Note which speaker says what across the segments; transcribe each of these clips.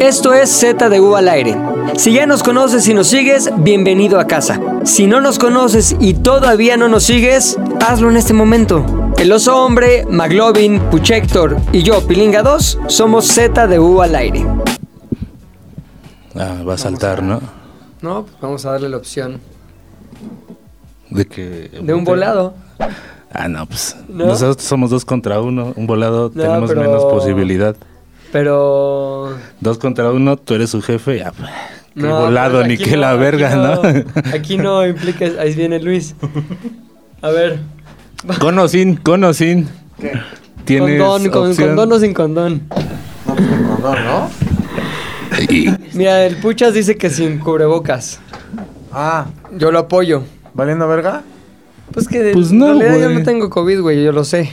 Speaker 1: Esto es Z de U al aire. Si ya nos conoces y nos sigues, bienvenido a casa. Si no nos conoces y todavía no nos sigues, hazlo en este momento. El oso hombre, Maglovin, Puchector y yo, Pilinga 2, somos Z de U al aire.
Speaker 2: Ah, va a saltar, ¿no?
Speaker 1: No, pues vamos a darle la opción
Speaker 2: De que.
Speaker 1: de un volado.
Speaker 2: Ah, no, pues.
Speaker 1: ¿No?
Speaker 2: Nosotros somos dos contra uno. Un volado
Speaker 1: No,
Speaker 2: tenemos
Speaker 1: pero-
Speaker 2: menos posibilidad.
Speaker 1: Pero.
Speaker 2: Dos contra uno, tú eres su jefe. Ya, pues, qué
Speaker 1: No,
Speaker 2: volado,
Speaker 1: pues
Speaker 2: ni
Speaker 1: aquí
Speaker 2: que
Speaker 1: no,
Speaker 2: la
Speaker 1: aquí
Speaker 2: verga, ¿no?
Speaker 1: Aquí no implica. Ahí viene Luis. A ver.
Speaker 2: Con o sin, con o sin. Tienes
Speaker 1: Condón, con,
Speaker 2: opción?
Speaker 1: condón o sin condón.
Speaker 3: Condón, ¿no?
Speaker 1: Mira, el Puchas dice que sin cubrebocas.
Speaker 3: Ah,
Speaker 1: Yo lo apoyo.
Speaker 3: ¿valiendo verga?
Speaker 1: Pues que de-
Speaker 2: Pues no,
Speaker 1: en realidad yo
Speaker 2: güey.
Speaker 1: no tengo COVID, güey, yo lo sé.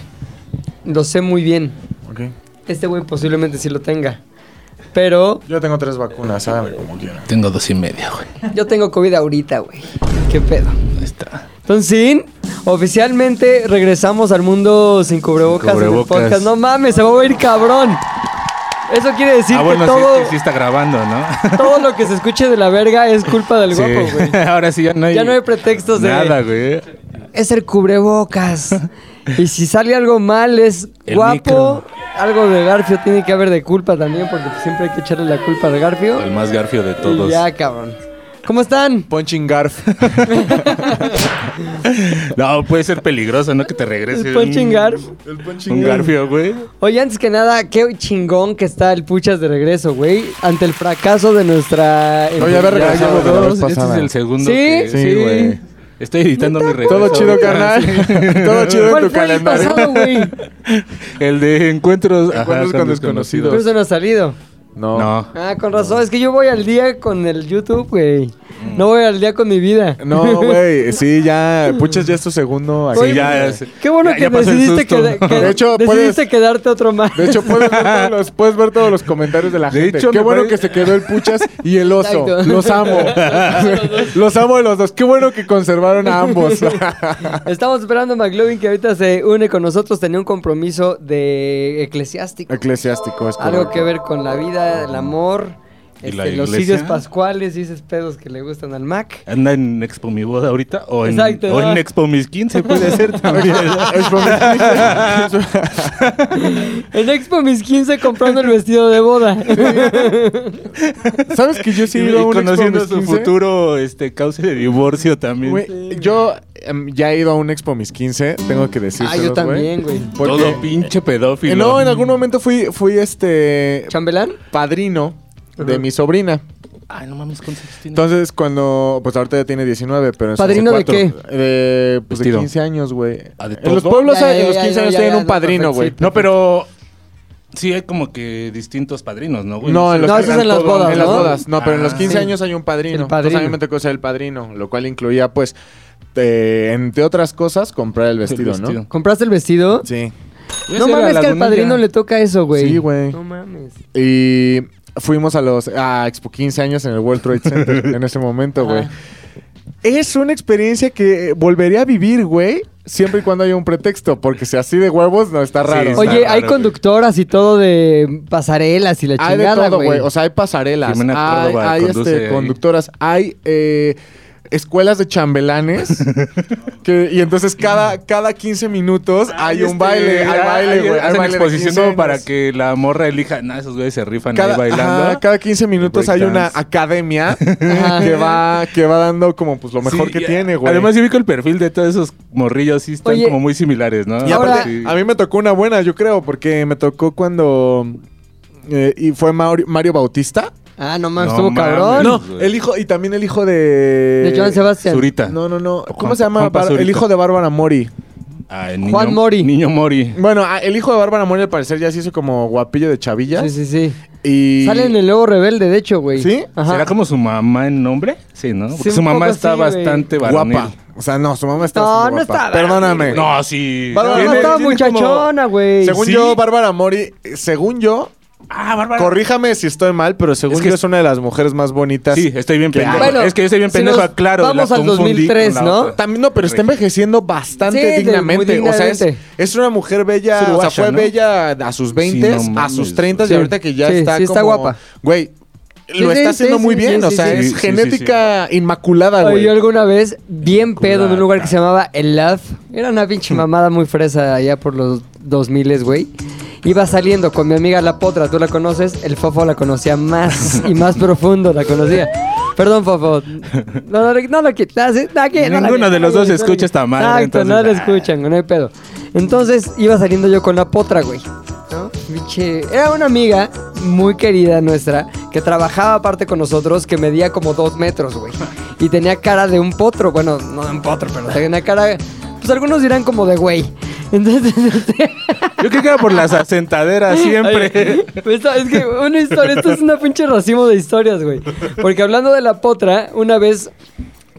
Speaker 1: Lo sé muy bien.
Speaker 3: Ok.
Speaker 1: Este güey posiblemente sí lo tenga. Pero
Speaker 3: Yo tengo tres
Speaker 2: Este
Speaker 3: vacunas, ah. hágame como quieran.
Speaker 2: Tengo dos y media, güey.
Speaker 1: yo tengo COVID ahorita, güey. ¿Qué pedo?
Speaker 2: Ahí está.
Speaker 1: Entonces, sí, oficialmente regresamos al mundo sin cubrebocas,
Speaker 2: Sin
Speaker 1: en el
Speaker 2: cubrebocas.
Speaker 1: podcast. No mames, se va a oír cabrón. Eso quiere decir
Speaker 2: ah, bueno,
Speaker 1: que
Speaker 2: sí,
Speaker 1: todo,
Speaker 2: sí, sí está grabando, ¿no?
Speaker 1: todo lo que se escuche de la verga es culpa del
Speaker 2: Sí.
Speaker 1: guapo, güey.
Speaker 2: Ahora sí ya no hay.
Speaker 1: Ya no hay pretextos de-
Speaker 2: Nada, güey.
Speaker 1: es el cubrebocas. y si sale algo mal, es
Speaker 2: El
Speaker 1: guapo.
Speaker 2: micro.
Speaker 1: Algo de Garfio tiene que haber de culpa también, porque pues, siempre hay que echarle la culpa al Garfio.
Speaker 2: El más garfio de
Speaker 1: Y
Speaker 2: todos.
Speaker 1: ya, cabrón. ¿Cómo están?
Speaker 3: Punching Garf.
Speaker 2: No, puede ser peligroso, ¿no? Que te regrese.
Speaker 1: El punching
Speaker 2: un-
Speaker 1: Garf.
Speaker 3: El
Speaker 2: Un garfio, güey.
Speaker 1: Oye, antes que nada, qué chingón que está el Puchas de regreso, güey. Ante el fracaso de nuestra...
Speaker 3: No, ya había regresado de la vez
Speaker 2: Este es
Speaker 3: pasada.
Speaker 2: el segundo.
Speaker 1: ¿Sí?
Speaker 2: que-
Speaker 1: Sí, güey.
Speaker 2: Estoy editando mi regreso.
Speaker 3: Todo chido,
Speaker 2: güey. Ah,
Speaker 3: carnal. Todo chido en
Speaker 1: ¿Cuál
Speaker 3: tu
Speaker 1: fue el
Speaker 3: calendario.
Speaker 1: pasado, güey?
Speaker 2: El de encuentros, ajá,
Speaker 3: Encuentros
Speaker 2: con,
Speaker 3: con
Speaker 2: desconocidos.
Speaker 3: desconocidos. Pues,
Speaker 1: Pero eso no ha salido.
Speaker 3: No. Mm.
Speaker 2: No.
Speaker 1: Ah, con razón. Es que yo voy al día con el YouTube, güey. No voy al día con mi vida.
Speaker 3: No, güey. Sí, ya. Puchas, ya es tu segundo. aquí.
Speaker 1: Oye,
Speaker 2: ya
Speaker 1: pues,
Speaker 2: es-
Speaker 1: Qué bueno
Speaker 2: ya-
Speaker 1: que
Speaker 2: ya pasó el
Speaker 1: decidiste,
Speaker 2: susto.
Speaker 1: queda- que-
Speaker 3: De hecho,
Speaker 1: decidiste
Speaker 3: puedes-
Speaker 1: quedarte otro más.
Speaker 3: De hecho, puedes ver, todos los, puedes ver todos los comentarios de la
Speaker 2: De
Speaker 3: gente.
Speaker 2: hecho,
Speaker 3: Qué
Speaker 2: me
Speaker 3: bueno
Speaker 2: parece-
Speaker 3: que se quedó el Puchas y el oso.
Speaker 1: Exacto.
Speaker 3: Los amo. los amo a los dos. Qué bueno que conservaron a ambos.
Speaker 1: Estamos esperando a McLovin que ahorita se une con nosotros. Tenía un compromiso de eclesiástico.
Speaker 3: Eclesiástico, es
Speaker 1: Algo
Speaker 3: correcto.
Speaker 1: que ver con la vida, el amor,
Speaker 2: ¿Y
Speaker 1: este,
Speaker 2: la
Speaker 1: los
Speaker 2: iglesia?
Speaker 1: sitios pascuales y esos pedos que le gustan al Mac.
Speaker 2: Anda en Expo mi boda ahorita o en,
Speaker 1: Exacto,
Speaker 2: o
Speaker 1: ¿no?
Speaker 2: en Expo mis 15 puede ser también.
Speaker 3: Es por-
Speaker 1: En Expo mis 15 comprando el vestido de boda.
Speaker 3: ¿Sabes que yo sí he
Speaker 2: y
Speaker 3: ido a un Expo
Speaker 2: conociendo
Speaker 3: Mis
Speaker 2: su
Speaker 3: 15?
Speaker 2: futuro este cauce de divorcio también.
Speaker 3: Güey, yo em, ya he ido a un Expo Mis 15, tengo que decir.
Speaker 1: ah, yo también, güey.
Speaker 2: Todo pinche pedófilo.
Speaker 3: Eh, No, en algún momento fui, fui este
Speaker 1: ¿Chambelán?
Speaker 3: padrino de
Speaker 1: Ajá.
Speaker 3: mi sobrina.
Speaker 2: Ay, no mames, ¿cuántos años tiene?
Speaker 3: Entonces, cuando. Pues ahorita ya tiene 19, pero. en sus
Speaker 1: ¿Padrino de
Speaker 3: 64, De, pues, de
Speaker 2: Vestido.
Speaker 3: 15 años, güey.
Speaker 2: Ah, ¿de
Speaker 3: En los
Speaker 2: todo?
Speaker 3: pueblos,
Speaker 1: Ya,
Speaker 3: hay-
Speaker 1: ya,
Speaker 3: en los
Speaker 1: ya,
Speaker 3: 15
Speaker 1: ya,
Speaker 3: años
Speaker 1: ya,
Speaker 3: tienen
Speaker 1: ya,
Speaker 3: un
Speaker 1: no,
Speaker 3: padrino, güey.
Speaker 1: perfecto,
Speaker 2: No, pero sí hay como que distintos padrinos, ¿no, güey?
Speaker 3: No, en los,
Speaker 1: No, eso es en las
Speaker 3: todo-
Speaker 1: bodas,
Speaker 3: En
Speaker 1: ¿no?
Speaker 3: las bodas. No, pero en los
Speaker 2: Ah.
Speaker 3: 15
Speaker 1: Sí.
Speaker 3: años hay un padrino.
Speaker 1: El
Speaker 3: Entonces a
Speaker 1: padrino.
Speaker 3: mí me tocó ser el padrino, lo cual incluía, pues, eh, entre otras cosas, comprar el vestido,
Speaker 2: vestido.
Speaker 3: ¿no?
Speaker 1: ¿Compraste el vestido?
Speaker 3: Sí.
Speaker 1: No mames que al padrino le toca eso, güey.
Speaker 3: Sí, güey.
Speaker 1: No mames.
Speaker 3: Y fuimos a los a Expo 15 años en el World Trade Center en ese momento, güey.
Speaker 1: Ajá.
Speaker 3: Es una experiencia que volveré a vivir, güey, siempre y cuando haya un pretexto, porque si así de huevos no está
Speaker 2: Sí,
Speaker 3: raro.
Speaker 2: está
Speaker 1: Oye,
Speaker 2: raro,
Speaker 1: hay
Speaker 2: güey.
Speaker 1: conductoras y todo de pasarelas y la
Speaker 3: hay Ah, de
Speaker 1: chingada,
Speaker 3: todo, güey.
Speaker 1: güey.
Speaker 3: O sea, hay pasarelas,
Speaker 2: Jimena
Speaker 3: hay,
Speaker 2: Córdoba
Speaker 3: hay,
Speaker 2: conduce
Speaker 3: este,
Speaker 2: ahí.
Speaker 3: conductoras, hay eh, escuelas de chambelanes. que- y entonces cada, cada 15 minutos hay
Speaker 2: este,
Speaker 3: un baile, hay baile, güey. Hay
Speaker 2: Hay una
Speaker 3: baile de
Speaker 2: exposición
Speaker 3: 15
Speaker 2: como para
Speaker 3: años.
Speaker 2: que la morra elija. Nah, esos güeyes se rifan
Speaker 3: Cada,
Speaker 2: ahí bailando.
Speaker 3: ajá, cada 15 minutos hay una
Speaker 2: Breakdance.
Speaker 3: academia que va que va dando como pues lo mejor
Speaker 2: Sí,
Speaker 3: que
Speaker 2: y-
Speaker 3: tiene, güey.
Speaker 2: Además, yo vi que el perfil de todos esos morrillos sí están
Speaker 1: Oye,
Speaker 2: como muy similares, ¿no?
Speaker 3: y
Speaker 1: ahora-
Speaker 3: aparte,
Speaker 2: Sí.
Speaker 3: a mí me tocó una buena, yo creo, porque me tocó cuando eh, y fue Mauri- Mario Bautista.
Speaker 1: Ah, no mames,
Speaker 2: No
Speaker 1: estuvo
Speaker 2: mames.
Speaker 1: cabrón.
Speaker 2: No.
Speaker 3: El hijo y también el hijo de
Speaker 1: De Joan Sebastián.
Speaker 2: Zurita.
Speaker 3: No, no, no.
Speaker 2: O
Speaker 3: ¿Cómo
Speaker 2: Juan-
Speaker 3: se llama?
Speaker 2: Juan
Speaker 3: Bar- el
Speaker 2: Pazurita.
Speaker 3: hijo de Bárbara Mori.
Speaker 2: Ah, el niño-
Speaker 1: Juan Mori.
Speaker 2: Niño Mori.
Speaker 3: Bueno, ah, el hijo de Bárbara Mori al parecer ya se hizo como guapillo de chavillas.
Speaker 1: Sí, sí, sí.
Speaker 3: Y...
Speaker 1: Sale en el nuevo rebelde, de hecho, güey.
Speaker 3: ¿Sí?
Speaker 1: Ajá.
Speaker 2: ¿Será como su mamá en nombre? Sí, ¿no? Porque
Speaker 1: Sí,
Speaker 2: su
Speaker 1: un
Speaker 2: mamá
Speaker 1: poco
Speaker 2: está
Speaker 1: sí, güey.
Speaker 2: bastante varonil.
Speaker 3: Guapa. O sea, no, su mamá está
Speaker 1: No,
Speaker 3: guapa.
Speaker 1: no está varonil,
Speaker 3: Perdóname.
Speaker 2: No, sí.
Speaker 1: Bárbara
Speaker 2: Tiene-
Speaker 1: estaba
Speaker 2: tiene como-
Speaker 1: muchachona, güey.
Speaker 3: Según
Speaker 2: Sí.
Speaker 3: yo, Bárbara Mori, eh, según yo,
Speaker 2: Ah, Bárbara.
Speaker 3: Corríjame si estoy mal, pero según
Speaker 2: Es que
Speaker 3: yo
Speaker 2: es-
Speaker 3: es una de las mujeres más bonitas.
Speaker 2: Sí, estoy bien
Speaker 3: que
Speaker 2: pendejo.
Speaker 1: Bueno,
Speaker 2: es que yo estoy bien
Speaker 1: si
Speaker 2: pendejo,
Speaker 1: nos
Speaker 2: claro. la
Speaker 1: vamos al
Speaker 2: confundí con
Speaker 1: 2003,
Speaker 2: la
Speaker 1: ¿no?
Speaker 2: otra.
Speaker 3: También, no, pero está envejeciendo bastante
Speaker 1: Sí, de-
Speaker 3: dignamente.
Speaker 1: muy
Speaker 3: O sea, es,
Speaker 1: dignamente.
Speaker 3: es una mujer bella.
Speaker 2: Es uruguaya,
Speaker 3: o sea, fue
Speaker 2: ¿no?
Speaker 3: bella a sus 20,
Speaker 2: Sí, no
Speaker 3: a sus
Speaker 2: mames,
Speaker 3: 30 y
Speaker 1: güey.
Speaker 3: ahorita que ya
Speaker 1: Sí,
Speaker 3: está
Speaker 1: sí, está
Speaker 3: como-
Speaker 1: guapa.
Speaker 3: Güey, lo
Speaker 1: Sí, sí,
Speaker 3: está haciendo
Speaker 1: sí,
Speaker 3: muy
Speaker 1: sí,
Speaker 3: bien.
Speaker 1: sí,
Speaker 3: o sea,
Speaker 1: sí,
Speaker 3: es
Speaker 2: sí.
Speaker 3: genética inmaculada,
Speaker 1: Oye,
Speaker 3: güey.
Speaker 1: yo alguna vez, bien pedo de un lugar que
Speaker 2: Culata.
Speaker 1: se llamaba El Love, era una pinche mamada muy fresa allá por los 2000, güey. Iba saliendo con mi amiga La Potra, tú la conoces, el Fofo la conocía más y más profundo, la conocía. Perdón, Fofo. No, no, no lo qui- no, sí, no, aquí, no la
Speaker 2: Ninguno
Speaker 1: qui-
Speaker 2: de los
Speaker 1: no,
Speaker 2: dos
Speaker 1: no,
Speaker 2: escucha esta madre,
Speaker 1: Exacto, no la
Speaker 2: entonces, ah.
Speaker 1: escuchan, no hay pedo. Entonces iba saliendo yo con La Potra, güey. ¿no? Pinche- Era una amiga muy querida nuestra que trabajaba aparte con nosotros que medía como dos metros, güey. Y tenía cara de un potro. Bueno, no de un potro, pero tenía cara. Pues algunos dirán como de güey. Entonces, este,
Speaker 2: Yo creo que era por las asentaderas siempre.
Speaker 1: esto- es que una historia, esto es una pinche racimo de historias, güey. Porque hablando de la potra, una vez,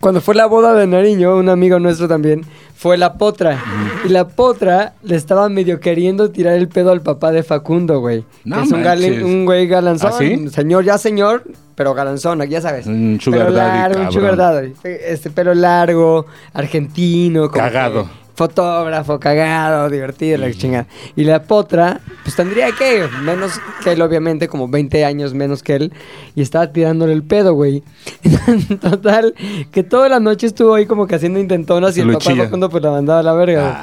Speaker 1: cuando fue la boda de Nariño, un amigo nuestro también, fue la potra. Y la potra le estaba medio queriendo tirar el pedo al papá de Facundo, güey.
Speaker 2: No
Speaker 1: que es un, galen-
Speaker 2: manches.
Speaker 1: un güey galanzón.
Speaker 2: ¿Ah, sí?
Speaker 1: Señor, ya señor, pero galanzón, ya sabes.
Speaker 2: Un sugar
Speaker 1: Pelo
Speaker 2: daddy,
Speaker 1: largo, un
Speaker 2: cabrón.
Speaker 1: sugar daddy. Este pelo largo, argentino. como
Speaker 2: Cagado.
Speaker 1: que fotógrafo, cagado, divertido, la chingada. Y la potra, pues tendría que, menos que él, obviamente, como 20 años menos que él, y estaba tirándole el pedo, güey. Total, que toda la noche estuvo ahí como que haciendo intentonas y
Speaker 2: Se
Speaker 1: el
Speaker 2: lo
Speaker 1: papá
Speaker 2: chilla. Ah.
Speaker 1: Facundo, pues la mandaba a la verga, güey.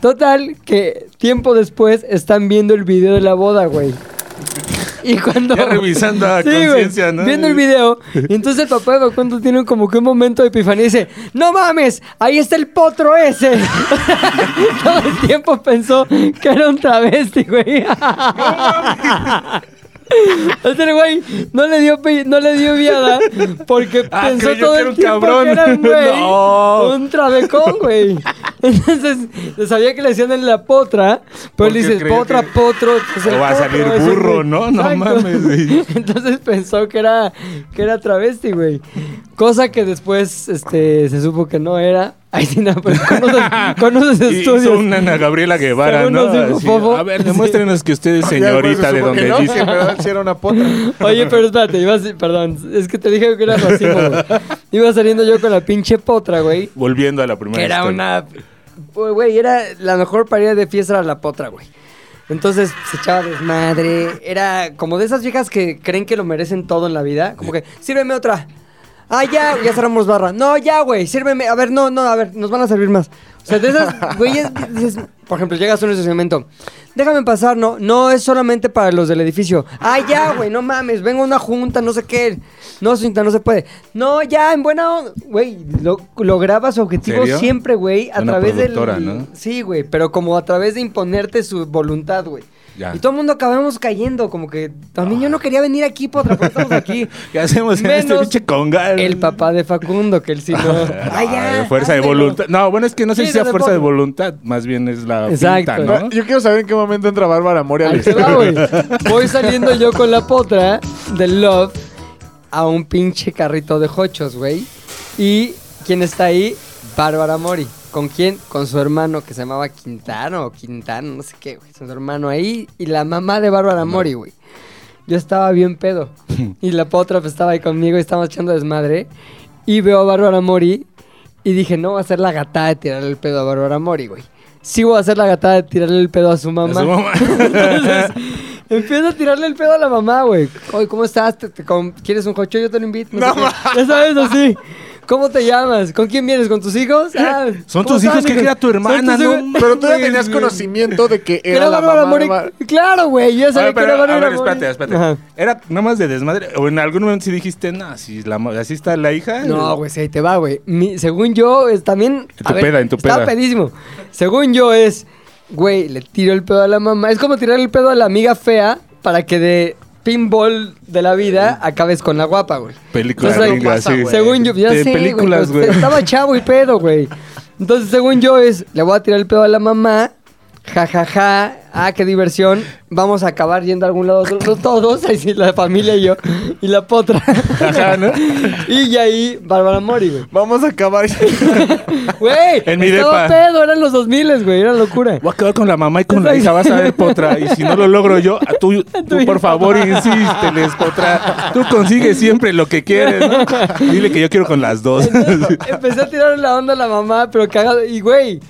Speaker 1: Total, que tiempo después están viendo el video de la boda, güey. Y cuando.
Speaker 2: Ya revisando a
Speaker 1: güey,
Speaker 2: conciencia, ¿no?
Speaker 1: Viendo el video. Y entonces el papá de Facundo tiene como que un momento de epifanía y dice: ¡No mames! ¡Ahí está el potro ese! Todo el tiempo pensó que era un travesti, güey. O sea, el güey no le dio pe- no le dio viada porque
Speaker 2: Ah,
Speaker 1: pensó
Speaker 2: creyó
Speaker 1: todo
Speaker 2: que
Speaker 1: el
Speaker 2: era un
Speaker 1: tiempo
Speaker 2: cabrón.
Speaker 1: que era un güey,
Speaker 2: No.
Speaker 1: un trabecón, güey. Entonces, sabía que le decían en la potra, pero
Speaker 2: Porque
Speaker 1: le dices
Speaker 2: creyó
Speaker 1: potra,
Speaker 2: que-
Speaker 1: potro, pues el
Speaker 2: O va a
Speaker 1: potro
Speaker 2: salir
Speaker 1: es un
Speaker 2: burro,
Speaker 1: güey.
Speaker 2: ¿no? No mames, güey.
Speaker 1: Entonces pensó que era que era travesti, güey. Cosa que después este se supo que no era. Ay, sí, no, pero conoces, conoces
Speaker 2: Y hizo
Speaker 1: estudios.
Speaker 2: una Ana Gabriela Guevara,
Speaker 1: Según
Speaker 2: ¿no?
Speaker 1: nos dijo
Speaker 2: Así,
Speaker 1: Fofo.
Speaker 2: a ver, demuéstrenos que usted es
Speaker 3: Ya después se
Speaker 2: señorita de
Speaker 3: supo
Speaker 2: donde
Speaker 3: que no, que
Speaker 2: dice.
Speaker 3: en verdad sí era una potra.
Speaker 1: Oye, pero espérate, iba a- perdón, es que te dije que era racismo, güey. Iba saliendo yo con la pinche potra, güey.
Speaker 2: Volviendo a la primera
Speaker 1: Que era
Speaker 2: historia.
Speaker 1: una. Pues, Güey, era la mejor parida de fiesta era la potra, güey. Entonces se echaba desmadre. Era como de esas viejas que creen que lo merecen todo en la vida. Como que, sírveme otra. Ah, ya, ya cerramos barra. No, ya, güey, sírveme. A ver, no, no, a ver, nos van a servir más. O sea, de esas, güeyes, dices, por ejemplo, llegas a un estacionamiento. Déjame pasar, no, no, es solamente para los del edificio. Ah, ya, güey, no mames, vengo a una junta, no sé qué. No, cinta, no se puede. No, ya, en buena onda. Güey, lo- lograba su objetivo
Speaker 2: ¿Serio?
Speaker 1: siempre, güey, a
Speaker 2: Una
Speaker 1: través del...
Speaker 2: productora, ¿no?
Speaker 1: Sí, güey, pero como a través de imponerte su voluntad, güey.
Speaker 2: Ya.
Speaker 1: Y todo el mundo acabamos cayendo, como que también yo no quería venir aquí, potra, porque estamos aquí.
Speaker 2: ¿Qué hacemos en este
Speaker 1: Menos
Speaker 2: pinche congal?
Speaker 1: El papá de Facundo, que él sí no.
Speaker 2: Ah,
Speaker 1: Ay, ya,
Speaker 2: de fuerza de
Speaker 1: hazlo.
Speaker 2: voluntad. No, bueno, es que no sé
Speaker 1: Sí,
Speaker 2: si sea
Speaker 1: de
Speaker 2: fuerza de
Speaker 1: poco.
Speaker 2: voluntad, más bien es la
Speaker 1: Exacto.
Speaker 2: pinta,
Speaker 3: No,
Speaker 2: ¿no?
Speaker 3: Yo quiero saber en qué momento entra Bárbara Moria. a la
Speaker 1: Ahí te va,
Speaker 3: historia.
Speaker 1: güey. Voy saliendo yo con la potra del Love a un pinche carrito de hochos, güey. Y ¿quién está ahí? Bárbara Mori. ¿Con quién? Con su hermano que se llamaba Quintano o Quintano, no sé qué, güey. Su hermano ahí y la mamá de Bárbara Mori, güey. Yo estaba bien pedo. Y la potra pues, estaba ahí conmigo y estábamos echando desmadre. Y veo a Bárbara Mori y dije, no voy a hacer la gatada de tirarle el pedo a Bárbara Mori, güey. Sí voy a hacer la gatada de tirarle el pedo a su mamá.
Speaker 2: A su mamá.
Speaker 1: Entonces, empiezo a tirarle el pedo a la mamá, güey. Oye, ¿cómo estás? ¿Te- te com- ¿Quieres un cocho? Yo te lo invito. No, sé qué. ya sabes, así. ¿Cómo te llamas? ¿Con quién vienes? ¿con tus hijos? Ah,
Speaker 2: Son
Speaker 1: ¿cómo
Speaker 2: tus hijos,
Speaker 1: están,
Speaker 2: ¿qué
Speaker 1: hijo?
Speaker 2: crea tu
Speaker 1: Son
Speaker 2: hermana,
Speaker 1: tus
Speaker 2: no
Speaker 1: hijos-
Speaker 3: Pero tú ya tenías conocimiento de que
Speaker 1: Que era
Speaker 3: era la
Speaker 1: Bárbara
Speaker 3: mamá. de
Speaker 1: Mori.
Speaker 3: Bar-
Speaker 1: Claro, güey. Yo
Speaker 2: A
Speaker 1: sabía
Speaker 2: ver,
Speaker 1: que era
Speaker 2: pero, a
Speaker 1: Bárbara
Speaker 2: ver,
Speaker 1: Mori.
Speaker 2: espérate, espérate.
Speaker 1: Ajá.
Speaker 2: Era nada más de desmadre. O en algún momento sí dijiste, no, si la mo- así está la hija.
Speaker 1: No, güey, sí, ahí te va, güey. Mi- Según yo, es también.
Speaker 2: En
Speaker 1: a
Speaker 2: tu peda, en tu
Speaker 1: estaba
Speaker 2: peda.
Speaker 1: pedísimo. Según yo, es. Güey, le tiro el pedo a la mamá. Es como tirar el pedo a la amiga fea para que de pinball de la vida acabes con la guapa, güey.
Speaker 2: Película
Speaker 1: Entonces,
Speaker 2: gringa,
Speaker 1: pasa,
Speaker 2: sí.
Speaker 1: güey. Según yo, ya
Speaker 2: De
Speaker 1: sé, güey, pues,
Speaker 2: películas,
Speaker 1: pero
Speaker 2: güey.
Speaker 1: Estaba chavo y pedo, güey. Entonces, según yo, es. Le voy a tirar el pedo a la mamá. Ja, ja, ja. Ah, qué diversión. Vamos a acabar yendo a algún lado todos, todos ahí sí, la familia y yo, y la potra.
Speaker 2: Ajá, ¿no?
Speaker 1: y ya ahí, Bárbara Mori, güey.
Speaker 3: Vamos a acabar.
Speaker 1: Güey,
Speaker 2: En mi
Speaker 1: estaba
Speaker 2: depa.
Speaker 1: pedo, eran los 2000, güey, era locura.
Speaker 2: Voy a quedar con la mamá y con la hija, vas a ver, Potra. Y si no lo logro yo, a tú, tú por favor insísteles, Potra. Tú consigues siempre lo que quieres, ¿no? Dile que yo quiero con las dos.
Speaker 1: Entonces, empecé a tirar la onda a la mamá, pero cagado. Y güey,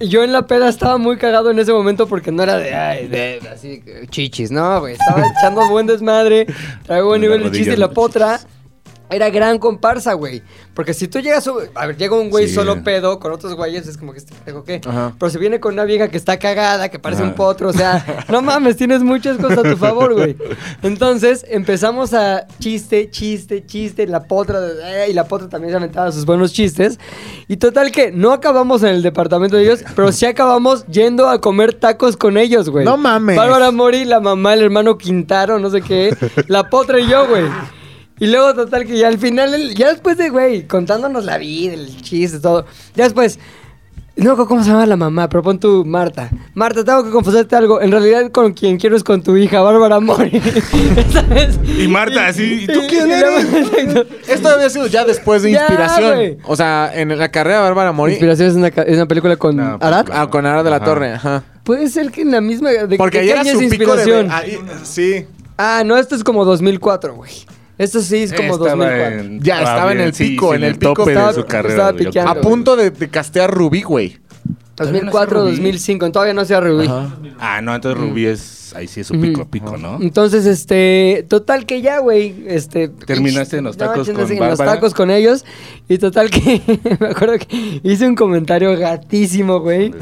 Speaker 1: yo en la peda estaba muy cagado en ese momento porque no era de, ay, de así chichis, no, güey. Estaba echando buen desmadre, traigo buen
Speaker 2: Una
Speaker 1: nivel de
Speaker 2: rodilla
Speaker 1: chiste y
Speaker 2: en
Speaker 1: la
Speaker 2: los
Speaker 1: potra. Era gran comparsa, güey. Porque si tú llegas, a ver, llega un güey
Speaker 2: Sí.
Speaker 1: solo pedo con otros güeyes, es como que este pendejo qué.
Speaker 3: Ajá.
Speaker 1: Pero si viene con una vieja que está cagada, que parece un
Speaker 2: Ajá.
Speaker 1: potro, o sea, no mames, tienes muchas cosas a tu favor, güey. Entonces empezamos a chiste, chiste, chiste, la potra, eh, y la potra también se aventaba sus buenos chistes. Y total que no acabamos en el departamento de ellos, pero sí acabamos yendo a comer tacos con ellos, güey.
Speaker 3: No mames.
Speaker 1: Bárbara Mori, la mamá, el hermano Quintaro, no sé qué, la potra y yo, güey. Y luego, total, que ya al final, el- ya después de, güey, contándonos la vida, el chiste, todo. Ya después, no, me acuerdo ¿cómo se llama la mamá? Pero pon tú, Marta. Marta, tengo que confesarte algo. En realidad, con quien quiero es con tu hija, Bárbara Mori. ¿Sabes?
Speaker 2: Y Marta, así, ¿y tú quién
Speaker 1: y la-
Speaker 3: Esto había sido ya después de
Speaker 1: Ya,
Speaker 3: inspiración.
Speaker 1: güey.
Speaker 3: o sea, en la carrera de Bárbara Mori.
Speaker 1: Inspiración es una, ca- es una película con
Speaker 2: No, pues,
Speaker 1: Arad.
Speaker 2: claro.
Speaker 3: Ah, con Ara de la
Speaker 2: Ajá.
Speaker 3: Torre, ajá.
Speaker 1: Puede ser que en la misma. ¿de
Speaker 3: Porque
Speaker 1: qué
Speaker 3: ahí era
Speaker 1: año
Speaker 3: su
Speaker 1: es
Speaker 3: pico de...
Speaker 1: inspiración?
Speaker 3: ahí- sí.
Speaker 1: Ah, no, esto es como 2004, güey. Esto sí es como 2004.
Speaker 3: Ya estaba en el pico, en el pico
Speaker 2: tope
Speaker 3: estaba-
Speaker 2: de su carrera.
Speaker 1: estaba
Speaker 2: güey, yo
Speaker 1: piqueando.
Speaker 3: A
Speaker 2: creo.
Speaker 3: punto de, de castear Rubí, güey.
Speaker 1: 2004, 2005. Todavía no se ha
Speaker 2: Ah, no, entonces Rubí es, ahí sí es su pico, pico, ¿no?
Speaker 1: Entonces, este, total que ya, güey, este...
Speaker 2: Terminaste en los
Speaker 1: no,
Speaker 2: tacos
Speaker 1: chingas,
Speaker 2: con
Speaker 1: en los
Speaker 2: Bárbara.
Speaker 1: tacos con ellos. Y total que, me acuerdo que hice un comentario gatísimo, güey.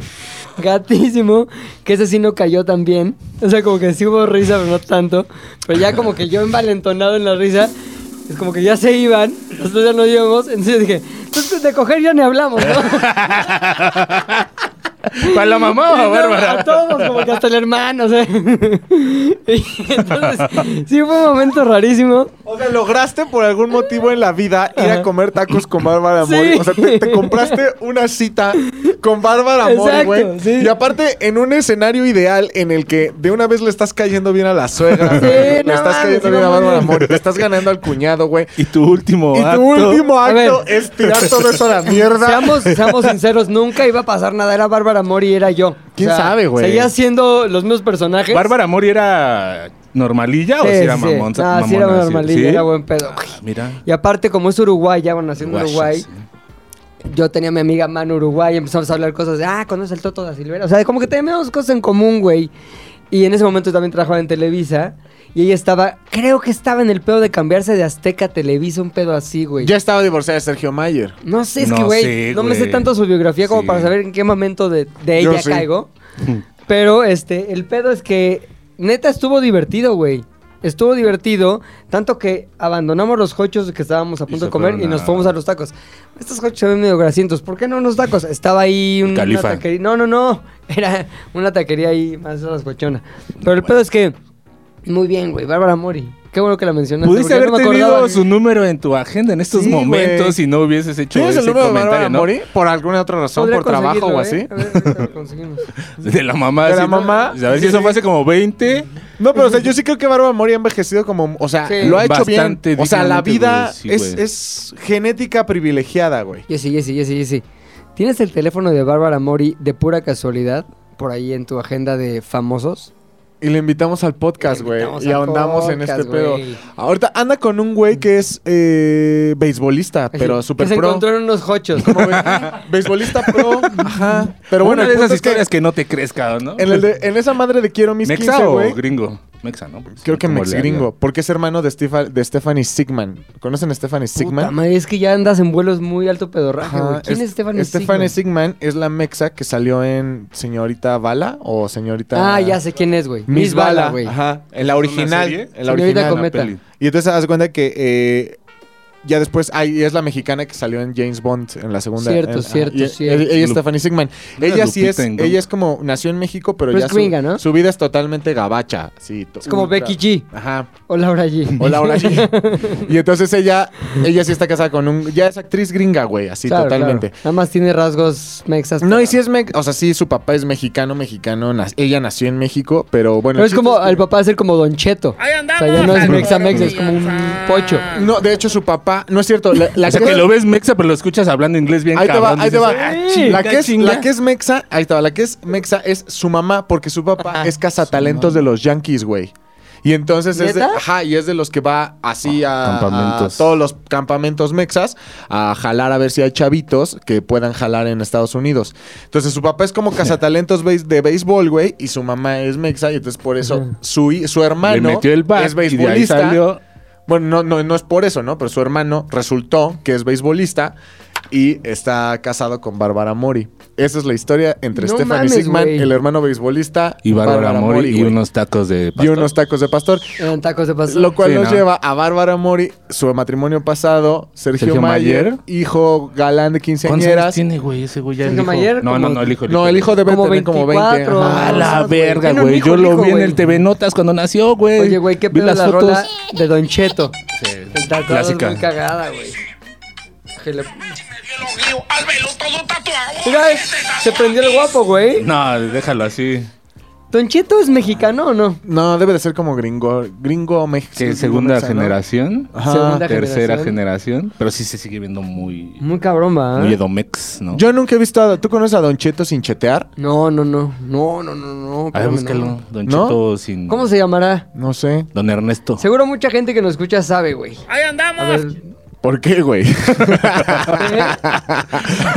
Speaker 1: Gatísimo, que ese sí no cayó tan bien. O sea, como que sí hubo risa, pero no tanto. Pero ya como que yo envalentonado en la risa, es como que ya se iban, nosotros ya nos íbamos. Entonces dije, entonces de coger ya ni hablamos, ¿no?
Speaker 2: ¿Para la mamá o a
Speaker 1: No, A
Speaker 2: Bárbara?
Speaker 1: todos, como que hasta el hermano, o sea. Y Entonces, sí, fue un momento rarísimo.
Speaker 3: O sea, lograste por algún motivo en la vida ir a comer tacos con Bárbara
Speaker 1: Sí.
Speaker 3: Mori. O sea, te, te compraste una cita con Bárbara Mori,
Speaker 1: Exacto,
Speaker 3: güey.
Speaker 1: sí.
Speaker 3: Y aparte, en un escenario ideal en el que de una vez le estás cayendo bien a la suegra,
Speaker 1: Sí,
Speaker 3: güey, le
Speaker 1: no
Speaker 3: estás
Speaker 1: mames,
Speaker 3: cayendo
Speaker 1: no
Speaker 3: bien a Bárbara
Speaker 1: mames.
Speaker 3: Mori, le estás ganando al cuñado, güey.
Speaker 2: Y tu último
Speaker 3: Y
Speaker 2: acto.
Speaker 3: tu último
Speaker 1: A ver.
Speaker 3: acto es tirar todo eso a la mierda.
Speaker 1: Seamos, seamos sinceros, nunca iba a pasar nada. Era Bárbara Mori y era yo.
Speaker 3: ¿Quién sabe, güey?
Speaker 1: Seguía siendo los mismos personajes.
Speaker 2: ¿Bárbara Mori era normalilla o
Speaker 1: Sí,
Speaker 2: si era
Speaker 1: sí.
Speaker 2: mamón?
Speaker 1: No, sí era
Speaker 2: mamona,
Speaker 1: normalilla,
Speaker 2: ¿sí?
Speaker 1: era buen pedo, güey.
Speaker 2: Ah, Mira.
Speaker 1: Y aparte, como es Uruguay, ya bueno, naciendo en Uruguay,
Speaker 2: Guachas, sí.
Speaker 1: yo tenía a mi amiga Manu Uruguay, empezamos a hablar cosas de, ah, conoce el Toto da Silvera. O sea, como que teníamos cosas en común, güey. Y en ese momento también trabajaba en Televisa. Y ella estaba, creo que estaba en el pedo de cambiarse de Azteca a Televisa, un pedo así, güey.
Speaker 3: Ya estaba divorciada de Sergio Mayer.
Speaker 1: No sé, es
Speaker 2: No
Speaker 1: que, güey,
Speaker 2: sé,
Speaker 1: no me sé
Speaker 2: güey.
Speaker 1: tanto su biografía como
Speaker 2: Sí.
Speaker 1: para saber en qué momento de, de
Speaker 3: Yo
Speaker 1: ella
Speaker 3: sí.
Speaker 1: caigo. Pero, este, el pedo es que, neta, estuvo divertido, güey. Estuvo divertido, tanto que abandonamos los hochos que estábamos a
Speaker 2: Y
Speaker 1: punto
Speaker 2: se
Speaker 1: de comer y
Speaker 2: fueron
Speaker 1: nos
Speaker 2: a-
Speaker 1: fuimos a los tacos. Estos hochos se ven medio grasientos. ¿Por qué no unos tacos? Estaba ahí una
Speaker 2: Califa.
Speaker 1: taquería. No, no, no. Era una taquería ahí más rascochona. Pero el pedo es que, muy bien, güey. Bárbara Mori. Qué bueno que la mencionaste.
Speaker 2: Pudiste
Speaker 1: porque
Speaker 2: haber
Speaker 1: yo no me
Speaker 2: tenido
Speaker 1: acordaba.
Speaker 2: su número en tu agenda en estos
Speaker 3: Sí, güey.
Speaker 2: momentos si no hubieses hecho
Speaker 3: ¿Tienes
Speaker 2: ese
Speaker 3: el número de Bárbara
Speaker 2: comentario, ¿no?
Speaker 3: Mori? ¿Por alguna otra razón?
Speaker 1: Podría
Speaker 3: ¿Por trabajo o así?
Speaker 1: conseguirlo, ¿eh? A ver, ahorita lo conseguimos.
Speaker 2: De la mamá.
Speaker 3: De
Speaker 2: así,
Speaker 3: la
Speaker 2: ¿no?
Speaker 3: mamá.
Speaker 2: A ver si eso fue hace como 20.
Speaker 3: No, pero o sea, yo sí creo que Bárbara Mori ha envejecido como. O sea,
Speaker 1: ¿eh? Sí.
Speaker 3: lo ha hecho
Speaker 2: Bastante
Speaker 3: bien. O sea, la
Speaker 2: dignamente,
Speaker 3: vida
Speaker 2: güey, sí,
Speaker 3: es,
Speaker 2: güey.
Speaker 3: es genética privilegiada, güey.
Speaker 1: Jessy, Jessy, Jessy, Jessy. ¿Tienes el teléfono de Bárbara Mori de pura casualidad por ahí en tu agenda de famosos?
Speaker 3: Y le invitamos al podcast,
Speaker 1: Le
Speaker 3: güey.
Speaker 1: invitamos
Speaker 3: Y
Speaker 1: al
Speaker 3: ahondamos en
Speaker 1: podcast,
Speaker 3: este pedo.
Speaker 1: güey.
Speaker 3: Ahorita anda con un güey que es eh, beisbolista, pero
Speaker 1: Así,
Speaker 3: super
Speaker 1: que se
Speaker 3: pro.
Speaker 1: encontró en unos hochos.
Speaker 3: Como ve- beisbolista pro. Ajá. Pero bueno,
Speaker 2: una de
Speaker 3: el
Speaker 2: esas
Speaker 3: punto es que
Speaker 2: historias que... no te crezca, ¿no?
Speaker 3: en, el de- en esa madre de Quiero Mis
Speaker 2: ¿Mexa
Speaker 3: 15,
Speaker 2: o
Speaker 3: güey.
Speaker 2: gringo? Mexa, ¿no? Porque
Speaker 3: Creo que
Speaker 2: ¿cómo
Speaker 3: Mex
Speaker 2: le haría?
Speaker 3: gringo. Porque es hermano de, Steve- de Stephanie Sigman. ¿Conocen a Stephanie
Speaker 1: Puta
Speaker 3: Sigman?
Speaker 1: madre, es que ya andas en vuelos muy alto pedorraje,
Speaker 3: Ajá,
Speaker 1: güey. ¿Quién es Stephanie
Speaker 3: Stephanie
Speaker 1: Sigman?
Speaker 3: Sigman es la mexa que salió en Señorita Bala o Señorita.
Speaker 1: Ah, ya sé quién es, güey.
Speaker 3: Miss Bala,
Speaker 1: güey.
Speaker 3: Ajá. En la
Speaker 2: ¿Es una
Speaker 3: original.
Speaker 2: serie?
Speaker 3: En la
Speaker 1: Señorita
Speaker 3: original.
Speaker 1: Cometa.
Speaker 2: peli.
Speaker 3: Y entonces haz cuenta que eh, ya después ahí es la mexicana que salió en James Bond en la segunda.
Speaker 1: Cierto,
Speaker 3: en- ah,
Speaker 1: cierto,
Speaker 3: y- e-
Speaker 1: cierto.
Speaker 3: Ella, es Stephanie Sigman.
Speaker 2: Una
Speaker 3: Ella sí es,
Speaker 2: Lupita en-
Speaker 3: ella es como nació en México, pero,
Speaker 1: Pero
Speaker 3: ya
Speaker 1: es
Speaker 3: su,
Speaker 1: Pues gringa, ¿no?
Speaker 3: su vida es totalmente gabacha. Sí,
Speaker 1: Es como Becky G
Speaker 3: Ajá.
Speaker 1: o Laura G.
Speaker 3: O Laura G. y entonces ella, ella sí está casada con un, ya es actriz gringa, güey, así
Speaker 1: Claro,
Speaker 3: totalmente.
Speaker 1: claro. Nada más tiene rasgos mexas.
Speaker 3: No,
Speaker 1: pero-
Speaker 3: y sí es, mex- o sea, sí, su papá es mexicano, mexicano, nas- ella nació en México, pero bueno.
Speaker 1: Pero
Speaker 3: el
Speaker 1: es
Speaker 3: chiste
Speaker 1: como
Speaker 3: que-
Speaker 1: el papá va a ser como Don Cheto. O sea, ya no es mexa mexa, es como un pocho.
Speaker 3: No, de hecho su papá, no es cierto, la, la
Speaker 2: O sea,
Speaker 3: que-
Speaker 2: que lo ves mexa, pero lo escuchas hablando inglés bien
Speaker 3: Ahí te va,
Speaker 2: cabrón.
Speaker 3: ahí te va.
Speaker 2: dices, "Ah,
Speaker 3: la,
Speaker 2: chinga,
Speaker 3: que es,
Speaker 2: chinga".
Speaker 3: la que es mexa, ahí te va, la que es mexa es su mamá, porque su papá es cazatalentos de los Yankees, güey. Y entonces es de,
Speaker 1: ¿Neta?
Speaker 3: ajá, y es de los que va así a,
Speaker 2: Campamentos.
Speaker 3: a todos los campamentos mexas a jalar a ver si hay chavitos que puedan jalar en Estados Unidos. Entonces su papá es como cazatalentos beis- de béisbol, güey, y su mamá es mexa, y entonces por eso su, hi- su
Speaker 2: Le
Speaker 3: hermano
Speaker 2: metió el bat
Speaker 3: es
Speaker 2: y de ahí
Speaker 3: beisbolista.
Speaker 2: salió.
Speaker 3: Bueno, no, no, no es por eso, ¿no? Pero su hermano resultó que es beisbolista y está casado con Bárbara Mori. Esa es la historia entre
Speaker 1: No
Speaker 3: Stephanie
Speaker 1: mames,
Speaker 3: Sigman,
Speaker 1: güey.
Speaker 3: el hermano beisbolista,
Speaker 2: Y Bárbara Mori y
Speaker 3: güey.
Speaker 2: unos tacos de
Speaker 3: Y unos tacos de pastor.
Speaker 1: Eran tacos de pastor.
Speaker 3: Lo cual
Speaker 2: Sí,
Speaker 3: nos
Speaker 2: ¿no?
Speaker 3: lleva a Bárbara Mori, su matrimonio pasado, Sergio,
Speaker 2: Sergio
Speaker 3: Mayer,
Speaker 2: Mayer.
Speaker 3: hijo galán de
Speaker 2: ¿Cuántos años
Speaker 3: quinceañeras.
Speaker 2: tiene, güey? Ese güey ya
Speaker 1: Sergio
Speaker 2: el hijo-
Speaker 1: Mayer,
Speaker 2: No,
Speaker 1: como-
Speaker 2: no, no, el hijo.
Speaker 3: No, el hijo debe
Speaker 1: Como
Speaker 3: tener como 20.
Speaker 1: 24.
Speaker 3: ajá.
Speaker 2: A la
Speaker 1: Ah, güey.
Speaker 2: verga,
Speaker 1: Tiene un
Speaker 2: güey.
Speaker 1: hijo,
Speaker 2: Yo
Speaker 1: un
Speaker 2: lo
Speaker 1: hijo,
Speaker 2: vi en
Speaker 1: güey.
Speaker 2: el TV Notas cuando nació, güey.
Speaker 1: Oye, güey, qué
Speaker 2: Vi
Speaker 1: pedo
Speaker 2: las
Speaker 1: la
Speaker 2: fotos.
Speaker 1: rola de Don Cheto. El tatuado es
Speaker 2: Clásica.
Speaker 1: muy cagada, güey. Que le- Mira,
Speaker 4: Mira,
Speaker 1: se prendió el guapo, güey.
Speaker 2: No, déjalo así.
Speaker 1: ¿Don Cheto es mexicano o no?
Speaker 3: No, debe de ser como gringo, gringo mexicano.
Speaker 2: Que segunda generación.
Speaker 3: Ajá.
Speaker 1: Ah, Segunda
Speaker 2: Tercera
Speaker 1: generación. Ah.
Speaker 2: generación. Pero sí se sigue viendo muy.
Speaker 1: Muy cabrón, va.
Speaker 2: Muy Edomex, ¿no?
Speaker 3: Yo nunca he visto a... ¿Tú conoces a Don Cheto sin chetear?
Speaker 1: No, no, no. No, no, no, no.
Speaker 2: A ver,
Speaker 1: espérame,
Speaker 2: búscalo.
Speaker 1: no.
Speaker 2: Don
Speaker 3: ¿No?
Speaker 2: Cheto sin.
Speaker 1: ¿Cómo se llamará?
Speaker 3: No sé.
Speaker 2: Don Ernesto.
Speaker 1: Seguro mucha gente que nos escucha sabe, güey.
Speaker 4: Ahí
Speaker 1: A
Speaker 4: andamos.
Speaker 1: ver.
Speaker 3: ¿Por qué, güey?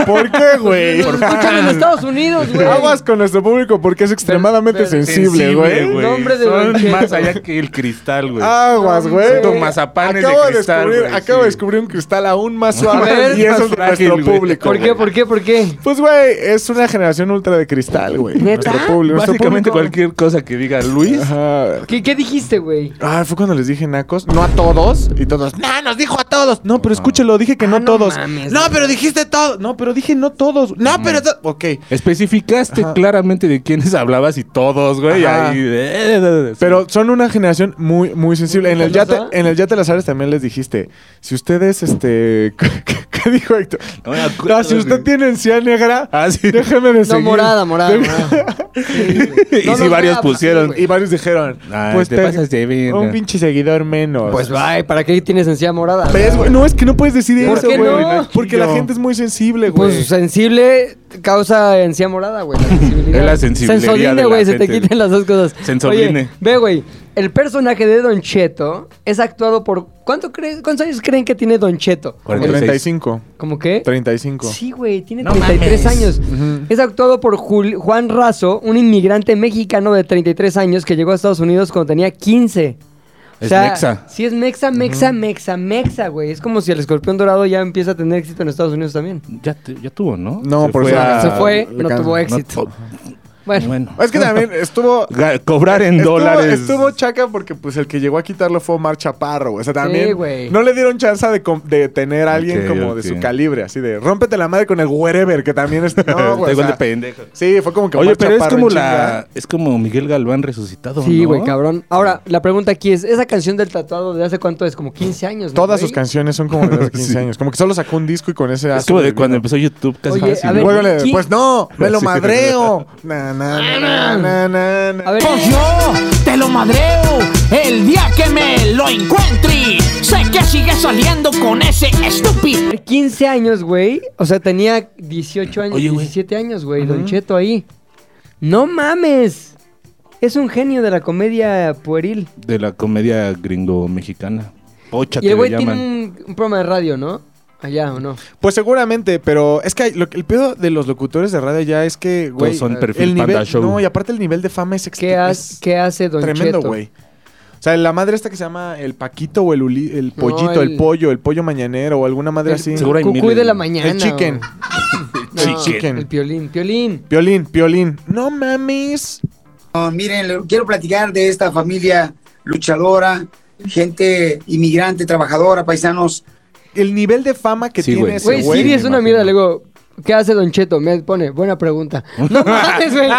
Speaker 3: ¿Por qué, güey?
Speaker 1: Nos escuchan en Estados Unidos, güey.
Speaker 3: Aguas con nuestro público porque es extremadamente
Speaker 1: Pero-
Speaker 3: sensible, güey.
Speaker 1: güey. Nombre de Don
Speaker 2: Son
Speaker 1: Cheto.
Speaker 2: más allá que el cristal, güey.
Speaker 1: Ah,
Speaker 3: Aguas, güey.
Speaker 2: Son mazapanes de
Speaker 3: acabo
Speaker 2: cristal,
Speaker 3: descubrir,
Speaker 2: güey,
Speaker 3: Acabo de
Speaker 2: sí.
Speaker 3: descubrir un cristal aún más
Speaker 1: ver,
Speaker 3: suave y
Speaker 2: más
Speaker 3: eso es de
Speaker 2: frágil,
Speaker 3: nuestro
Speaker 2: güey.
Speaker 3: público.
Speaker 1: ¿Por qué,
Speaker 3: güey.
Speaker 1: por qué, por qué?
Speaker 3: Pues, güey, es una generación ultra de cristal, güey.
Speaker 1: ¿Neta?
Speaker 3: Nuestro público. nuestro
Speaker 2: Básicamente
Speaker 3: público.
Speaker 2: cualquier cosa que diga Luis.
Speaker 3: Ajá.
Speaker 1: ¿Qué, qué dijiste, güey?
Speaker 3: Ah, fue cuando les dije nacos. No a todos. Y todos. No, nos dijo a todos. No, pero escúchelo. Dije que no
Speaker 1: Ah, no
Speaker 3: todos.
Speaker 1: mames,
Speaker 3: no,
Speaker 1: güey.
Speaker 3: pero dijiste todos. No, pero dije no todos. No, pero. to-". Ok.
Speaker 2: Especificaste claramente de quiénes hablabas y todos, güey.
Speaker 3: Ajá.
Speaker 2: Ahí. eh, eh, eh, eh,
Speaker 3: Pero son una generación muy, muy sensible. En el yate,
Speaker 1: celosa.
Speaker 3: en el yate de las Ares también les dijiste, si ustedes, este, ¿qué, qué dijo Héctor?
Speaker 2: No me acuerdo,
Speaker 3: Ah, si usted
Speaker 2: güey.
Speaker 3: tiene encía negra,
Speaker 2: Ah, sí.
Speaker 3: déjeme de
Speaker 1: No,
Speaker 3: seguir.
Speaker 1: morada, morada,
Speaker 3: De-
Speaker 1: morada.
Speaker 2: Y si varios
Speaker 1: pues
Speaker 2: pusieron,
Speaker 3: Y varios dijeron,
Speaker 2: Ay,
Speaker 3: pues
Speaker 2: Ah, te
Speaker 3: te-
Speaker 2: pasas de verga.
Speaker 3: un pinche seguidor menos.
Speaker 1: Pues, ay, ¿para qué tienes encía morada?
Speaker 2: pues,
Speaker 3: ¿Ves, güey? No, es que no puedes decir
Speaker 1: ¿Por
Speaker 3: eso,
Speaker 1: qué
Speaker 3: güey.
Speaker 1: no?
Speaker 3: Porque la
Speaker 2: Yo.
Speaker 3: gente es muy sensible, güey.
Speaker 1: Pues sensible causa encía morada, güey. la sensibilidad.
Speaker 2: Es la sensibilidad de
Speaker 1: Sensoline,
Speaker 2: la
Speaker 1: güey, se te
Speaker 2: gente.
Speaker 1: quitan las dos cosas.
Speaker 2: Sensoline.
Speaker 1: Oye, ve, güey, el personaje de Don Cheto es actuado por... ¿cuánto crees- ¿Cuántos años creen que tiene Don Cheto?
Speaker 3: Como 35.
Speaker 1: ¿Cómo qué?
Speaker 3: 35.
Speaker 1: Sí, güey, tiene 33 años. Es actuado por Jul- Juan Razo, un inmigrante mexicano de 33 años que llegó a Estados Unidos cuando tenía 15.
Speaker 2: Es mexa.
Speaker 1: Sí, es mexa, mexa, mexa, mexa, güey. Es como si el escorpión dorado ya empieza a tener éxito en Estados Unidos también.
Speaker 2: Ya, tu- ya tuvo, ¿no?
Speaker 3: No, por
Speaker 2: fue
Speaker 3: eso-
Speaker 2: a-
Speaker 1: Se fue,
Speaker 3: le
Speaker 1: no
Speaker 3: can-
Speaker 1: tuvo
Speaker 3: no
Speaker 1: éxito.
Speaker 2: to-
Speaker 1: bueno,
Speaker 2: Bueno.
Speaker 3: Es que también estuvo...
Speaker 2: Ga- Cobrar en
Speaker 3: Estuvo-
Speaker 2: dólares.
Speaker 3: Estuvo chaca porque pues el que llegó a quitarlo fue Omar Chaparro. güey. O sea, también
Speaker 1: güey.
Speaker 3: no le dieron chance de, com- de tener a alguien
Speaker 2: Ok,
Speaker 3: como de
Speaker 2: ok.
Speaker 3: su calibre, así de rómpete la madre con el wherever, que también es. No,
Speaker 2: Está
Speaker 3: güey, o
Speaker 2: igual
Speaker 3: sea,
Speaker 2: Eh, de pendejo.
Speaker 3: Sí, fue como que
Speaker 2: Oye,
Speaker 3: Omar
Speaker 2: pero es
Speaker 3: Chaparro en
Speaker 2: como
Speaker 3: chinga.
Speaker 2: la. Es como Miguel Galván resucitado.
Speaker 1: sí,
Speaker 2: ¿no?
Speaker 1: güey, cabrón. Ahora, la pregunta aquí es, esa canción del tatuado de hace cuánto es, como 15 años, ¿no,
Speaker 3: Todas
Speaker 1: güey?
Speaker 3: sus canciones son como de hace 15
Speaker 2: Sí.
Speaker 3: años. Como que solo sacó un disco y con ese.
Speaker 2: Es como de cuando empezó YouTube casi.
Speaker 1: Oye,
Speaker 2: casi,
Speaker 1: a
Speaker 2: ¿no?
Speaker 1: ver,
Speaker 3: Luego le-
Speaker 1: ¿quién- Ah,
Speaker 3: pues no, me lo
Speaker 2: Sí.
Speaker 3: madreo. Na, na, na, na, na, na.
Speaker 1: A ver,
Speaker 5: Pues yo te lo madreo el día que me lo encuentre. Sé que sigues saliendo con ese estúpido.
Speaker 1: 15 años, güey. O sea, tenía 18 años,
Speaker 2: Oye, güey.
Speaker 1: 17 años, güey. Don Cheto ahí. ¡No mames! Es un genio de la comedia pueril.
Speaker 2: De la comedia gringo-mexicana. Pocha,
Speaker 1: Y
Speaker 2: te
Speaker 1: el
Speaker 2: le
Speaker 1: güey tiene
Speaker 2: llaman.
Speaker 1: un, un programa de radio, ¿no? Allá o no.
Speaker 3: Pues seguramente, pero es que hay- lo que- el pedo de los locutores de radio ya es que, güey.
Speaker 2: son perfil
Speaker 3: el nivel,
Speaker 2: Panda Show.
Speaker 3: No, y aparte el nivel de fama es
Speaker 1: ¿Qué,
Speaker 3: extre-
Speaker 1: has-
Speaker 3: es-
Speaker 1: qué hace Don
Speaker 3: Tremendo,
Speaker 1: Cheto?
Speaker 3: güey. O sea, la madre esta que se llama el Paquito o el, Uli- el
Speaker 1: No,
Speaker 3: pollito, el...
Speaker 1: el-
Speaker 3: pollo, el pollo mañanero o alguna madre
Speaker 1: El
Speaker 3: así.
Speaker 2: Seguro hay
Speaker 1: cucuy
Speaker 2: miles.
Speaker 1: de la mañana.
Speaker 3: El chicken.
Speaker 1: güey.
Speaker 2: Sí,
Speaker 1: No,
Speaker 2: chicken.
Speaker 1: El piolín, piolín.
Speaker 3: Piolín, piolín. No mames.
Speaker 6: No, miren, le- quiero platicar de esta familia luchadora, gente inmigrante, trabajadora, paisanos
Speaker 3: el nivel de fama que
Speaker 2: Sí,
Speaker 3: tiene
Speaker 2: güey.
Speaker 3: ese
Speaker 1: Güey,
Speaker 3: güey.
Speaker 2: güey,
Speaker 1: Siri
Speaker 2: me
Speaker 1: es una
Speaker 2: imagino.
Speaker 1: mierda. Luego, ¿qué hace Don Cheto? Me pone, buena pregunta. No mames, güey.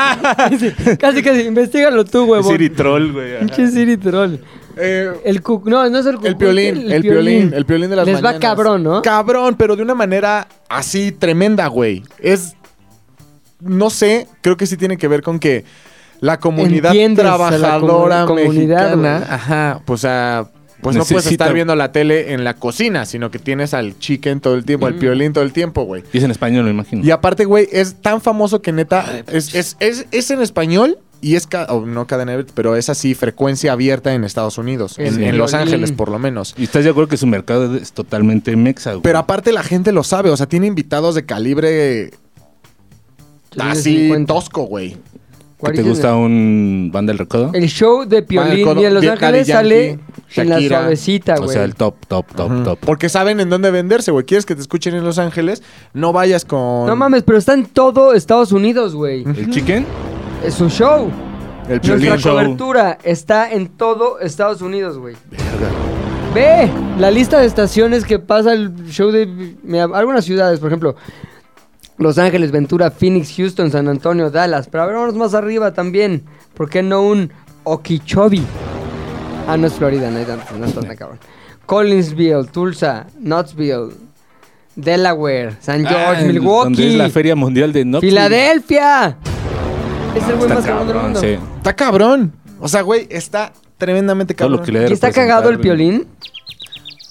Speaker 1: Dice, casi, casi, investigalo tú,
Speaker 2: Es
Speaker 1: huevón.
Speaker 2: Siri Troll, güey. ajá.
Speaker 1: Pinche Siri troll.
Speaker 3: Eh,
Speaker 1: El cu... No, no es el cu...
Speaker 3: el piolín, el piolín, el piolín de las
Speaker 1: Les va
Speaker 3: mañanas.
Speaker 1: cabrón, ¿no?
Speaker 3: Cabrón, pero de una manera así tremenda, güey. Es no sé, creo que sí tiene que ver con que la comunidad
Speaker 1: Entiendes a la comu-
Speaker 3: trabajadora
Speaker 1: comunidad,
Speaker 3: mexicana,
Speaker 1: güey.
Speaker 3: ajá, pues ah, pues no puedes
Speaker 2: Necesita-
Speaker 3: estar viendo la tele en la cocina, sino que tienes al chicken todo el tiempo,
Speaker 1: Mm.
Speaker 3: al piolín todo el tiempo, güey.
Speaker 2: Y es en español, me imagino.
Speaker 3: Y aparte, güey, es tan famoso que neta
Speaker 1: pues.
Speaker 3: es, es, es, es en español y es, ca- o no cadena, abierta, pero es así frecuencia abierta en Estados Unidos,
Speaker 1: El
Speaker 3: en- en Los
Speaker 1: Piolín.
Speaker 3: Ángeles por lo menos.
Speaker 2: Y estás de acuerdo que su mercado es totalmente mexa, güey.
Speaker 3: Pero aparte la gente lo sabe, o sea, tiene invitados de calibre así
Speaker 1: 50.
Speaker 3: tosco, güey.
Speaker 2: ¿Que te
Speaker 1: Cuarenta.
Speaker 2: gusta un banda del recodo?
Speaker 1: El show de Piolín
Speaker 3: Codo-
Speaker 1: y en Los
Speaker 3: Daddy
Speaker 1: Ángeles
Speaker 3: Yankee,
Speaker 1: sale en la
Speaker 3: Shakira.
Speaker 1: suavecita,
Speaker 2: o
Speaker 1: güey.
Speaker 2: sea, el top, top, top, top.
Speaker 3: Porque saben en dónde venderse, güey. ¿Quieres que te escuchen en Los Ángeles? No vayas con
Speaker 1: No mames, pero está en todo Estados Unidos, güey.
Speaker 2: ¿El chicken?
Speaker 1: Es su show.
Speaker 3: el
Speaker 1: Nuestra
Speaker 3: Piolín Show.
Speaker 1: cobertura está en todo Estados Unidos, güey. Ve la lista de estaciones que pasa el show de me- algunas ciudades, por ejemplo, Los Ángeles, Ventura, Phoenix, Houston, San Antonio, Dallas. Pero vámonos más arriba también. ¿Por qué no un Okeechobee? Ah, no es Florida, no hay tanto, no está tan cabrón. Collinsville, Tulsa, Knoxville, Delaware, San
Speaker 2: Ah,
Speaker 1: George,
Speaker 2: el- Donde es
Speaker 1: Milwaukee,
Speaker 2: la feria mundial de Knoxville.
Speaker 1: Filadelfia. Es el güey
Speaker 2: Está
Speaker 1: más cabrón del
Speaker 2: cabrón,
Speaker 1: mundo.
Speaker 2: sí.
Speaker 3: Está cabrón. O sea, güey, está tremendamente
Speaker 2: Todo
Speaker 3: cabrón.
Speaker 2: lo que le ha de
Speaker 1: ¿Y está
Speaker 2: representar,
Speaker 1: cagado el
Speaker 2: güey.
Speaker 1: violín?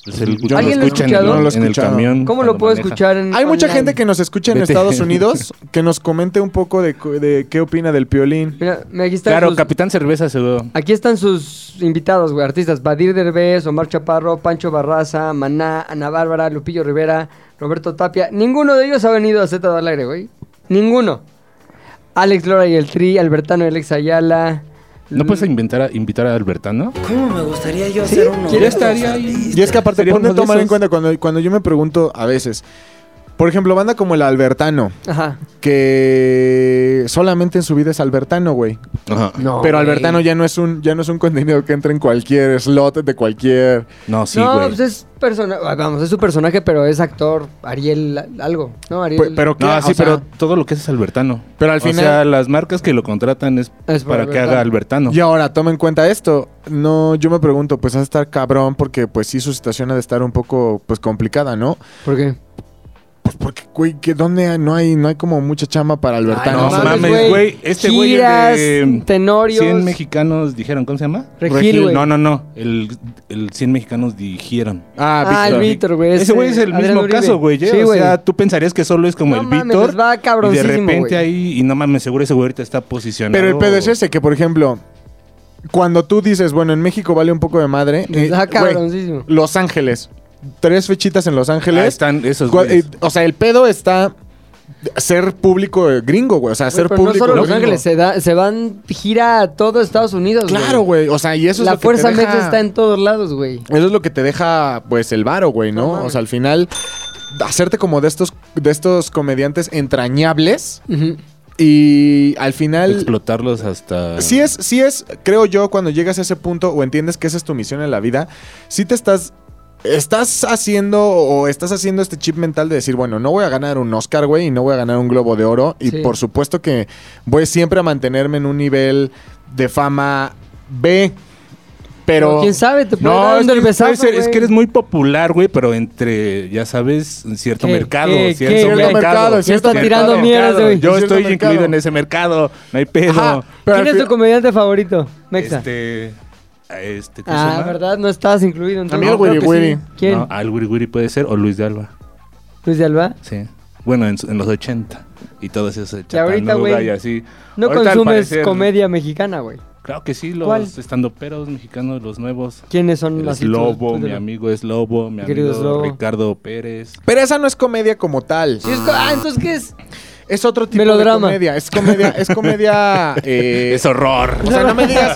Speaker 2: Es el-
Speaker 3: Yo
Speaker 1: ¿Alguien
Speaker 2: lo
Speaker 1: lo ha
Speaker 2: escucha en el-
Speaker 1: escuchado?
Speaker 2: en
Speaker 1: No
Speaker 3: lo he
Speaker 2: el
Speaker 3: escuchado.
Speaker 2: camión
Speaker 1: ¿Cómo lo
Speaker 2: cuando
Speaker 1: puedo
Speaker 2: maneja.
Speaker 1: escuchar en
Speaker 3: Hay mucha
Speaker 1: online?
Speaker 3: gente que nos escucha en
Speaker 2: Vete.
Speaker 3: Estados Unidos que nos comente un poco de, cu- de qué opina del piolín.
Speaker 1: Mira, mira, aquí están
Speaker 2: Claro,
Speaker 1: sus-
Speaker 2: Capitán Cerveza, seguro.
Speaker 1: Aquí están sus invitados, güey, artistas. Badir Derbez, Omar Chaparro, Pancho Barraza, Maná, Ana Bárbara, Lupillo Rivera, Roberto Tapia. Ninguno de ellos ha venido a Z al aire, güey. Ninguno. Alex Lora y el Tri, Albertano y Alex Ayala. Mm.
Speaker 2: ¿No pues, puedes inventar a- invitar a Albertano?
Speaker 4: ¿Cómo me gustaría yo ser uno?
Speaker 1: ¿Quieres?
Speaker 2: estaría ahí.
Speaker 3: Y es que aparte,
Speaker 2: Sería
Speaker 3: ponte a
Speaker 2: uno de
Speaker 3: tomar en
Speaker 2: esos.
Speaker 3: cuenta cuando, cuando yo me pregunto a veces, por ejemplo, banda como el Albertano,
Speaker 1: Ajá.
Speaker 3: que solamente en su vida es Albertano, güey.
Speaker 2: Ajá.
Speaker 1: No.
Speaker 3: Pero
Speaker 1: güey.
Speaker 3: Albertano ya no es un ya no es un contenido que entra en cualquier slot de cualquier.
Speaker 2: No, sí,
Speaker 1: no,
Speaker 2: güey.
Speaker 1: pues es persona, vamos, es su personaje, pero es actor, Ariel, algo, ¿no? Ariel.
Speaker 3: Pe- Pero, ¿qué?
Speaker 2: No,
Speaker 3: O
Speaker 2: sí,
Speaker 3: sea,
Speaker 2: pero todo lo que es es Albertano.
Speaker 3: Pero al
Speaker 2: o
Speaker 3: final-
Speaker 2: sea, las marcas que lo contratan es,
Speaker 1: Es por
Speaker 2: para que haga Albertano.
Speaker 3: Y ahora, toma en cuenta esto. No, yo me pregunto, pues va a estar cabrón, porque pues sí, su situación ha de estar un poco pues complicada, ¿no?
Speaker 1: ¿Por qué?
Speaker 3: Pues porque, güey, que donde no hay, no hay como mucha chama para Albertano.
Speaker 2: no
Speaker 3: O sea,
Speaker 2: mames, güey. Este güey, el
Speaker 1: Giras,
Speaker 2: de-
Speaker 1: tenorios.
Speaker 2: 100 mexicanos dijeron, ¿cómo se llama?
Speaker 1: Regil, güey.
Speaker 2: No, no, no. El, el 100 mexicanos dijeron.
Speaker 1: Ah, el Víctor, güey.
Speaker 2: Ese güey es el
Speaker 1: Adrián
Speaker 2: mismo
Speaker 1: Uribe.
Speaker 2: caso, güey. ya,
Speaker 1: Sí,
Speaker 2: o
Speaker 1: güey.
Speaker 2: sea, tú pensarías que solo es como
Speaker 1: No
Speaker 2: el
Speaker 1: mames,
Speaker 2: Víctor.
Speaker 1: les va
Speaker 2: y de
Speaker 1: cabroncísimo,
Speaker 2: repente
Speaker 1: güey.
Speaker 2: ahí, y no mames, seguro ese güey ahorita está posicionado.
Speaker 3: Pero el pedo es ese, que por ejemplo, cuando tú dices, bueno, en México vale un poco de madre. eh,
Speaker 2: Ah,
Speaker 1: Está
Speaker 3: güey,
Speaker 1: Pues, ah, cabroncísimo.
Speaker 3: Los Ángeles. Tres fechitas en Los
Speaker 2: Ahí
Speaker 3: Ángeles.
Speaker 2: están esos
Speaker 3: Gua-
Speaker 2: güeyes.
Speaker 3: eh, o sea, el pedo está ser público eh, gringo, güey. O sea, ser
Speaker 1: Pero no
Speaker 3: público.
Speaker 1: solo Los
Speaker 3: gringo.
Speaker 1: Ángeles, eh, se, da, se van gira a todo Estados Unidos,
Speaker 3: Claro, güey. O sea, y eso
Speaker 1: La
Speaker 3: es lo
Speaker 1: fuerza
Speaker 3: que te
Speaker 1: mexa
Speaker 3: deja,
Speaker 1: está en todos lados, güey.
Speaker 3: Eso es lo que te deja, pues, el varo, güey,
Speaker 1: No
Speaker 3: ¿no?
Speaker 1: mames.
Speaker 3: o sea, al final, hacerte como de estos, de estos comediantes entrañables
Speaker 1: Ujú.
Speaker 3: y al final.
Speaker 2: Explotarlos hasta.
Speaker 3: Sí es, sí es, creo yo, cuando llegas a ese punto o entiendes que esa es tu misión en la vida, sí te estás. Estás haciendo o estás haciendo este chip mental de decir, bueno, no voy a ganar un Oscar, güey, y no voy a ganar un Globo de Oro. Y
Speaker 1: Sí.
Speaker 3: por supuesto que voy siempre a mantenerme en un nivel de fama B. Pero.
Speaker 1: quién sabe, te puede
Speaker 2: No,
Speaker 1: dar
Speaker 2: es
Speaker 1: un
Speaker 2: que,
Speaker 1: derbezazo,
Speaker 2: puede ser- es
Speaker 1: güey.
Speaker 2: que eres muy popular, güey, pero entre, ya sabes, un cierto
Speaker 1: ¿Qué?
Speaker 2: mercado.
Speaker 1: ¿Qué?
Speaker 2: cierto
Speaker 1: ¿Qué?
Speaker 2: mercado.
Speaker 1: Cierto
Speaker 3: mercado,
Speaker 1: Ya está
Speaker 2: mercado.
Speaker 1: tirando mierdas, güey.
Speaker 2: Yo
Speaker 3: Cierto
Speaker 2: estoy
Speaker 3: mercado.
Speaker 2: incluido en ese mercado. No hay pedo.
Speaker 3: Ajá, pero
Speaker 1: ¿Quién es
Speaker 3: al
Speaker 1: tu
Speaker 3: fin-
Speaker 1: comediante favorito, Mexa?
Speaker 2: Este. a Este, ¿cómo se
Speaker 1: ah,
Speaker 2: llama?
Speaker 1: ¿verdad? No estabas incluido en
Speaker 3: A mí el
Speaker 1: Creo
Speaker 3: Wiri
Speaker 1: que
Speaker 3: Wiri.
Speaker 1: sí. ¿Quién?
Speaker 2: No, ah. al Wiri Wiri puede ser o Luis de Alba.
Speaker 1: Luis de Alba.
Speaker 2: Sí. Bueno, en, su- en los 80 y todo eso.
Speaker 1: Y ahorita, güey,
Speaker 2: Y así.
Speaker 1: No
Speaker 2: Ahorita, al
Speaker 1: consumes
Speaker 2: parecer,
Speaker 1: comedia mexicana, güey.
Speaker 2: Claro que sí,
Speaker 1: ¿Cuál?
Speaker 2: los estandoperos mexicanos, los nuevos.
Speaker 1: ¿Quiénes son
Speaker 2: Es
Speaker 1: las
Speaker 2: Lobo,
Speaker 1: pues,
Speaker 2: mi amigo es Lobo, mi
Speaker 1: Querido
Speaker 2: amigo
Speaker 1: es Lobo.
Speaker 2: Ricardo Pérez.
Speaker 3: Pero esa no es comedia como tal.
Speaker 1: Sí, es co- ah, entonces, ¿qué es?
Speaker 3: Es otro tipo
Speaker 1: Melodrama.
Speaker 3: de comedia. Es comedia, es comedia. eh,
Speaker 2: Es horror.
Speaker 3: o sea, no me digas.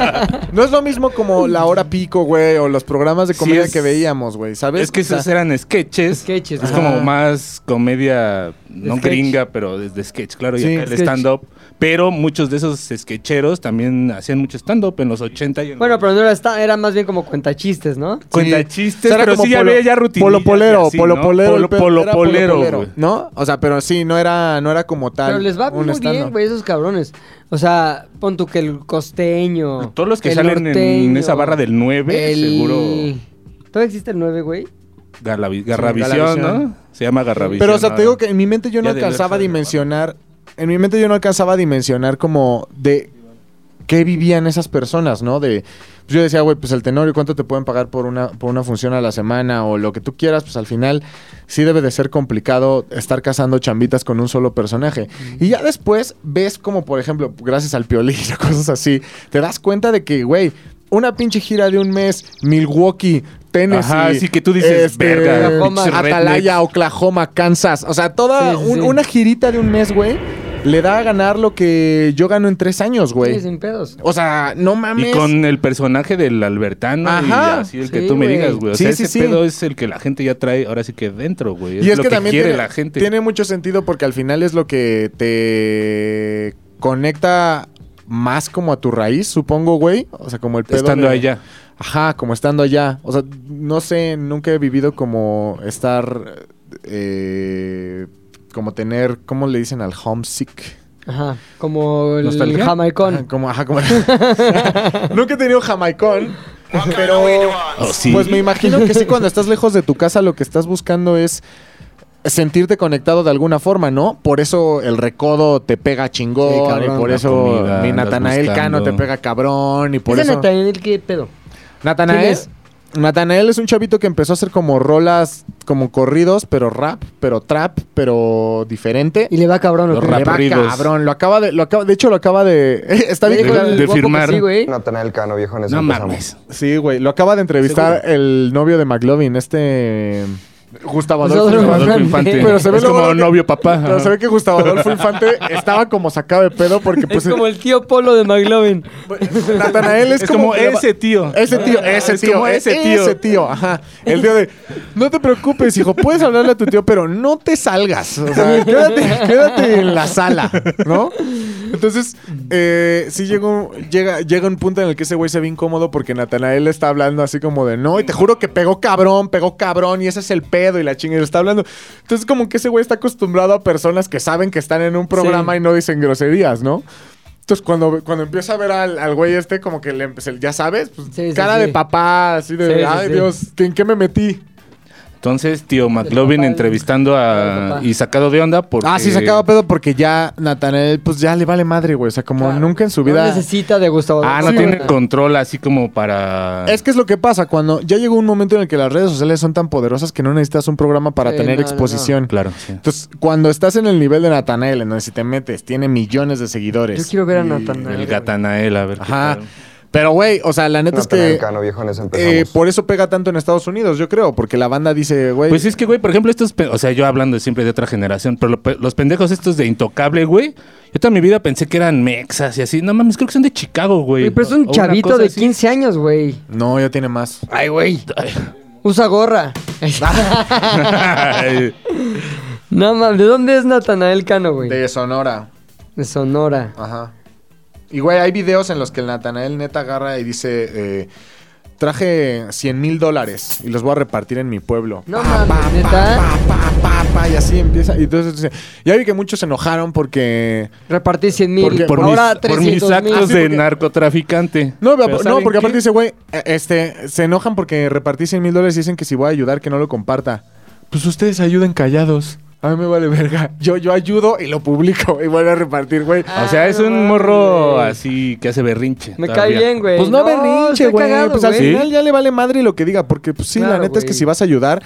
Speaker 3: No es lo mismo como La Hora Pico, güey, o los programas de
Speaker 2: Sí,
Speaker 3: comedia
Speaker 2: es-
Speaker 3: que veíamos, güey, ¿sabes?
Speaker 2: Es que
Speaker 3: O sea,
Speaker 2: esos eran sketches.
Speaker 1: Sketches, Ah.
Speaker 2: Es
Speaker 1: ajá.
Speaker 2: como más comedia, no
Speaker 1: sketch.
Speaker 2: gringa, pero desde sketch, claro,
Speaker 3: Sí.
Speaker 2: y acá el
Speaker 1: Sketch.
Speaker 2: stand-up. Pero muchos de esos sketcheros también hacían mucho stand-up en los 80 y en
Speaker 1: Bueno,
Speaker 2: los-
Speaker 1: pero no era, esta- era más bien como cuentachistes, ¿¿no?
Speaker 2: Cuenta
Speaker 3: Sí.
Speaker 2: chistes,
Speaker 3: O sea, era
Speaker 2: pero
Speaker 3: como
Speaker 2: sí ya
Speaker 3: polo-
Speaker 2: había ya rutinillas
Speaker 3: Polo polero,
Speaker 2: y así,
Speaker 3: polo
Speaker 2: ¿no?
Speaker 3: polero.
Speaker 2: Polo,
Speaker 3: el pedo
Speaker 2: polo
Speaker 3: era
Speaker 2: polero, güey.
Speaker 3: ¿No? O sea, pero sí, no era, no era como tal.
Speaker 1: Pero les va
Speaker 3: un
Speaker 1: muy bien,
Speaker 3: stand-up.
Speaker 1: güey, esos cabrones. O sea, pon tú que el costeño.
Speaker 2: Todos los que
Speaker 1: el
Speaker 2: salen en
Speaker 1: norteño,
Speaker 2: esa barra del 9,
Speaker 1: el-
Speaker 2: seguro
Speaker 1: Todavía existe el 9, güey.
Speaker 2: Garlavi- Garravisión,
Speaker 3: Galavisión.
Speaker 2: ¿no? Se llama Garravisión.
Speaker 3: Pero, o sea, te
Speaker 2: ahora.
Speaker 3: digo que en mi mente yo no
Speaker 2: Ya debió
Speaker 3: alcanzaba a
Speaker 2: estar
Speaker 3: dimensionar. En mi mente yo no alcanzaba a dimensionar como de qué vivían esas personas, ¿no? De. Pues yo decía, güey, pues el tenorio, ¿cuánto te pueden pagar por una, por una función a la semana? O lo que tú quieras, pues al final sí debe de ser complicado estar cazando chambitas con un solo personaje. Y ya después ves como, por ejemplo, gracias al piolín o cosas así, te das cuenta de que, güey, una pinche gira de un mes, Milwaukee, Tennessee. este,
Speaker 2: Ajá, sí, que tú dices, verga,
Speaker 1: Oklahoma,
Speaker 2: pinches
Speaker 3: Atalaya,
Speaker 2: rednecks.
Speaker 3: Oklahoma, Kansas. O sea, toda
Speaker 1: Sí, sí,
Speaker 3: un-
Speaker 1: sí.
Speaker 3: una girita de un mes, güey, le da a ganar lo que yo gano en tres años,
Speaker 1: Sí,
Speaker 3: güey.
Speaker 1: sin pedos.
Speaker 3: O sea, no mames.
Speaker 2: Y con el personaje del Albertano
Speaker 3: Ajá.
Speaker 2: y así el que
Speaker 1: Sí,
Speaker 2: tú me
Speaker 1: güey.
Speaker 2: digas, güey. O
Speaker 3: Sí,
Speaker 2: sea,
Speaker 3: sí,
Speaker 2: ese
Speaker 3: sí.
Speaker 2: pedo es el que la gente ya trae ahora sí que dentro, güey.
Speaker 3: Y es
Speaker 2: lo
Speaker 3: que, también
Speaker 2: quiere
Speaker 3: tiene,
Speaker 2: la gente.
Speaker 3: tiene mucho sentido porque al final es lo que te conecta más como a tu raíz, supongo, güey. O sea, como el pedo
Speaker 2: estando
Speaker 3: de-
Speaker 2: allá.
Speaker 3: Ajá, como estando allá. O sea, no sé, nunca he vivido como estar, eh, como tener, ¿cómo le dicen al homesick?
Speaker 1: Ajá. Como el
Speaker 3: ¿Nostalgia?
Speaker 1: jamaicón.
Speaker 3: Ajá, como, ajá, como- Nunca he tenido jamaicón, pero
Speaker 2: Oh, sí.
Speaker 3: pues me imagino que sí, cuando estás lejos de tu casa, lo que estás buscando es sentirte conectado de alguna forma, ¿no? Por eso el recodo te pega chingón,
Speaker 1: Sí, cabrón.
Speaker 3: y por
Speaker 2: La
Speaker 3: eso
Speaker 2: comida,
Speaker 3: mi
Speaker 2: andas
Speaker 3: Natanael
Speaker 2: buscando.
Speaker 3: Cano te pega cabrón, y por
Speaker 1: Ese
Speaker 3: eso...
Speaker 1: Nathaniel, ¿qué pedo?
Speaker 3: Natanael
Speaker 1: ¿Quién
Speaker 3: es?
Speaker 1: es?
Speaker 3: Natanael es un chavito que empezó a hacer como rolas, como corridos, pero rap, pero trap, pero diferente.
Speaker 1: Y le va cabrón, ¿o
Speaker 2: Los
Speaker 1: qué?
Speaker 2: rap-
Speaker 3: Le va
Speaker 2: Rapridos.
Speaker 3: cabrón, lo acaba de, lo acaba, de hecho lo acaba de, está bien
Speaker 1: Ve con
Speaker 3: cagado.
Speaker 1: el
Speaker 2: de
Speaker 1: guapo que
Speaker 2: firmar.
Speaker 1: Sí, güey.
Speaker 7: Natanael Cano, viejo, en eso
Speaker 2: No
Speaker 7: empezamos.
Speaker 2: mames.
Speaker 3: Sí, güey. Lo acaba de entrevistar el novio de McLovin, este. Gustavo
Speaker 1: Gustavo Adolfo
Speaker 3: Adolfo. Infante.
Speaker 2: Adolfo Infante.
Speaker 3: Pero se ve
Speaker 2: es
Speaker 3: luego
Speaker 2: como
Speaker 3: que-
Speaker 2: novio papá.
Speaker 3: Pero
Speaker 2: ajá.
Speaker 3: se ve que Gustavo Adolfo Infante estaba como sacado de pedo porque, pues.
Speaker 1: es como el tío Polo de McLovin.
Speaker 3: Natanael es,
Speaker 2: Es como
Speaker 3: que-
Speaker 2: ese tío.
Speaker 3: Ese tío, ese
Speaker 2: Es
Speaker 3: tío,
Speaker 2: como
Speaker 3: ese
Speaker 2: ese
Speaker 3: tío.
Speaker 2: tío.
Speaker 3: Ese tío, ajá. El tío de, no te preocupes, hijo, puedes hablarle a tu tío, pero no te salgas. O sea, quédate, quédate en la sala, ¿no? Entonces, eh, sí llegó, llega, llega un punto en el que ese güey se ve incómodo porque Natanael le está hablando así como de, no, y te juro que pegó cabrón, pegó cabrón, y ese es el pedo, y la chinga, y le está hablando. Entonces, como que ese güey está acostumbrado a personas que saben que están en un programa
Speaker 1: Sí.
Speaker 3: y no dicen groserías, ¿no? Entonces, cuando, cuando empieza a ver al, al güey este, como que le empecé, ya sabes, pues,
Speaker 1: Sí, sí,
Speaker 3: cara
Speaker 1: sí.
Speaker 3: de papá, así de,
Speaker 1: Sí, sí,
Speaker 3: ay
Speaker 1: sí.
Speaker 3: Dios, ¿en qué me metí?
Speaker 2: Entonces, tío McLovin
Speaker 1: papá,
Speaker 2: entrevistando
Speaker 1: del
Speaker 2: a.
Speaker 1: papá.
Speaker 2: Y sacado de onda porque.
Speaker 3: Ah, sí, se acaba pedo porque ya Nathanael, pues ya le vale madre, güey. O sea, como
Speaker 1: Claro.
Speaker 3: nunca en su
Speaker 1: No
Speaker 3: vida.
Speaker 1: necesita de Gustavo
Speaker 2: Ah,
Speaker 1: Adolfo.
Speaker 2: no
Speaker 1: Sí,
Speaker 2: tiene
Speaker 1: güey.
Speaker 2: control así como para.
Speaker 3: es que es lo que pasa, cuando ya llegó un momento en el que las redes sociales son tan poderosas que no necesitas un programa para
Speaker 1: Sí,
Speaker 3: tener
Speaker 1: no, no,
Speaker 3: exposición.
Speaker 2: Claro. sí.
Speaker 3: Entonces, cuando estás en el nivel de Nathanael, en donde si te metes, tiene millones de seguidores.
Speaker 1: Yo quiero ver a
Speaker 3: Y-
Speaker 1: Nathanael.
Speaker 2: El gatanael, a ver. qué
Speaker 3: Ajá.
Speaker 2: tal.
Speaker 3: Pero, güey, o sea, la neta es
Speaker 7: Natanael
Speaker 3: que.
Speaker 7: Cano, viejo, en eso empezamos.
Speaker 3: eh, por eso pega tanto en Estados Unidos, yo creo, porque la banda dice, güey.
Speaker 2: Pues es que, güey, por ejemplo, estos. pe- O sea, yo hablando siempre de otra generación, pero lo pe- los pendejos estos de Intocable, güey. Yo toda mi vida pensé que eran mexas y así. No mames, creo que son de Chicago, güey.
Speaker 1: Güey, Pero es
Speaker 2: O
Speaker 1: un
Speaker 2: una
Speaker 1: chavito
Speaker 2: cosa
Speaker 1: de
Speaker 2: así.
Speaker 1: 15 años, güey.
Speaker 3: No, ya tiene más.
Speaker 1: Ay, güey. Usa gorra.
Speaker 3: Ah,
Speaker 2: Ay.
Speaker 1: no mames, ¿de dónde es Natanael Cano, güey?
Speaker 3: De Sonora.
Speaker 1: De Sonora.
Speaker 3: Ajá. Y güey, hay videos en los que el Natanael neta agarra y dice. eh, Traje 100 mil dólares y los voy a repartir en mi pueblo.
Speaker 1: No mames, neta.
Speaker 3: pa, pa, pa, pa, y así empieza. Y entonces dice, ya vi que muchos se enojaron porque.
Speaker 1: Repartí 100 mil.
Speaker 2: Porque por,
Speaker 1: Ahora
Speaker 2: mis, por mis
Speaker 1: 300 mil.
Speaker 2: actos
Speaker 3: Ah, Sí,
Speaker 2: de
Speaker 3: porque-
Speaker 2: narcotraficante.
Speaker 3: No,
Speaker 2: Pero
Speaker 3: no,
Speaker 2: ¿saben
Speaker 3: porque
Speaker 2: qué?
Speaker 3: aparte dice, güey, eh, este, se enojan porque repartí 100 mil dólares y dicen que si voy a ayudar, que no lo comparta. Pues ustedes ayuden callados. A mí me vale verga. Yo, yo ayudo y lo publico y vuelvo a repartir, güey.
Speaker 2: O sea, es
Speaker 1: Ah, no
Speaker 2: un morro
Speaker 1: mames.
Speaker 2: así que hace berrinche.
Speaker 1: Me
Speaker 2: todavía.
Speaker 1: cae bien, güey.
Speaker 3: Pues no, berrinche,
Speaker 1: estoy
Speaker 3: güey.
Speaker 1: cagado,
Speaker 3: Pues al
Speaker 1: güey.
Speaker 3: final ya le vale madre lo que diga, porque pues sí, la
Speaker 1: Claro,
Speaker 3: neta es que
Speaker 1: güey.
Speaker 3: si vas a ayudar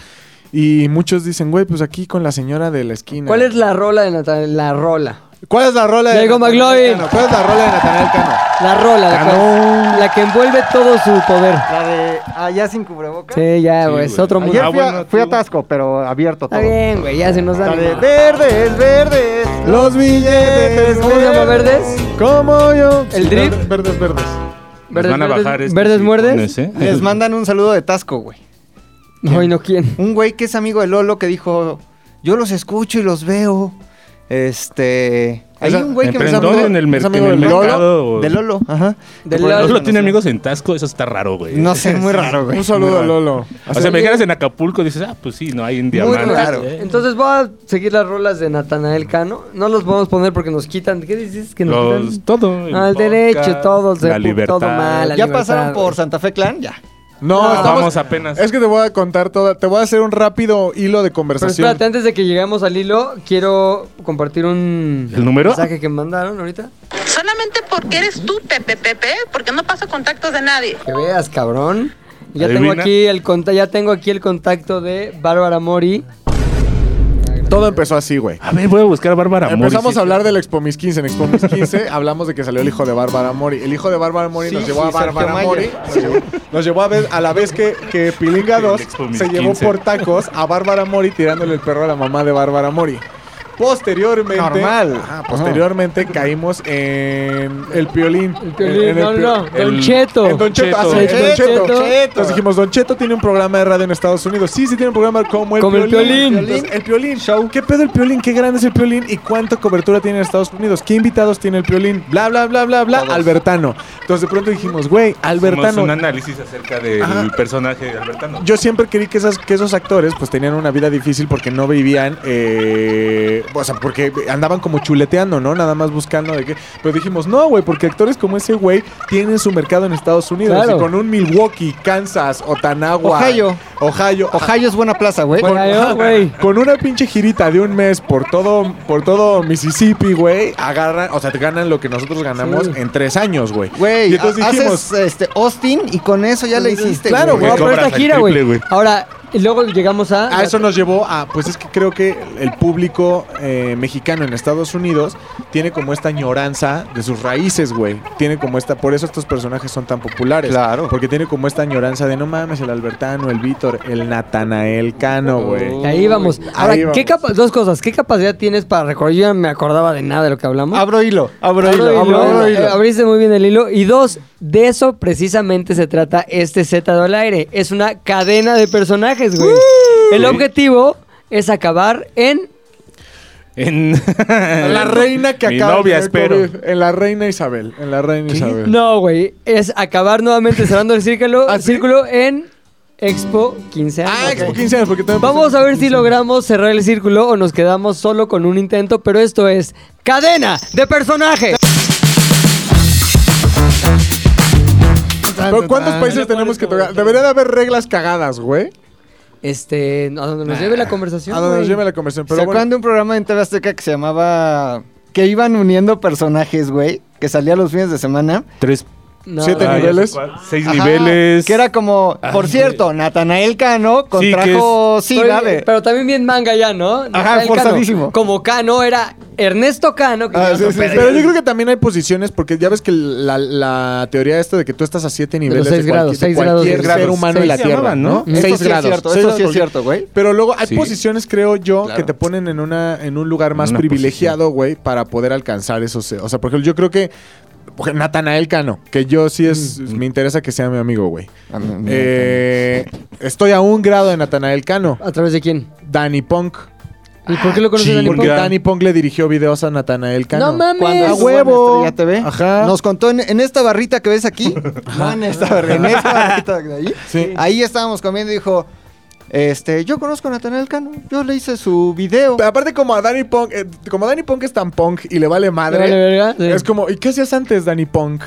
Speaker 3: y muchos dicen, güey, pues aquí con la señora de la esquina.
Speaker 1: ¿Cuál es la rola de Natanael? La rola.
Speaker 3: ¿Cuál es la rola de
Speaker 1: Diego
Speaker 3: Natanael
Speaker 1: McLovin.
Speaker 3: Cano? ¿Cuál es la rola de Natanael Cano?
Speaker 1: La rola, la, cual- la que envuelve todo su poder.
Speaker 8: La de allá sin cubrebocas.
Speaker 1: Sí, ya, güey, es
Speaker 2: güey.
Speaker 1: otro mundo.
Speaker 8: Ayer
Speaker 2: Ah,
Speaker 8: fui, a,
Speaker 2: bueno,
Speaker 8: fui a
Speaker 2: tú-
Speaker 8: Tasco, pero abierto todo.
Speaker 1: Está bien, güey, ya se nos da.
Speaker 8: La de verdes, verdes.
Speaker 3: Los billetes.
Speaker 1: ¿Cómo se llama, verdes?
Speaker 3: Como yo.
Speaker 1: ¿El drip?
Speaker 3: Verdes, verdes.
Speaker 2: Les van a bajar este estos
Speaker 1: ¿Verdes muerdes?
Speaker 2: frijoles, ¿eh?
Speaker 8: Les mandan un saludo de Tasco, güey.
Speaker 1: No, y no quién.
Speaker 8: Un güey que es amigo de Lolo que dijo, yo los escucho y los veo. Este... Hay
Speaker 3: Esa-
Speaker 8: un güey que
Speaker 2: ¿Pero
Speaker 8: me
Speaker 2: en
Speaker 8: saludó
Speaker 2: dónde? ¿En el, mer-
Speaker 3: es amigo
Speaker 2: en el
Speaker 3: del Lolo?
Speaker 2: mercado? o-
Speaker 8: de Lolo, ajá.
Speaker 1: De
Speaker 8: Por-
Speaker 1: Lolo.
Speaker 2: Lolo tiene amigos en Tasco, eso está raro, güey.
Speaker 8: No sé, muy raro, güey.
Speaker 3: Un saludo a Lolo.
Speaker 2: O sea, me dijeras en Acapulco, dices, ah, pues sí, no hay en
Speaker 1: Muy
Speaker 2: diamante. Eh,
Speaker 1: raro. Entonces voy a seguir las rolas de Natanael Cano. No los podemos poner porque nos quitan. ¿Qué dices que nos
Speaker 2: Los,
Speaker 1: quitan?
Speaker 2: todo. el
Speaker 1: Al
Speaker 2: podcast,
Speaker 1: derecho, todo, se-
Speaker 2: La
Speaker 1: todo
Speaker 2: libertad.
Speaker 1: mal.
Speaker 8: ya
Speaker 1: libertad,
Speaker 8: pasaron por
Speaker 1: güey.
Speaker 8: Santa Fe Clan, ya.
Speaker 3: No,
Speaker 1: No,
Speaker 3: estamos-
Speaker 2: Vamos apenas.
Speaker 3: Es que te voy a contar toda. Te voy a hacer un rápido hilo de
Speaker 1: Pero
Speaker 3: conversación.
Speaker 1: espérate, antes de que lleguemos al hilo, quiero compartir un
Speaker 2: ¿El número?
Speaker 1: mensaje que mandaron ahorita.
Speaker 9: Solamente porque eres tú, Pepe Pepe, porque no paso contactos de nadie.
Speaker 1: Que veas, cabrón. Ya tengo
Speaker 2: Adivina.
Speaker 1: aquí el conta- ya tengo aquí el contacto de Bárbara Mori.
Speaker 3: Todo empezó así, güey.
Speaker 2: A ver, voy a buscar a Bárbara Mori.
Speaker 3: Empezamos
Speaker 2: sí,
Speaker 3: a hablar del Expo Mis 15. En Expo Mis 15 hablamos de que salió el hijo de Bárbara Mori. El hijo de Bárbara Mori
Speaker 8: Sí,
Speaker 3: nos llevó
Speaker 8: sí,
Speaker 3: a
Speaker 8: Sergio
Speaker 3: Bárbara
Speaker 8: Mayer.
Speaker 3: Mori. Nos llevó, nos llevó a, ver, a la vez que, que Pilinga 2
Speaker 2: Expo Mis
Speaker 3: se llevó
Speaker 2: 15.
Speaker 3: por tacos a Bárbara Mori tirándole el perro a la mamá de Bárbara Mori. Posteriormente,
Speaker 8: Normal.
Speaker 3: Ajá, posteriormente caímos en el piolín.
Speaker 1: El Piolín,
Speaker 3: En- en el
Speaker 1: no,
Speaker 3: Pio-
Speaker 1: no, no, Don
Speaker 2: el-
Speaker 1: Cheto.
Speaker 3: en Don Cheto,
Speaker 2: Cheto.
Speaker 3: ah, sí, en
Speaker 1: Cheto.
Speaker 3: Don Cheto.
Speaker 1: Cheto.
Speaker 3: Entonces dijimos, Don Cheto tiene un programa de radio en Estados Unidos. Sí, sí tiene un programa como el
Speaker 1: Como el Piolín.
Speaker 3: Entonces, el Piolín. Show. ¿Qué pedo el Piolín? ¿Qué grande es el Piolín? ¿Y cuánto cobertura tiene en Estados Unidos? ¿Qué invitados tiene el Piolín? Bla, bla, bla, bla, bla. Albertano. Entonces de pronto dijimos, güey,
Speaker 2: Hicimos
Speaker 3: Albertano.
Speaker 2: un análisis acerca del
Speaker 3: Ajá.
Speaker 2: personaje de Albertano.
Speaker 3: Yo siempre creí que, esas, que esos actores pues tenían una vida difícil porque no vivían, eh, o sea, porque andaban como chuleteando, ¿no? Nada más buscando de qué. Pero dijimos, no, güey, porque actores como ese güey tienen su mercado en Estados Unidos.
Speaker 1: Claro.
Speaker 3: Y con un Milwaukee, Kansas, Otanagua.
Speaker 8: Ohio.
Speaker 3: Ohio. ajá,
Speaker 8: Ohio es buena plaza, güey.
Speaker 1: Bueno, Ohio, güey.
Speaker 3: Con una pinche girita de un mes por todo, por todo Mississippi, güey, agarran, o sea, te ganan lo que nosotros ganamos
Speaker 1: Sí.
Speaker 3: en tres años, güey.
Speaker 8: Güey,
Speaker 3: Y entonces
Speaker 8: ha-
Speaker 3: dijimos,
Speaker 8: haces este, Austin y con eso ya le hiciste.
Speaker 3: Claro,
Speaker 1: No,
Speaker 3: güey.
Speaker 1: pero
Speaker 2: cobras
Speaker 1: esta
Speaker 2: el
Speaker 1: gira,
Speaker 2: triple,
Speaker 1: güey.
Speaker 2: güey.
Speaker 1: Ahora, y luego llegamos a.
Speaker 3: A eso nos llevó a, pues es que creo que el público eh, mexicano en Estados Unidos tiene como esta añoranza de sus raíces, güey. Tiene como esta, por eso estos personajes son tan populares.
Speaker 8: Claro.
Speaker 3: Porque tiene como esta añoranza de no mames, el Albertano, el Víctor, el Natanael Cano, güey.
Speaker 1: Y ahí vamos. Ahora,
Speaker 3: Ahí
Speaker 1: ¿qué
Speaker 3: vamos.
Speaker 1: capa- dos cosas. ¿Qué capacidad tienes para recordar? Yo ya no me acordaba de nada de lo que hablamos.
Speaker 8: Abro hilo, abro,
Speaker 1: Abro
Speaker 8: hilo,
Speaker 1: hilo,
Speaker 8: abro
Speaker 1: eh,
Speaker 8: hilo.
Speaker 1: Abriste muy bien el hilo. Y dos, de eso precisamente se trata este Z del aire. Es una cadena de personajes, güey. El
Speaker 2: Sí.
Speaker 1: objetivo es acabar en
Speaker 2: En
Speaker 3: La reina que
Speaker 2: Mi
Speaker 3: acaba de
Speaker 2: novia,
Speaker 3: tener
Speaker 2: espero.
Speaker 3: COVID, En la reina Isabel. En la reina Isabel.
Speaker 1: No, güey. Es acabar nuevamente cerrando el círculo,
Speaker 3: ¿Ah, sí?
Speaker 1: círculo en Expo 15 años.
Speaker 3: Ah, como
Speaker 1: güey.
Speaker 3: 15 años, porque también
Speaker 1: Vamos
Speaker 3: pensé-
Speaker 1: a ver si logramos cerrar el círculo o nos quedamos solo con un intento, pero esto es cadena de personajes.
Speaker 3: ¿Pero ¿Cuántos países tenemos que tocar? Debería de haber reglas cagadas, güey.
Speaker 1: Este, a donde nos lleve la conversación.
Speaker 3: Ah, A donde nos
Speaker 1: güey.
Speaker 3: lleve la conversación.
Speaker 8: ¿Se
Speaker 3: Pero bueno.
Speaker 8: acuerdan de un programa en TV Azteca que se llamaba... Que iban uniendo personajes, güey, que salía los fines de semana?
Speaker 2: tres,
Speaker 1: No,
Speaker 3: Siete
Speaker 1: güey.
Speaker 2: ah, ya sé
Speaker 3: niveles.
Speaker 2: cuál. seis
Speaker 8: Ajá,
Speaker 2: niveles.
Speaker 8: Que era como,
Speaker 2: Ay,
Speaker 8: por
Speaker 2: güey.
Speaker 8: cierto, Natanael Cano
Speaker 2: Sí, que
Speaker 8: contrajo
Speaker 1: Estoy-
Speaker 8: SIDA, güey.
Speaker 1: pero también bien manga ya, ¿no? Rafael Cano.
Speaker 8: forzadísimo.
Speaker 1: Como Cano era Ernesto Cano. que
Speaker 8: Ah,
Speaker 1: ya
Speaker 8: sí,
Speaker 1: no
Speaker 8: sí,
Speaker 1: perdí.
Speaker 3: Pero yo creo que también hay posiciones, porque ya ves que la, la teoría esta de que tú estás a siete niveles
Speaker 1: seis
Speaker 3: de,
Speaker 1: grados, seis
Speaker 3: de
Speaker 1: grados
Speaker 3: cualquier
Speaker 1: de-
Speaker 3: ser
Speaker 2: grados.
Speaker 3: humano
Speaker 2: Seis
Speaker 3: en la
Speaker 2: se
Speaker 3: Tierra,
Speaker 2: llamaban,
Speaker 3: ¿no?
Speaker 2: ¿no?
Speaker 8: Esto sí es cierto,
Speaker 3: seis
Speaker 8: esto
Speaker 3: grados
Speaker 8: sí es
Speaker 3: porque-
Speaker 8: cierto, güey.
Speaker 3: ¿eh? Pero luego hay
Speaker 2: Sí.
Speaker 3: posiciones, creo yo,
Speaker 8: Claro.
Speaker 3: que te ponen en una en un lugar más
Speaker 2: Una
Speaker 3: privilegiado, güey, para poder alcanzar esos. eh, O sea, por ejemplo, yo creo que por ejemplo, Natanael Cano, que yo sí es me interesa que sea mi amigo, güey.
Speaker 8: A mí- mí-
Speaker 3: Eh, estoy a un grado de Natanael Cano.
Speaker 1: ¿A través de quién?
Speaker 3: Danny Punk.
Speaker 1: ¿Y por
Speaker 3: Ah,
Speaker 1: qué lo conoces
Speaker 2: chinga.
Speaker 1: Dani
Speaker 3: Porque
Speaker 1: Punk?
Speaker 3: Danny Punk le dirigió videos a Natanael Cano.
Speaker 1: No mames.
Speaker 8: Cuando
Speaker 1: A
Speaker 3: Ah,
Speaker 8: estuvo en
Speaker 3: huevo.
Speaker 8: Estrella TV,
Speaker 3: Ajá.
Speaker 8: Nos contó en, en esta barrita que ves aquí. No, en esta barrita. En esta barrita de ahí.
Speaker 3: Sí.
Speaker 8: Ahí estábamos comiendo y dijo. Este, yo conozco a Natanael Cano. Yo le hice su video.
Speaker 3: Pero aparte como a Danny Punk, eh, como Danny Punk es tan punk y le vale madre.
Speaker 1: Le vale verga, sí.
Speaker 3: Es como, ¿y qué hacías antes, Danny Punk?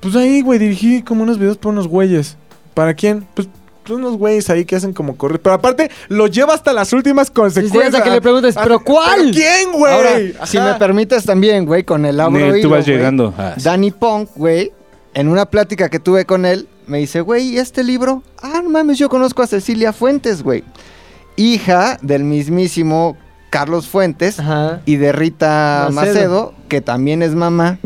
Speaker 3: Pues ahí, güey, dirigí como unos videos por unos güeyes. ¿Para quién? Pues pues unos güeyes ahí que hacen como correr. Pero aparte, lo lleva hasta las últimas consecuencias. Ah,
Speaker 1: hasta que le preguntes, ¿pero cuál?
Speaker 3: quién,
Speaker 8: Ahora,
Speaker 3: güey?
Speaker 8: si
Speaker 3: Ajá.
Speaker 8: me permites también, güey, con el abro
Speaker 2: Nel, tú
Speaker 8: hilo,
Speaker 2: vas
Speaker 8: güey.
Speaker 2: llegando. Ah, sí.
Speaker 8: Danny Punk, güey, en una plática que tuve con él, me dice, güey, ¿y este libro? Ah, no mames, yo conozco a Cecilia Fuentes, güey. Hija del mismísimo Carlos Fuentes
Speaker 1: Ajá.
Speaker 8: y de Rita Macedo,
Speaker 1: Macedo,
Speaker 8: que también es mamá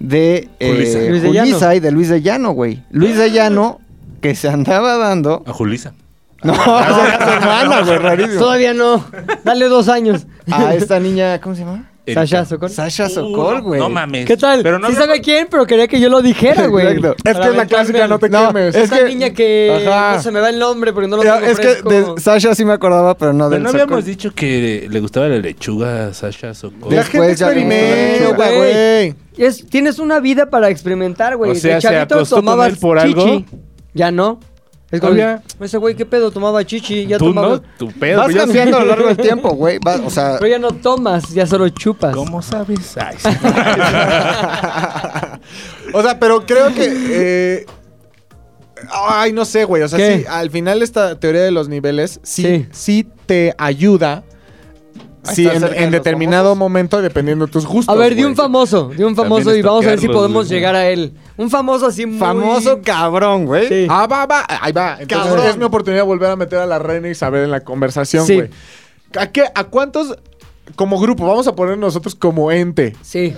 Speaker 8: de
Speaker 2: Julisa.
Speaker 8: eh,
Speaker 1: Luis de Llano.
Speaker 8: Julisa y de Luis de Llano, güey. Luis de Llano, que se andaba dando.
Speaker 2: A Julisa.
Speaker 8: No, era su hermana, güey, rarísimo.
Speaker 1: Todavía no. Dale dos años.
Speaker 8: A esta niña, ¿cómo se llama?
Speaker 2: Erika.
Speaker 1: Sasha Sokol.
Speaker 8: Sasha
Speaker 2: Uh,
Speaker 8: Sokol, güey.
Speaker 2: No mames.
Speaker 1: ¿Qué tal?
Speaker 2: Pero no
Speaker 1: sí
Speaker 2: había-
Speaker 1: sabe quién, pero quería que yo lo dijera, güey.
Speaker 8: Exacto.
Speaker 1: Para
Speaker 3: Es que es la
Speaker 1: aventarme
Speaker 3: clásica,
Speaker 1: al-
Speaker 3: no te
Speaker 8: No,
Speaker 3: quemes.
Speaker 8: es
Speaker 1: Esta
Speaker 8: que-
Speaker 1: niña que
Speaker 3: Ajá.
Speaker 1: no se me va el nombre porque no lo tengo
Speaker 8: Ya, Es que
Speaker 1: fresco.
Speaker 8: de Sasha sí me acordaba, pero no
Speaker 2: Pero
Speaker 8: del
Speaker 2: no
Speaker 8: Sokol.
Speaker 2: habíamos dicho que le gustaba la lechuga a Sasha Sokol.
Speaker 3: La gente
Speaker 8: Después ya vimos la
Speaker 3: experimenta,
Speaker 1: lechuga.
Speaker 3: güey.
Speaker 1: Es- tienes una vida para experimentar, güey.
Speaker 2: O
Speaker 1: De
Speaker 2: sea, se
Speaker 1: chavito
Speaker 2: acostó con
Speaker 1: tomabas
Speaker 2: él por algo.
Speaker 1: chichi. Ya no. Es como,
Speaker 2: Oye.
Speaker 1: ese güey, ¿qué pedo? Tomaba chichi, ya
Speaker 2: Tú
Speaker 1: tomaba...
Speaker 2: no, tu pedo.
Speaker 8: Vas
Speaker 2: yo-
Speaker 8: cambiando a lo largo del tiempo, güey. Va- O sea,
Speaker 1: Pero ya no tomas, ya solo chupas.
Speaker 2: ¿Cómo sabes? Ay, sí.
Speaker 3: O sea, pero creo que. eh, ay, no sé, güey. O sea,
Speaker 1: ¿Qué?
Speaker 3: sí, al final esta teoría de los niveles sí,
Speaker 1: Sí.
Speaker 3: sí. te ayuda.
Speaker 8: A
Speaker 3: Sí,
Speaker 8: estar
Speaker 3: en,
Speaker 8: cerca de
Speaker 3: en
Speaker 8: los
Speaker 3: determinado
Speaker 8: famosos.
Speaker 3: momento, dependiendo de tus gustos.
Speaker 1: A ver, di
Speaker 3: güey.
Speaker 1: un famoso, di un famoso
Speaker 2: También
Speaker 1: y vamos a ver si
Speaker 2: estoquearlos,
Speaker 1: podemos
Speaker 2: güey.
Speaker 1: llegar a él. Un famoso así muy...
Speaker 8: famoso cabrón, güey.
Speaker 1: Sí.
Speaker 3: Ah, va, va. Ahí va. Entonces
Speaker 8: Cabrón.
Speaker 3: es mi oportunidad de volver a meter a la reina Isabel en la conversación,
Speaker 1: Sí.
Speaker 3: güey. ¿A qué? ¿A cuántos? Como grupo, vamos a poner nosotros como ente.
Speaker 1: Sí.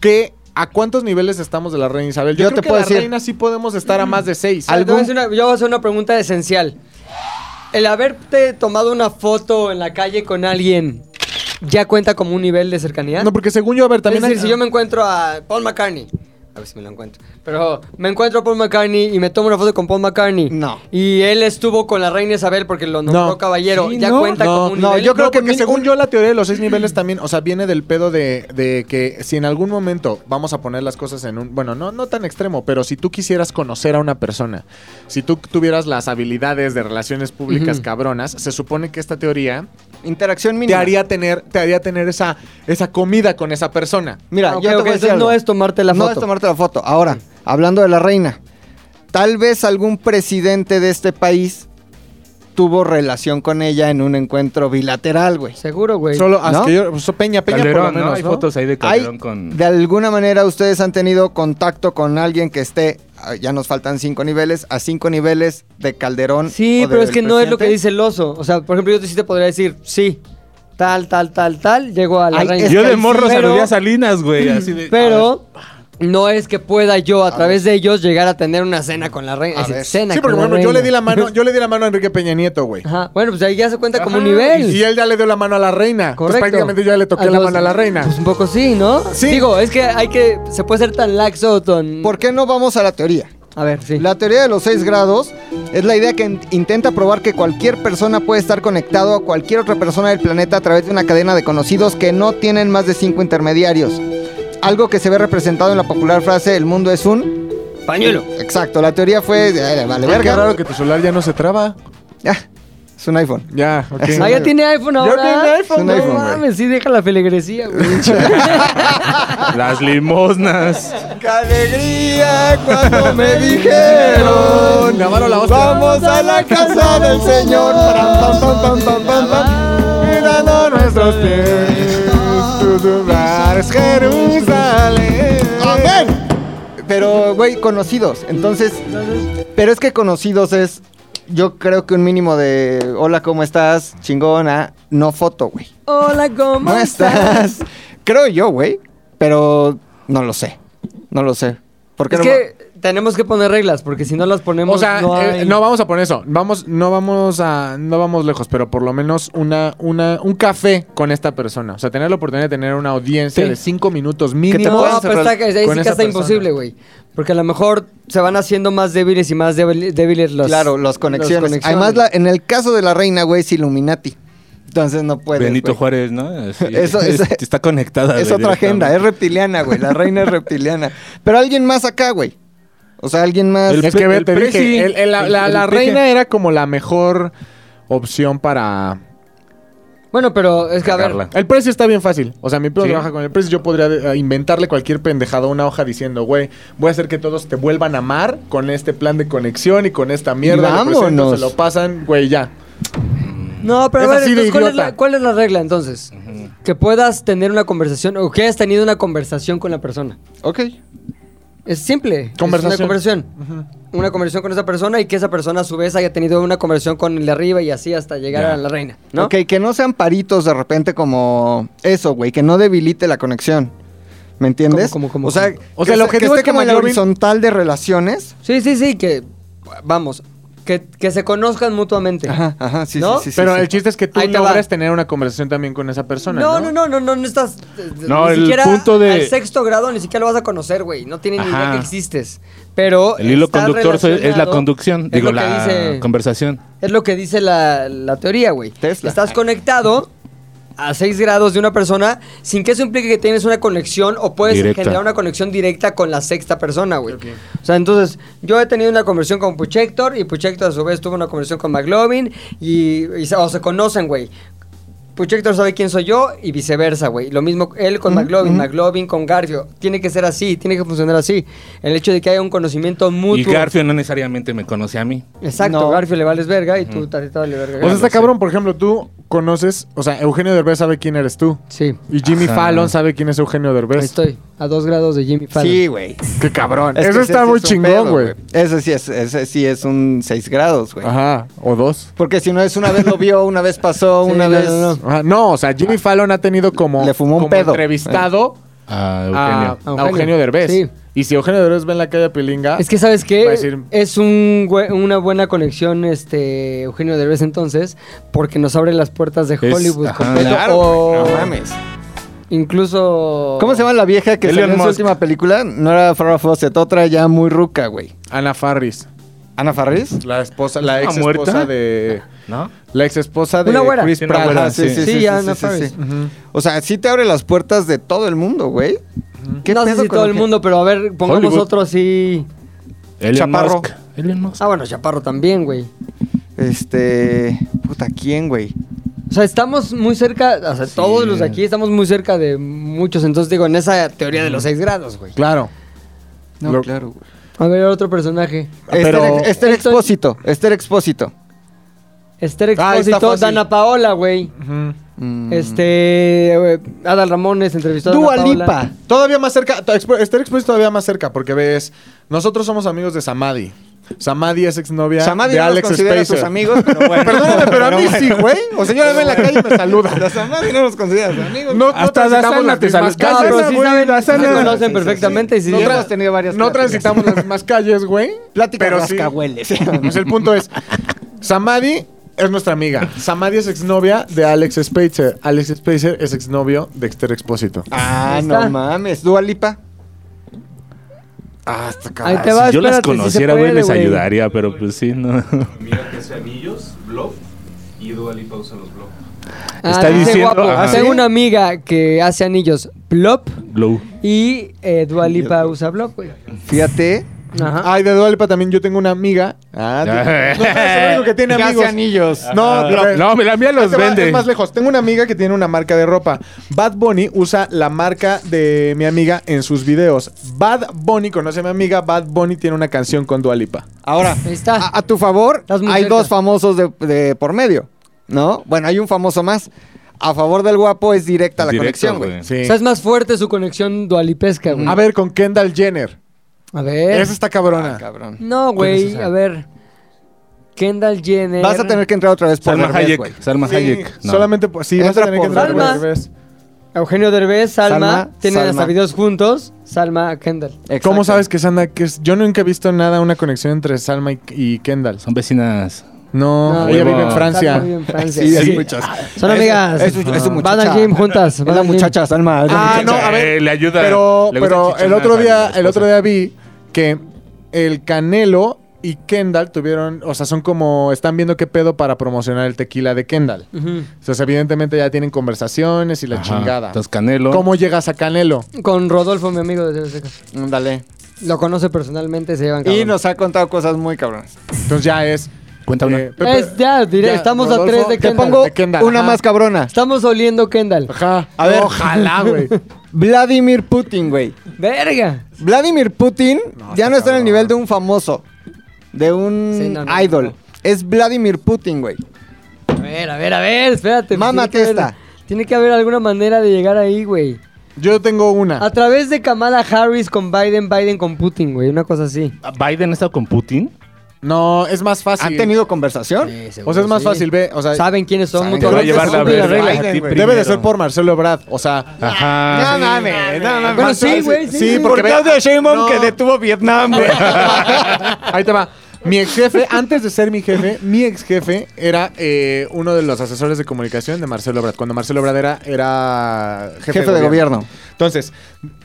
Speaker 3: ¿Qué? ¿A cuántos niveles estamos de la reina Isabel?
Speaker 8: Yo
Speaker 3: creo
Speaker 8: te
Speaker 3: que
Speaker 8: puedo
Speaker 3: la
Speaker 8: decir-
Speaker 3: reina sí podemos estar a más de seis.
Speaker 1: Yo te voy a hacer una- yo voy a hacer una pregunta esencial. El haberte tomado una foto en la calle con alguien, ¿ya cuenta como un nivel de cercanía?
Speaker 3: No, porque según yo, a ver, también.
Speaker 1: es decir,
Speaker 3: hay-
Speaker 1: si yo me encuentro a Paul McCartney, a ver si me lo encuentro, pero me encuentro a Paul McCartney y me tomo una foto con Paul McCartney.
Speaker 8: No.
Speaker 1: Y él estuvo con la reina Isabel porque lo nombró
Speaker 3: No.
Speaker 1: caballero,
Speaker 8: Sí,
Speaker 1: ¿ya
Speaker 8: no,
Speaker 1: cuenta
Speaker 3: no,
Speaker 1: como un
Speaker 8: no,
Speaker 1: nivel?
Speaker 8: yo creo que
Speaker 3: porque
Speaker 8: min-
Speaker 3: según
Speaker 8: un-
Speaker 3: yo la teoría de los seis niveles también, o sea, viene del pedo de, de que si en algún momento vamos a poner las cosas en un, bueno, no, no tan extremo, pero si tú quisieras conocer a una persona, si tú tuvieras las habilidades de relaciones públicas
Speaker 1: Ujú.
Speaker 3: cabronas, se supone que esta teoría
Speaker 8: Interacción
Speaker 3: te
Speaker 8: mínima.
Speaker 3: haría tener, te haría tener esa, esa comida con esa persona.
Speaker 8: Mira,
Speaker 1: Ah, ok,
Speaker 8: yo te
Speaker 1: ok,
Speaker 8: voy a decir
Speaker 1: entonces
Speaker 8: algo.
Speaker 1: no es tomarte la
Speaker 8: No
Speaker 1: foto. Mm.
Speaker 8: es tomarte la foto. Ahora, hablando de la reina, tal vez algún presidente de este país tuvo relación con ella en un encuentro bilateral, güey.
Speaker 1: Seguro, güey.
Speaker 3: Solo
Speaker 8: ¿No?
Speaker 3: hasta que yo- so- Peña, Peña por
Speaker 2: Calderón,
Speaker 3: lo
Speaker 2: ¿no?
Speaker 3: menos,
Speaker 2: Hay
Speaker 3: ¿no?
Speaker 2: fotos ahí de
Speaker 8: Hay,
Speaker 2: Calderón con...
Speaker 8: de alguna manera ustedes han tenido contacto con alguien que esté, ah, ya nos faltan cinco niveles, a cinco niveles de Calderón.
Speaker 1: Sí,
Speaker 8: o
Speaker 1: pero
Speaker 8: del
Speaker 1: es que no es lo que
Speaker 8: presidente.
Speaker 1: dice el oso. O sea, por ejemplo, yo sí te podría decir, sí, tal, tal, tal, tal, llegó a la
Speaker 8: Ay,
Speaker 1: reina.
Speaker 8: es
Speaker 2: Yo
Speaker 8: que
Speaker 2: de
Speaker 8: ahí
Speaker 2: morro
Speaker 1: sí, pero-
Speaker 2: saludé a Salinas, güey. Así de...
Speaker 1: Pero no es que pueda yo, a, través de ellos, llegar a tener una cena con la reina.
Speaker 8: A
Speaker 1: Es decir,
Speaker 8: ver.
Speaker 1: cena
Speaker 3: Sí, porque
Speaker 1: con
Speaker 3: bueno, yo
Speaker 1: reina.
Speaker 3: le di la mano, yo le di la mano a Enrique Peña Nieto, güey.
Speaker 1: Ajá. Bueno, pues ahí ya se cuenta como un
Speaker 3: Ajá,
Speaker 1: nivel.
Speaker 3: Y, y él ya le dio la mano a la reina. Correcto.
Speaker 1: Correcto.
Speaker 3: prácticamente yo ya le toqué la
Speaker 1: Entonces,
Speaker 3: mano a la reina.
Speaker 1: Pues un poco sí, ¿no?
Speaker 3: Sí.
Speaker 1: Digo, es que hay que. Se puede ser tan laxo o tan.
Speaker 8: ¿Por qué no vamos a la teoría?
Speaker 1: A ver, sí.
Speaker 8: La teoría de los seis grados es la idea que in- intenta probar que cualquier persona puede estar conectado a cualquier otra persona del planeta a través de una cadena de conocidos que no tienen más de cinco intermediarios. Algo que se ve representado en la popular frase el mundo es un
Speaker 1: Pañuelo.
Speaker 8: exacto. La teoría fue eh, vale
Speaker 3: Qué
Speaker 8: verga.
Speaker 3: raro que tu celular ya no se traba.
Speaker 8: Ah, es un iPhone.
Speaker 3: Ya, ok.
Speaker 8: Ahí
Speaker 1: Ah, ya tiene iPhone ahora.
Speaker 3: tiene iPhone,
Speaker 1: No
Speaker 8: güey. iPhone, güey.
Speaker 1: mames, sí, deja la feligresía, güey.
Speaker 8: Ah.
Speaker 2: Las limosnas.
Speaker 8: ¡Qué alegría cuando me dijeron!
Speaker 3: dijeron, "Vamos
Speaker 8: ¡Vamos a la casa del Señor!
Speaker 3: Mirando nuestros pies, tu lugar es Jerusalén.
Speaker 8: ¡Amén! Pero, güey, conocidos. Entonces, pero es que conocidos es, yo creo que un mínimo de hola, ¿cómo estás? Chingona, no foto, güey.
Speaker 1: Hola, ¿cómo
Speaker 8: No estás. Creo yo, güey, pero no lo sé. No lo sé. Porque
Speaker 1: Es que tenemos que poner reglas, porque si no las ponemos.
Speaker 3: O sea, eh,
Speaker 1: no,
Speaker 3: no,
Speaker 1: hay-
Speaker 3: vamos a poner eso. Vamos, no vamos a, no vamos lejos, pero por lo menos una, una, un café con esta persona. O sea, tener la oportunidad de tener una audiencia
Speaker 1: Sí.
Speaker 3: de cinco minutos
Speaker 8: te
Speaker 3: mínimo.
Speaker 1: No,
Speaker 8: puedas
Speaker 1: pero está,
Speaker 8: cerrar
Speaker 1: ahí sí
Speaker 3: con
Speaker 1: que
Speaker 3: esa
Speaker 1: está
Speaker 3: persona.
Speaker 1: imposible, güey. Porque a lo mejor se van haciendo más débiles y más débil- débiles los.
Speaker 8: claro, las conexiones. Además, la- en el caso de la reina, güey, es Illuminati. Entonces no puede.
Speaker 2: Benito Juárez, ¿no? Así,
Speaker 8: Eso-
Speaker 2: es-
Speaker 8: eso-
Speaker 2: está conectada.
Speaker 8: Es
Speaker 2: güey,
Speaker 8: otra agenda, es
Speaker 2: directamente.
Speaker 8: reptiliana, güey. La reina es reptiliana. Pero alguien más acá, güey. O sea, alguien más.
Speaker 2: El-
Speaker 3: es que ve,
Speaker 2: el
Speaker 3: te
Speaker 2: presi.
Speaker 3: dije, el- el- la,
Speaker 2: El-
Speaker 3: la-
Speaker 2: el
Speaker 3: la
Speaker 2: peje.
Speaker 3: reina era como la mejor opción para
Speaker 1: Bueno, pero es que a ver.
Speaker 2: Carla.
Speaker 3: El precio está bien fácil. O sea, mi primo
Speaker 2: Sí.
Speaker 3: trabaja con el precio. Yo podría eh, inventarle cualquier pendejada a una hoja diciendo, güey, voy a hacer que todos te vuelvan a amar con este plan de conexión y con esta mierda. lo presento,
Speaker 8: vámonos.
Speaker 3: Se lo pasan, güey, ya.
Speaker 1: No, pero a
Speaker 3: Es
Speaker 1: ver,
Speaker 3: así de
Speaker 1: entonces, ¿cuál, es
Speaker 3: idiota.
Speaker 1: la, cuál es la regla entonces? Que puedas tener una conversación o que hayas tenido una conversación con la persona.
Speaker 8: Ok.
Speaker 1: Es simple. Es
Speaker 3: Conversación.
Speaker 1: una conversación. Una conversación con esa persona y que esa persona a su vez haya tenido una conversación con el de arriba y así hasta llegar
Speaker 2: Ya.
Speaker 1: a la reina, ¿no?
Speaker 8: Ok, que no sean paritos de repente como eso, güey, que no debilite la conexión. ¿Me entiendes?
Speaker 1: ¿Cómo, cómo, cómo,
Speaker 8: o sea,
Speaker 1: cómo?
Speaker 3: O sea, el
Speaker 8: se-
Speaker 3: objetivo
Speaker 8: esté
Speaker 3: es que
Speaker 8: como en la
Speaker 3: McLovin-
Speaker 8: horizontal de relaciones.
Speaker 1: Sí, sí, sí, que vamos, que, que se conozcan mutuamente.
Speaker 8: Ajá, ajá, sí,
Speaker 1: ¿No?
Speaker 8: sí, sí, sí.
Speaker 3: Pero
Speaker 8: sí.
Speaker 3: el chiste es que tú
Speaker 1: Ahí te
Speaker 3: logras
Speaker 1: va.
Speaker 3: tener una conversación también con esa persona.
Speaker 1: No, no, no, no, no, no estás. eh,
Speaker 2: No,
Speaker 1: ni
Speaker 2: el
Speaker 1: siquiera
Speaker 2: punto de-
Speaker 1: Al sexto grado ni siquiera lo vas a conocer, güey. No tienen ni idea
Speaker 2: Ajá.
Speaker 1: que existes. Pero.
Speaker 10: El hilo
Speaker 1: está
Speaker 10: conductor so- es la
Speaker 1: relacionado-
Speaker 10: conducción,
Speaker 1: es
Speaker 10: digo,
Speaker 1: lo que
Speaker 10: la
Speaker 1: dice-
Speaker 10: conversación.
Speaker 1: Es lo que dice la, la teoría, güey.
Speaker 8: Tesla.
Speaker 1: Estás conectado a 6 grados de una persona sin que eso implique que tienes una conexión o puedes
Speaker 10: Directa.
Speaker 1: generar una conexión directa con la sexta persona, güey. O sea, entonces, yo he tenido una conversión con Puchector y Puchector a su vez tuvo una conversión con McLovin y, y se- o se conocen, güey. Puchector sabe quién soy yo y viceversa, güey. Lo mismo él con McLovin, McLovin con Garfio. Tiene que ser así, tiene que funcionar así. El hecho de que haya un conocimiento mutuo.
Speaker 10: Y Garfio no necesariamente me conoce a mí.
Speaker 1: Exacto,
Speaker 8: No.
Speaker 1: Garfio le vales verga y tú, Tarita, vale verga. a
Speaker 3: O sea,
Speaker 1: Garfio.
Speaker 3: está cabrón, por ejemplo, tú conoces, o sea, Eugenio Derbez sabe quién eres tú.
Speaker 1: Sí.
Speaker 3: Y Jimmy
Speaker 10: Ajá.
Speaker 3: Fallon sabe quién es Eugenio Derbez.
Speaker 1: Ahí estoy, a dos grados de Jimmy Fallon.
Speaker 8: Sí, güey.
Speaker 3: Qué cabrón.
Speaker 8: Es que
Speaker 3: Eso
Speaker 8: ese
Speaker 3: está
Speaker 8: sí
Speaker 3: muy
Speaker 8: es un
Speaker 3: chingón,
Speaker 8: pedo,
Speaker 3: güey.
Speaker 8: Ese sí es, ese sí es un 6 grados, güey.
Speaker 3: Ajá, o dos.
Speaker 8: Porque si no es una vez lo vio, una vez pasó,
Speaker 1: Sí,
Speaker 8: una
Speaker 1: no,
Speaker 8: vez.
Speaker 1: no, no.
Speaker 3: Ajá, no, o sea, Jimmy Fallon ha tenido como,
Speaker 8: Le fumó un
Speaker 3: como
Speaker 8: pedo.
Speaker 3: entrevistado
Speaker 8: Ah,
Speaker 3: Eh,
Speaker 10: A
Speaker 3: a,
Speaker 10: Eugenio.
Speaker 3: a Eugenio. Derbez.
Speaker 1: Sí.
Speaker 3: Y si Eugenio Derbez ve en la calle Pilinga,
Speaker 1: Es que, ¿sabes qué?
Speaker 3: Va a decir-
Speaker 1: Es un güe- una buena conexión, este, Eugenio Derbez entonces, porque nos abre las puertas de
Speaker 10: Es-
Speaker 1: Hollywood
Speaker 10: ajá,
Speaker 1: completo.
Speaker 10: claro,
Speaker 1: o
Speaker 8: No mames.
Speaker 1: incluso...
Speaker 8: Oh, ¿Cómo se llama la vieja que
Speaker 10: Elon
Speaker 8: salió en su
Speaker 10: Musk.
Speaker 8: última película? No era Farrah Fawcett, otra ya muy ruca, güey.
Speaker 3: Ana Farris,
Speaker 8: ¿Ana Farris?
Speaker 3: la esposa, la
Speaker 10: ¿Está
Speaker 3: ex esposa
Speaker 10: muerta?
Speaker 3: de
Speaker 10: ¿no?
Speaker 3: la ex esposa de
Speaker 1: Una güera.
Speaker 3: Chris
Speaker 10: Sí, una
Speaker 3: Pratt. Ah,
Speaker 10: güera,
Speaker 3: Ajá,
Speaker 10: sí.
Speaker 1: Sí, ya, Ana Faris.
Speaker 8: O sea, sí te abre las puertas de todo el mundo, güey. ¿Qué
Speaker 1: no sé
Speaker 8: pedo
Speaker 1: si
Speaker 8: con
Speaker 1: todo
Speaker 8: la
Speaker 1: el
Speaker 8: gente?
Speaker 1: mundo, pero a ver, pongamos
Speaker 10: Hollywood.
Speaker 1: otro así...
Speaker 10: Elon
Speaker 8: Chaparro.
Speaker 10: Musk. Elon Musk.
Speaker 1: Ah, bueno, Chaparro también, güey.
Speaker 8: Este. Puta, ¿quién, güey?
Speaker 1: O sea, estamos muy cerca, o sea, todos los de aquí estamos muy cerca de muchos, entonces digo, en esa teoría de los seis grados, güey.
Speaker 3: Claro.
Speaker 8: No,
Speaker 3: Lo-
Speaker 8: claro, güey.
Speaker 1: A ver, otro personaje.
Speaker 3: Pero-
Speaker 8: Esther, Esther Expósito. Esther Expósito.
Speaker 1: Esther
Speaker 3: Ah, está
Speaker 1: Expósito,
Speaker 3: fácil.
Speaker 1: Dana Paola, güey.
Speaker 8: Mm.
Speaker 1: Este. eh, Adal Ramones entrevistó a
Speaker 8: Dua
Speaker 1: Ana Paola.
Speaker 8: Lipa.
Speaker 3: Todavía más cerca, to- expo- estar expuesto todavía más cerca, porque ves, nosotros somos amigos de Samadhi. Samadhi es exnovia
Speaker 8: Samadhi
Speaker 3: de
Speaker 8: no los
Speaker 3: Alex
Speaker 8: considera
Speaker 3: Spacer.
Speaker 8: tus amigos, pero bueno.
Speaker 3: Perdóname, pero a mí sí, güey. O sea, yo la veo en la calle y me
Speaker 8: La
Speaker 3: saluda.
Speaker 8: Samadhi no los considera tus amigos.
Speaker 3: No,
Speaker 2: Hasta
Speaker 3: transitamos
Speaker 2: Dasana
Speaker 3: las
Speaker 2: te
Speaker 3: mismas
Speaker 2: saluda.
Speaker 1: No,
Speaker 3: calles,
Speaker 1: pero sí
Speaker 3: güey.
Speaker 1: saben, sí
Speaker 3: Dasana-
Speaker 1: se
Speaker 8: no,
Speaker 1: conocen
Speaker 8: sí, sí,
Speaker 1: perfectamente.
Speaker 8: sí.
Speaker 1: y
Speaker 8: No
Speaker 1: si
Speaker 3: tra-
Speaker 8: hemos tenido varias
Speaker 3: No
Speaker 8: pláticas.
Speaker 3: transitamos las mismas calles, güey.
Speaker 8: Plática
Speaker 3: pero sí.
Speaker 8: rascahueles.
Speaker 3: Pues el punto es, Samadhi es nuestra amiga. Samadhi es exnovia de Alex Spacer. Alex Spacer es exnovio de Exter Expósito.
Speaker 8: Ah,
Speaker 1: Ahí está.
Speaker 8: no mames. Dua Lipa. Ah, está
Speaker 1: Ahí
Speaker 8: cabrón.
Speaker 1: te va,
Speaker 10: si yo las
Speaker 1: espérate, sí se
Speaker 10: conociera, güey,
Speaker 1: puede,
Speaker 10: les ayudaría, pero pues sí, no.
Speaker 11: Mira que hace anillos, blog y Dua Lipa usa los blogs.
Speaker 1: Ah,
Speaker 10: Está
Speaker 1: dice
Speaker 10: diciendo-
Speaker 1: guapo.
Speaker 10: ajá.
Speaker 1: Tengo
Speaker 10: ¿Sí?
Speaker 1: una amiga que hace anillos Plop
Speaker 10: Glow.
Speaker 1: y eh, Dua Lipa usa Blop, güey.
Speaker 8: Fíjate.
Speaker 1: Ajá.
Speaker 3: Ay, de Dua Lipa también yo tengo una amiga. Ah,
Speaker 10: Ah.
Speaker 3: tú- no, es el único que tiene amigos.
Speaker 8: anillos.
Speaker 3: No, pero-
Speaker 10: No, la mía
Speaker 3: Ahí
Speaker 10: los
Speaker 3: te va,
Speaker 10: vende.
Speaker 3: Es más lejos. Tengo una amiga que tiene una marca de ropa. Bad Bunny usa la marca de mi amiga en sus videos. Bad Bunny conoce a mi amiga. Bad Bunny tiene una canción con Dua Lipa.
Speaker 8: Ahora,
Speaker 1: Ahí está.
Speaker 8: a, a tu favor,
Speaker 1: Estás muy
Speaker 8: hay
Speaker 1: cerca.
Speaker 8: dos famosos de, de por medio, ¿no? Bueno, hay un famoso más. A favor del guapo es directa la conexión, güey.
Speaker 1: O sea, es más fuerte su conexión dualipesca, güey.
Speaker 3: A ver, con Kendall Jenner.
Speaker 1: A ver.
Speaker 3: Esa está cabrona.
Speaker 8: Eh. Ah, Cabrón.
Speaker 1: No, güey. A ver. Kendall Jenner.
Speaker 8: Vas a tener que entrar otra vez por
Speaker 10: Salma
Speaker 8: Derbez, güey.
Speaker 10: Hayek. Salma
Speaker 3: Sí,
Speaker 10: Hayek. No.
Speaker 3: Solamente por- sí,
Speaker 8: Entra
Speaker 3: vas a tener que
Speaker 8: por
Speaker 3: entrar
Speaker 1: Salma.
Speaker 3: por Derbez.
Speaker 1: Eugenio Derbez, Salma.
Speaker 8: Salma,
Speaker 1: tienen
Speaker 8: Salma.
Speaker 1: hasta videos juntos. Salma, Kendall.
Speaker 8: Exacto.
Speaker 3: ¿Cómo sabes que Sana que es- Yo nunca he visto nada, una conexión entre Salma y, y Kendall.
Speaker 10: Son vecinas.
Speaker 3: No,
Speaker 1: No,
Speaker 3: ella
Speaker 10: huevo.
Speaker 3: vive en Francia.
Speaker 1: Salma vive en Francia.
Speaker 8: Sí,
Speaker 10: Sí.
Speaker 8: es muchas.
Speaker 1: Son
Speaker 8: Es-
Speaker 1: amigas.
Speaker 8: Es, es su muchacha.
Speaker 1: Van al gym juntas.
Speaker 8: Es
Speaker 1: van
Speaker 8: la
Speaker 1: al gym.
Speaker 8: muchacha, Salma. es la
Speaker 3: Ah,
Speaker 8: muchacha.
Speaker 3: no, a ver,
Speaker 10: Eh, le ayuda.
Speaker 3: Pero,
Speaker 10: le gusta
Speaker 3: pero el
Speaker 10: chichonas
Speaker 3: otro
Speaker 10: a
Speaker 3: día,
Speaker 10: la
Speaker 3: el otro
Speaker 10: esposa.
Speaker 3: día vi que el Canelo y Kendall tuvieron, o sea, son como están viendo qué pedo para promocionar el tequila de Kendall.
Speaker 1: Ujú.
Speaker 3: O sea, evidentemente ya tienen conversaciones y la
Speaker 10: Ajá.
Speaker 3: chingada.
Speaker 10: Entonces, Canelo.
Speaker 3: ¿Cómo llegas a Canelo?
Speaker 1: Con Rodolfo, mi amigo de Seca.
Speaker 3: Mm,
Speaker 8: Ándale.
Speaker 1: Lo conoce personalmente, se llevan
Speaker 8: Y
Speaker 1: cabrón.
Speaker 8: nos ha contado cosas muy cabronas.
Speaker 3: Entonces ya es
Speaker 10: Cuenta una.
Speaker 3: eh, Pepe-
Speaker 1: Es ya, diré, estamos a tres de
Speaker 3: te
Speaker 1: Kendall.
Speaker 3: pongo
Speaker 1: De
Speaker 8: Una
Speaker 3: ajá.
Speaker 8: más cabrona.
Speaker 1: Estamos oliendo Kendall.
Speaker 3: Ajá.
Speaker 8: A ver.
Speaker 3: Ojalá, güey.
Speaker 8: Vladimir Putin, güey.
Speaker 1: Verga.
Speaker 8: Vladimir Putin ya no está en el nivel de un famoso, de un
Speaker 1: Sí, no, no,
Speaker 8: idol.
Speaker 1: no.
Speaker 8: Es Vladimir Putin, güey.
Speaker 1: A ver, a ver, a ver, espérate. pues
Speaker 8: Mámate
Speaker 1: Tiene que haber-
Speaker 8: esta.
Speaker 1: Tiene que haber alguna manera de llegar ahí, güey.
Speaker 3: Yo tengo una.
Speaker 1: A través de Kamala Harris con Biden, Biden con Putin, güey. Una cosa así.
Speaker 2: ¿Biden está con Putin?
Speaker 3: No, es más fácil.
Speaker 8: ¿Han tenido conversación?
Speaker 3: O sea, es más
Speaker 1: sí.
Speaker 3: fácil, ve. O sea,
Speaker 1: Saben quiénes son.
Speaker 3: saben
Speaker 1: mutuamente?
Speaker 3: que va a llevar
Speaker 2: la
Speaker 1: Saben las
Speaker 2: verga.
Speaker 1: reglas.
Speaker 2: ti
Speaker 3: debe
Speaker 2: primero. Ah,
Speaker 3: de ser por Marcelo Ebrard. O sea,
Speaker 2: Ajá.
Speaker 8: mames, no mames.
Speaker 1: Bueno, sí, güey.
Speaker 3: sí, porque ve-
Speaker 12: Causa Sheinbaum
Speaker 3: No.
Speaker 12: que detuvo Vietnam, güey.
Speaker 3: Ahí te va. Mi ex jefe, antes de ser mi jefe, mi ex jefe era eh, uno de los asesores de comunicación de Marcelo Ebrard. Cuando Marcelo Ebrard era, era jefe,
Speaker 8: Jefe de gobierno.
Speaker 3: Entonces,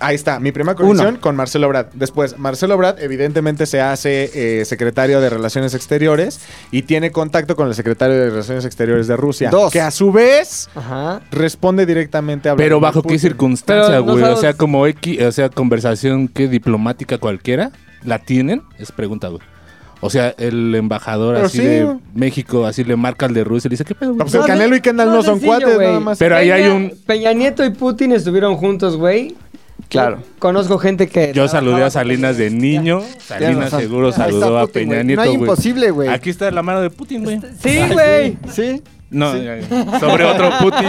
Speaker 3: ahí está, mi primera conexión con Marcelo Brad. Después, Marcelo Brad evidentemente se hace eh, secretario de Relaciones Exteriores y tiene contacto con el secretario de Relaciones Exteriores de Rusia.
Speaker 8: Dos.
Speaker 3: Que a su vez
Speaker 1: Ajá.
Speaker 3: responde directamente a
Speaker 2: Pero
Speaker 3: Vladimir
Speaker 2: bajo qué
Speaker 3: Putin.
Speaker 2: circunstancia,
Speaker 1: Pero no
Speaker 2: güey. O
Speaker 1: sabes-
Speaker 2: sea, como X, o sea, conversación que diplomática cualquiera, ¿la tienen? Es pregunta, güey. O sea, el embajador
Speaker 3: Pero
Speaker 2: así
Speaker 3: sí,
Speaker 2: de
Speaker 3: güey.
Speaker 2: México, así le marca al de Rusia y le dice, ¿qué pedo, güey?
Speaker 3: Pues el Canelo y Kendall no,
Speaker 1: no,
Speaker 3: son
Speaker 1: sencillo,
Speaker 3: cuates,
Speaker 1: güey.
Speaker 3: nada más.
Speaker 2: Pero ahí hay
Speaker 1: Peña-
Speaker 2: un...
Speaker 1: Peña Nieto y Putin estuvieron juntos, güey.
Speaker 12: Claro.
Speaker 1: Conozco gente que.
Speaker 2: Yo saludé a
Speaker 1: trabajaba con
Speaker 2: Salinas de
Speaker 1: ellos.
Speaker 2: niño. Salinas
Speaker 8: razón.
Speaker 2: seguro
Speaker 8: Ahí está
Speaker 2: saludó a
Speaker 8: Putin,
Speaker 2: Peña
Speaker 8: güey.
Speaker 2: Nieto,
Speaker 8: No hay
Speaker 2: güey.
Speaker 8: imposible, güey. Este,
Speaker 2: Aquí está la mano de Putin, güey.
Speaker 1: Sí, güey.
Speaker 8: Sí.
Speaker 2: No, ya, ya. sobre otro Putin.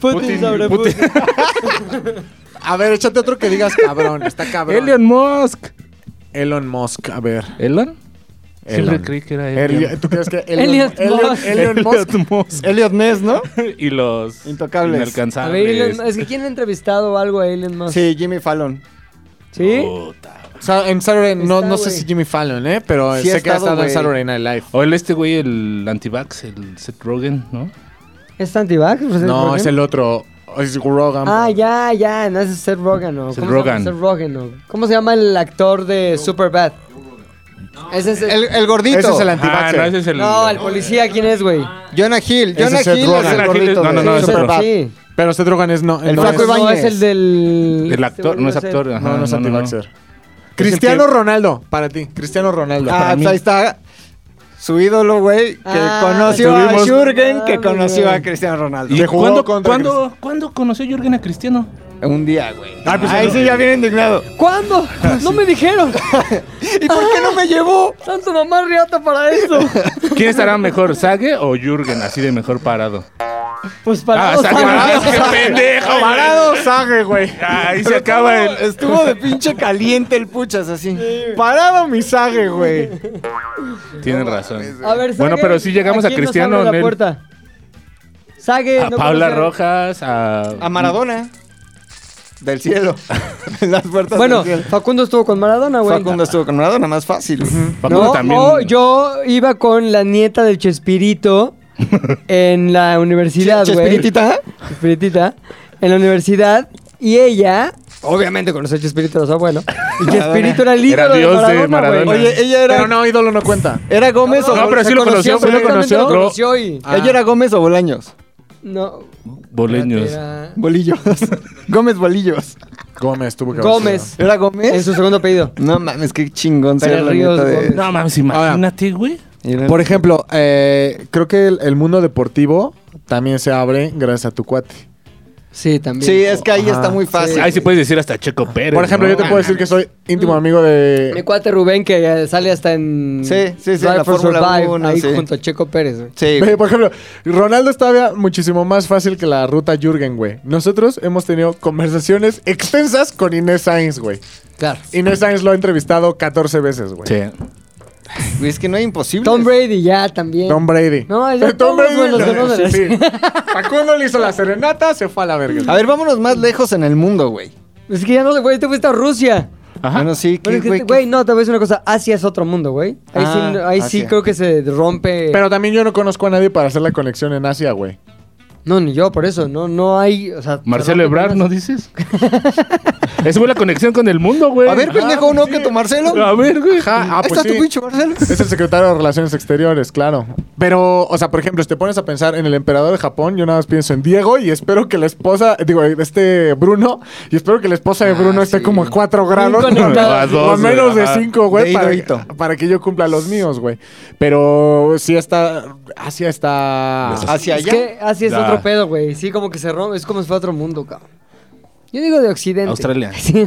Speaker 1: Putin, sobre Putin.
Speaker 3: A ver, échate otro que digas cabrón, está cabrón.
Speaker 2: Elon Musk.
Speaker 3: Elon Musk, a ver.
Speaker 2: ¿Elon? Siempre
Speaker 3: Elon.
Speaker 2: creí que era
Speaker 3: Eli-
Speaker 2: Elon.
Speaker 3: ¿Tú crees que
Speaker 1: Elliot Musk.
Speaker 3: Elliot Musk?
Speaker 2: Elliot Musk.
Speaker 8: Elliot Ness, ¿no?
Speaker 2: y los
Speaker 8: Intocables.
Speaker 1: A ver, Elon-
Speaker 2: inalcanzables.
Speaker 1: es que ¿quién ha entrevistado algo a Elon Musk?
Speaker 8: Sí, Jimmy Fallon.
Speaker 1: ¿Sí?
Speaker 2: Puta.
Speaker 3: Sa- en Saturday, no,
Speaker 1: Está,
Speaker 3: no sé
Speaker 1: güey.
Speaker 3: si Jimmy Fallon, ¿eh? Pero
Speaker 8: Sí ha
Speaker 3: sé que ha
Speaker 8: estado,
Speaker 3: estado en Saturday
Speaker 8: güey.
Speaker 3: Night Live.
Speaker 2: O el este güey, el antivax, el Seth Rogen, ¿no?
Speaker 1: ¿Es antivax?
Speaker 3: No, es el otro. Es Rogan.
Speaker 1: Ah, ya, ya, no ese es Seth Rogen, ¿no? ¿Cómo se
Speaker 2: Seth
Speaker 1: llama
Speaker 2: Rogan.
Speaker 1: Seth Rogen, ¿no? ¿Cómo se llama el actor de Superbad? Ese es
Speaker 8: El,
Speaker 1: el...
Speaker 8: el gordito.
Speaker 3: Ese es el
Speaker 2: Ah,
Speaker 3: antivaxer.
Speaker 2: no, ese es el...
Speaker 1: No, el policía, ¿quién es, güey?
Speaker 8: Jonah Hill.
Speaker 3: Ese
Speaker 8: Jonah
Speaker 3: es Seth
Speaker 8: Hill
Speaker 3: Rogen.
Speaker 8: es el
Speaker 2: Jonah Hill es-
Speaker 8: gordito.
Speaker 2: no, no, no,
Speaker 8: güey.
Speaker 2: es
Speaker 1: Ese-
Speaker 2: Superbad.
Speaker 1: Sí.
Speaker 3: Pero Seth Rogan es no.
Speaker 8: El
Speaker 3: no
Speaker 8: flaco
Speaker 3: es-
Speaker 8: Ibáñez.
Speaker 1: No, es el del...
Speaker 2: El actor, no es
Speaker 1: Ese-
Speaker 2: actor. ajá,
Speaker 3: No, no es
Speaker 2: no.
Speaker 3: antivaxer. Cristiano Ronaldo, para ti. Cristiano Ronaldo.
Speaker 8: Ah,
Speaker 3: para mí.
Speaker 8: pues ahí está. Su ídolo, güey, que
Speaker 1: Ah,
Speaker 8: conoció a
Speaker 1: tuvimos-
Speaker 8: Jürgen, que
Speaker 1: Mames,
Speaker 8: conoció a
Speaker 1: güey.
Speaker 8: Cristiano Ronaldo.
Speaker 2: ¿Y
Speaker 3: Que jugó
Speaker 2: cuándo,
Speaker 3: contra
Speaker 2: cuándo, cuándo conoció Jürgen a Cristiano?
Speaker 8: Un día, güey.
Speaker 12: Ahí sí ya viene indignado.
Speaker 1: ¿Cuándo?
Speaker 2: Ah,
Speaker 1: No me dijeron.
Speaker 8: ¿Y por qué no me llevó?
Speaker 1: Tanto mamá riata para eso.
Speaker 2: ¿Quién estará mejor, Sage o Jürgen, así de mejor parado?
Speaker 1: Pues para...
Speaker 2: ah, Sage parado, qué pendejo. güey.
Speaker 8: Parado, Sage, güey.
Speaker 2: Ahí se acaba el...
Speaker 8: Estuvo de pinche caliente el puchas, así. Parado mi Sage, güey.
Speaker 2: Tienen razón.
Speaker 1: A ver,
Speaker 2: Bueno,
Speaker 1: Sage,
Speaker 2: pero sí llegamos a
Speaker 1: quién nos
Speaker 2: Cristiano,
Speaker 1: abre
Speaker 2: Nel?
Speaker 1: la puerta? Sage,
Speaker 2: A
Speaker 1: no
Speaker 2: Paula
Speaker 1: conoce-
Speaker 2: Rojas, a...
Speaker 8: A Maradona. Del cielo. En las puertas
Speaker 1: Bueno,
Speaker 8: del cielo.
Speaker 1: Facundo estuvo con Maradona, güey.
Speaker 8: Facundo estuvo con Maradona, más fácil.
Speaker 2: Facundo
Speaker 1: No,
Speaker 2: también.
Speaker 1: o yo iba con la nieta del Chespirito en la universidad, güey.
Speaker 8: Chespiritita.
Speaker 1: Chespiritita. En la universidad. Y ella, obviamente conoció a Chespirito de su abuelo. Y Chespirito era el
Speaker 2: Era
Speaker 1: ídolo
Speaker 2: dios de
Speaker 1: de Maradona,
Speaker 2: Maradona.
Speaker 1: güey.
Speaker 8: Oye, ella era.
Speaker 3: Pero no, ídolo no cuenta.
Speaker 8: ¿Era Gómez o
Speaker 2: No, pero sí lo conoció, sí lo
Speaker 1: Seguramente
Speaker 2: conoció.
Speaker 1: lo conoció y...
Speaker 8: Ah. ¿Ella era Gómez o Bolaños?
Speaker 1: Ah, No,
Speaker 2: Boleños.
Speaker 1: era
Speaker 8: Bolillos. Gómez Bolillos.
Speaker 3: Gómez tuvo que haber
Speaker 1: Gómez,
Speaker 8: ¿Era
Speaker 1: en
Speaker 8: Gómez?
Speaker 1: su segundo apellido.
Speaker 8: No mames, qué chingón
Speaker 1: Pérez
Speaker 8: ser la
Speaker 1: Ríos
Speaker 8: neta
Speaker 1: Gómez.
Speaker 8: de.
Speaker 2: No mames, imagínate, güey.
Speaker 8: Era-
Speaker 3: sido. Por ejemplo, eh, creo que el, el mundo deportivo también se abre gracias a tu cuate.
Speaker 1: Sí, también.
Speaker 8: Sí, es que ahí
Speaker 3: Ajá.
Speaker 8: está muy fácil.
Speaker 2: Ahí sí puedes decir hasta Checo Pérez.
Speaker 3: Por ejemplo,
Speaker 2: ¿no?
Speaker 3: yo te puedo decir que soy íntimo amigo de.
Speaker 1: Mi cuate Rubén que eh, sale hasta en...
Speaker 8: Sí, sí, sí,
Speaker 1: Drive
Speaker 8: en la
Speaker 1: for
Speaker 8: Fórmula
Speaker 1: Survive,
Speaker 8: uno,
Speaker 1: Ahí
Speaker 8: sí.
Speaker 1: junto a Checo Pérez, güey.
Speaker 8: Sí.
Speaker 3: Ve, por ejemplo, Ronaldo es todavía muchísimo más fácil que la ruta Jürgen, güey. Nosotros hemos tenido conversaciones extensas con Inés Sainz, güey.
Speaker 1: Claro.
Speaker 3: Inés Sainz lo ha entrevistado 14 veces, güey.
Speaker 2: Sí.
Speaker 8: Güey, es que no es imposible.
Speaker 1: Tom Brady ya también.
Speaker 3: Tom Brady.
Speaker 1: No, ya
Speaker 3: Tom
Speaker 1: todos,
Speaker 3: Brady.
Speaker 1: güey, los conocen.
Speaker 3: Sí, sí. Facundo le hizo la serenata, se fue a la verga.
Speaker 8: A ver, vámonos más lejos en el mundo, güey.
Speaker 1: Es que ya no, güey, te fuiste a Rusia.
Speaker 2: Ajá.
Speaker 8: Bueno, sí,
Speaker 1: Pero
Speaker 8: que,
Speaker 1: es que, este
Speaker 8: güey.
Speaker 1: güey, no, te voy a decir una cosa. Asia es otro mundo, güey. Ahí,
Speaker 8: Ah,
Speaker 1: sí, ahí sí
Speaker 8: Asia.
Speaker 1: creo que se rompe.
Speaker 3: Pero también yo no conozco a nadie para hacer la conexión en Asia, güey.
Speaker 1: no, ni yo, por eso. No, no hay. O sea,
Speaker 2: Marcelo
Speaker 1: se rompe
Speaker 2: Ebrard, ¿no
Speaker 1: apenas.
Speaker 2: dices? Esa fue la conexión con el mundo, güey.
Speaker 8: A
Speaker 13: ah,
Speaker 8: ver,
Speaker 13: pues
Speaker 8: pendejo, ¿no? Que tu Marcelo.
Speaker 2: A ver, güey.
Speaker 3: Ajá, ah,
Speaker 8: Ahí
Speaker 3: pues
Speaker 8: está tu
Speaker 3: sí.
Speaker 8: pinche Marcelo.
Speaker 3: Es el secretario de Relaciones Exteriores, claro. Pero, o sea, por ejemplo, si te pones a pensar en el emperador de Japón, yo nada más pienso en Diego y espero que la esposa, digo, este Bruno, y espero que la
Speaker 10: Ah,
Speaker 3: esposa de
Speaker 8: Ah,
Speaker 3: Bruno esté como a 4 grados.
Speaker 1: conectada.
Speaker 2: A dos,
Speaker 3: o a
Speaker 2: güey,
Speaker 3: menos de
Speaker 2: ajá.
Speaker 3: 5, güey,
Speaker 8: De
Speaker 3: para,
Speaker 8: hito a hito.
Speaker 3: para que yo cumpla los míos, güey. Pero sí está, Asia
Speaker 10: Ah.
Speaker 3: está...
Speaker 8: Hacia
Speaker 1: Es
Speaker 8: allá.
Speaker 1: que Asia es
Speaker 2: Ya.
Speaker 1: otro pedo, güey. Sí, como que se rompe. Es como si fuera otro mundo, cabrón. Yo digo de Occidente.
Speaker 2: Australia.
Speaker 1: Sí.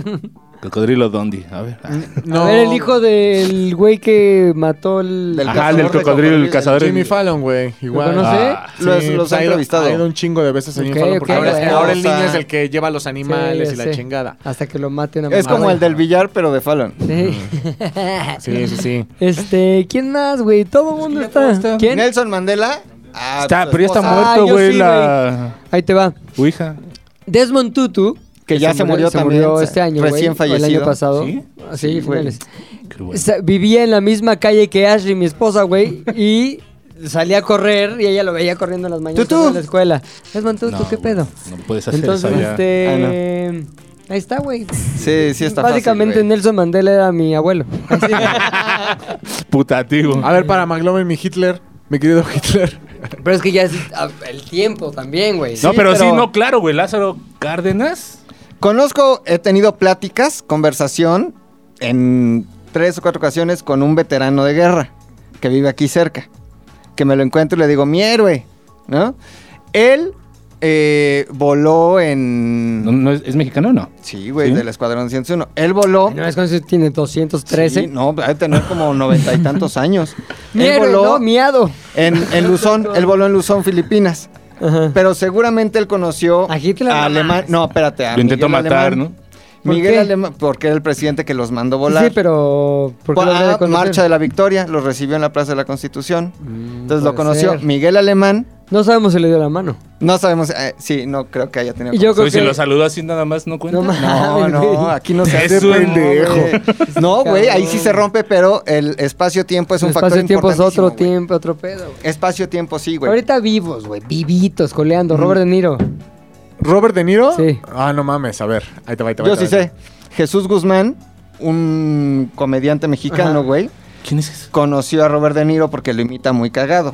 Speaker 10: Cocodrilo Dondi. A ver. Ah,
Speaker 1: No. Era el hijo del güey que mató el...
Speaker 10: Ajá, el del cocodrilo, el cazador.
Speaker 3: Jimmy Fallon, güey. Igual.
Speaker 1: ¿Lo conoce?
Speaker 3: Ah,
Speaker 8: Los-
Speaker 3: sí,
Speaker 8: los
Speaker 3: pues,
Speaker 8: ha
Speaker 3: ha ido-
Speaker 8: entrevistado.
Speaker 3: Ha ido un chingo de veces a Jimmy
Speaker 1: Ok,
Speaker 3: Fallon.
Speaker 1: ok,
Speaker 3: Porque ahora,
Speaker 1: güey.
Speaker 3: ahora el niño
Speaker 1: O sea,
Speaker 3: es el que lleva a los animales
Speaker 1: Sí,
Speaker 3: y
Speaker 1: ya
Speaker 3: la
Speaker 1: sé.
Speaker 3: chingada.
Speaker 1: Hasta que lo mate una
Speaker 13: Es
Speaker 1: mamada.
Speaker 13: como el del billar, pero de Fallon.
Speaker 1: Sí.
Speaker 3: Mm. Sí, sí, sí.
Speaker 1: Este, ¿quién más, güey?
Speaker 13: Pues
Speaker 1: Todo el mundo está. ¿Quién?
Speaker 8: Nelson Mandela. Ah,
Speaker 10: Está,
Speaker 8: su
Speaker 10: pero ya está
Speaker 8: esposa.
Speaker 1: Ah,
Speaker 10: muerto,
Speaker 1: yo
Speaker 10: güey.
Speaker 1: sí,
Speaker 10: la...
Speaker 1: Ahí te va.
Speaker 10: Tu hija.
Speaker 1: Desmond Tutu.
Speaker 13: Que ya se murió también,
Speaker 1: murió
Speaker 13: se-
Speaker 1: este año,
Speaker 13: recién
Speaker 1: güey, o El año
Speaker 13: fallecido.
Speaker 1: pasado.
Speaker 10: ¿Sí?
Speaker 1: Ah, Sí,
Speaker 13: Sí, güey.
Speaker 1: finales.
Speaker 10: Qué bueno.
Speaker 1: Sa- Vivía en la misma calle que Ashley, mi esposa, güey, y salía a correr y ella lo veía corriendo en las mañanas
Speaker 13: Tutu.
Speaker 1: cuando iba a la escuela. Desmond Tutu,
Speaker 10: No,
Speaker 1: ¿qué pedo?
Speaker 10: No puedes hacer
Speaker 1: Entonces,
Speaker 10: eso ya.
Speaker 1: este...
Speaker 13: Ah,
Speaker 1: Ahí está, güey.
Speaker 13: Sí, sí está
Speaker 1: Básicamente
Speaker 13: fácil, güey.
Speaker 1: Nelson Mandela era mi abuelo. Así,
Speaker 10: Putativo.
Speaker 3: A ver, para McLovin, mi Hitler. Mi querido Hitler.
Speaker 1: pero es que ya es ah, el tiempo también, güey.
Speaker 10: no, pero, sí,
Speaker 8: pero-
Speaker 10: no, claro, güey. Lázaro Cárdenas.
Speaker 8: Conozco, he tenido pláticas, conversación en tres o cuatro ocasiones con un veterano de guerra que vive aquí cerca. Que me lo encuentro y le digo, mi héroe, ¿no? Él eh, voló en...
Speaker 10: No, no, ¿Es es mexicano o no?
Speaker 8: Sí, güey,
Speaker 10: ¿Sí?
Speaker 8: del Escuadrón 101. Él voló...
Speaker 1: No es cuando se tiene 213.
Speaker 8: Sí, no, debe tener como noventa y tantos años.
Speaker 1: Mi
Speaker 8: Él
Speaker 1: héroe,
Speaker 8: voló
Speaker 1: no, miado.
Speaker 8: en, en Luzón, él voló en Luzón, Filipinas. Pero seguramente él conoció
Speaker 1: A Hitler, no
Speaker 8: Alemán.
Speaker 1: mames.
Speaker 8: No, espérate. a
Speaker 10: Lo intentó
Speaker 8: Ah, Miguel
Speaker 10: matar,
Speaker 8: Alemán.
Speaker 10: ¿no?
Speaker 1: ¿Por
Speaker 8: Miguel
Speaker 1: qué?
Speaker 8: Alemán, porque era el presidente que los mandó volar.
Speaker 1: Sí, pero... ¿por qué lo
Speaker 8: Ah,
Speaker 1: debe conocer? Mm,
Speaker 8: Marcha de la Victoria, los recibió en la Plaza de la Constitución. Entonces lo
Speaker 1: puede
Speaker 8: conoció
Speaker 1: ser.
Speaker 8: Miguel Alemán.
Speaker 1: No sabemos si le dio la mano.
Speaker 8: No sabemos, eh, sí, no creo que haya tenido.
Speaker 1: Y yo creo
Speaker 10: Oye, si
Speaker 1: que...
Speaker 10: lo saludó así nada más, ¿no cuenta?
Speaker 1: No mames,
Speaker 8: No, no,
Speaker 1: güey.
Speaker 8: aquí no se
Speaker 10: Es
Speaker 8: hace
Speaker 10: un
Speaker 8: güey. No, güey, ahí sí se rompe, pero el espacio-tiempo es un
Speaker 1: El
Speaker 8: factor
Speaker 1: espacio-tiempo es
Speaker 8: importantísimo,
Speaker 1: otro
Speaker 8: güey.
Speaker 1: tiempo, otro pedo. güey.
Speaker 8: Espacio-tiempo sí, güey.
Speaker 1: Ahorita vivos, güey, vivitos, coleando. Robert De Niro.
Speaker 3: ¿Robert De Niro?
Speaker 1: Sí.
Speaker 3: Ah, no mames. A ver. Ahí te va, ahí te va.
Speaker 8: Yo
Speaker 3: ahí te
Speaker 8: sí
Speaker 3: va, ahí
Speaker 8: sé. Jesús Guzmán, un comediante
Speaker 1: Ajá.
Speaker 8: mexicano, güey,
Speaker 10: ¿Quién es ese?
Speaker 8: conoció a Robert De Niro porque lo imita muy cagado.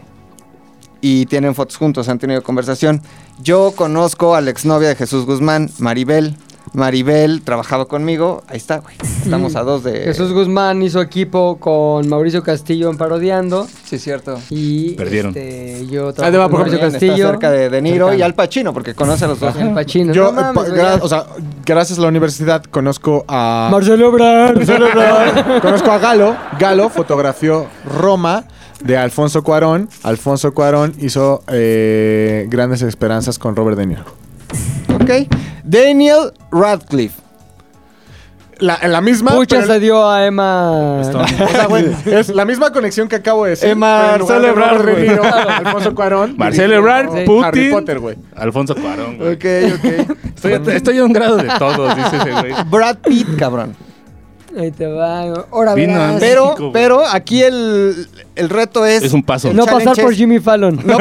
Speaker 8: Y tienen fotos juntos, han tenido conversación. Yo conozco a la exnovia de Jesús Guzmán, Maribel. Maribel trabajaba conmigo. Ahí está, güey. Estamos a dos de...
Speaker 1: Jesús Guzmán hizo equipo con Mauricio Castillo en Parodiando.
Speaker 8: Sí, cierto. Ah,
Speaker 1: Y
Speaker 10: Perdieron.
Speaker 1: este, yo
Speaker 3: Ahí te
Speaker 1: trabajo
Speaker 3: va,
Speaker 1: con
Speaker 3: por
Speaker 1: Mauricio
Speaker 8: También está
Speaker 1: Castillo.
Speaker 8: cerca de De Niro
Speaker 1: Cercano.
Speaker 8: y Al Pacino, porque conoce a los dos.
Speaker 1: El Pachino.
Speaker 3: va. Yo,
Speaker 1: No mames,
Speaker 3: pa-
Speaker 1: güey,
Speaker 3: gra-
Speaker 1: ya.
Speaker 3: o sea, gracias a la universidad conozco
Speaker 10: Ah.
Speaker 3: a...
Speaker 1: Marcelo Ebrard.
Speaker 3: Pues Conozco a Galo. Galo fotografió Roma de Alfonso Cuarón. Alfonso Cuarón hizo eh, Grandes Esperanzas con Robert De Niro.
Speaker 8: Ok. Daniel Radcliffe.
Speaker 3: La, la misma.
Speaker 1: Pucha
Speaker 3: pero-
Speaker 1: se dio a Emma.
Speaker 3: O sea, güey, es la misma conexión que acabo de decir.
Speaker 8: Emma
Speaker 3: pero en lugar de
Speaker 10: Eh, Ebrard,
Speaker 3: Robert De
Speaker 10: güey.
Speaker 3: Niro, Alfonso Cuarón.
Speaker 10: Marcelo
Speaker 3: dirigió
Speaker 10: Ebrard,
Speaker 3: Harry
Speaker 10: Putin.
Speaker 3: Potter, güey.
Speaker 10: Alfonso Cuarón, güey.
Speaker 8: Ok, ok.
Speaker 10: Estoy, a, estoy a un grado de todos, dice ese güey.
Speaker 8: Brad Pitt, cabrón.
Speaker 1: Ahí te va. güey. Ahora
Speaker 10: Vino
Speaker 1: verás.
Speaker 10: antes.
Speaker 8: Pero,
Speaker 10: México, güey.
Speaker 8: pero aquí el, el reto es...
Speaker 10: Es un paso.
Speaker 8: el
Speaker 1: No pasar
Speaker 8: challenge
Speaker 1: por
Speaker 8: es-
Speaker 1: Jimmy Fallon.
Speaker 8: no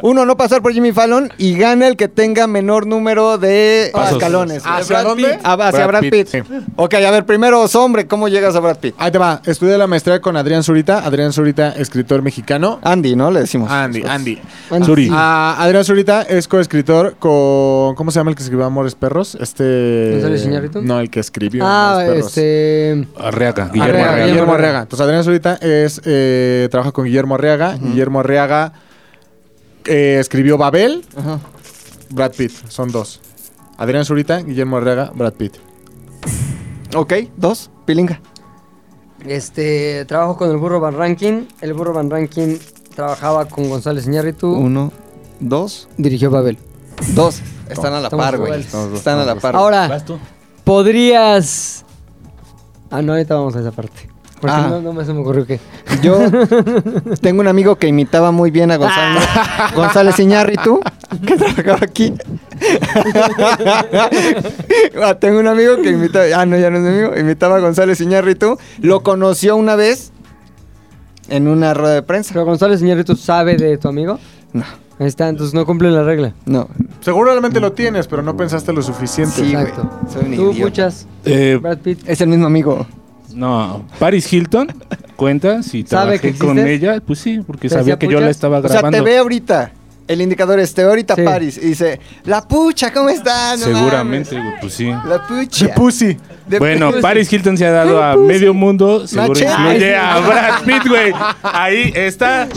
Speaker 8: pas- uno, no pasar por Jimmy Fallon y gana el que tenga menor número de
Speaker 10: Pasos.
Speaker 8: escalones.
Speaker 3: ¿Hacia dónde?
Speaker 8: Ah, va, hacia
Speaker 10: Brad
Speaker 8: Brad Pitt.
Speaker 10: Pitt.
Speaker 8: Ok, a ver, primero, hombre, ¿cómo llegas a Brad Pitt?
Speaker 3: Ahí te va. Estudié la maestría con Adrián Zurita. Adrián Zurita, escritor mexicano.
Speaker 8: Andy, ¿no? Le decimos.
Speaker 3: Andy, Andy.
Speaker 1: Andy.
Speaker 10: Suri.
Speaker 3: Ah, Adrián Zurita es coescritor con. ¿Cómo se llama el que escribió Amores Perros? Este.
Speaker 1: ¿González Iñárritu?
Speaker 3: No, el que escribió
Speaker 1: Ah,
Speaker 3: Amores Perros.
Speaker 1: este.
Speaker 10: Arriaga,
Speaker 3: Guillermo Arriaga.
Speaker 10: Guillermo Arriaga.
Speaker 3: Guillermo Arriaga. Entonces Adrián Zurita es, eh, trabaja con Guillermo Arriaga. Guillermo Arriaga eh, escribió Babel,
Speaker 8: Ajá.
Speaker 3: Brad Pitt. Son dos. Adrián Zurita, Guillermo Arriaga, Brad Pitt.
Speaker 8: Ok, dos, pilinga.
Speaker 1: Este. Trabajo con el burro Van Rankin. El burro Van Rankin trabajaba con González Iñárritu.
Speaker 8: Uno, dos,
Speaker 1: Dirigió Babel.
Speaker 8: dos. Están a la
Speaker 1: Estamos
Speaker 8: par, güey.
Speaker 1: iguales.
Speaker 8: Están a la par.
Speaker 1: Ahora,
Speaker 10: Vas tú.
Speaker 1: podrías. Ah, no, ahorita vamos a esa parte. Porque
Speaker 8: Ah.
Speaker 1: no, no me se me ocurrió que.
Speaker 8: Yo tengo un amigo que imitaba muy bien a González, González Iñárritu, que trabajaba aquí. Ah, tengo un amigo que imitaba, ah, no, ya no es mi amigo, imitaba a González Iñárritu. Lo conoció una vez en una rueda de prensa.
Speaker 1: Pero González Iñárritu sabe de tu amigo.
Speaker 8: No,
Speaker 1: Ahí está, entonces no cumplen la regla.
Speaker 8: no.
Speaker 3: Seguramente lo tienes, pero no pensaste lo suficiente.
Speaker 8: Sí, güey.
Speaker 1: Exacto.
Speaker 8: Soy un
Speaker 1: Tú,
Speaker 8: idiota.
Speaker 1: muchas.
Speaker 10: Eh,
Speaker 1: Brad Pitt.
Speaker 8: Es el mismo amigo.
Speaker 10: no, Paris Hilton cuenta si
Speaker 1: ¿Sabe
Speaker 10: trabajé
Speaker 1: que
Speaker 10: con
Speaker 1: existes?
Speaker 10: ella. Pues sí, porque
Speaker 1: ¿Te decía
Speaker 10: sabía que yo
Speaker 1: puchas?
Speaker 10: la estaba
Speaker 8: O sea,
Speaker 10: grabando.
Speaker 8: te ve ahorita. El indicador es, te ve ahorita
Speaker 1: Sí.
Speaker 8: París. Y dice, la pucha, ¿cómo estás? No
Speaker 10: Seguramente, güey, pues sí. pues
Speaker 8: mames, La pucha.
Speaker 3: Pussy.
Speaker 8: De
Speaker 10: Bueno,
Speaker 8: pucha.
Speaker 10: Paris Hilton se ha dado a medio mundo, seguro
Speaker 8: Mache-
Speaker 10: incluye a Brad Pitt, güey. Ahí está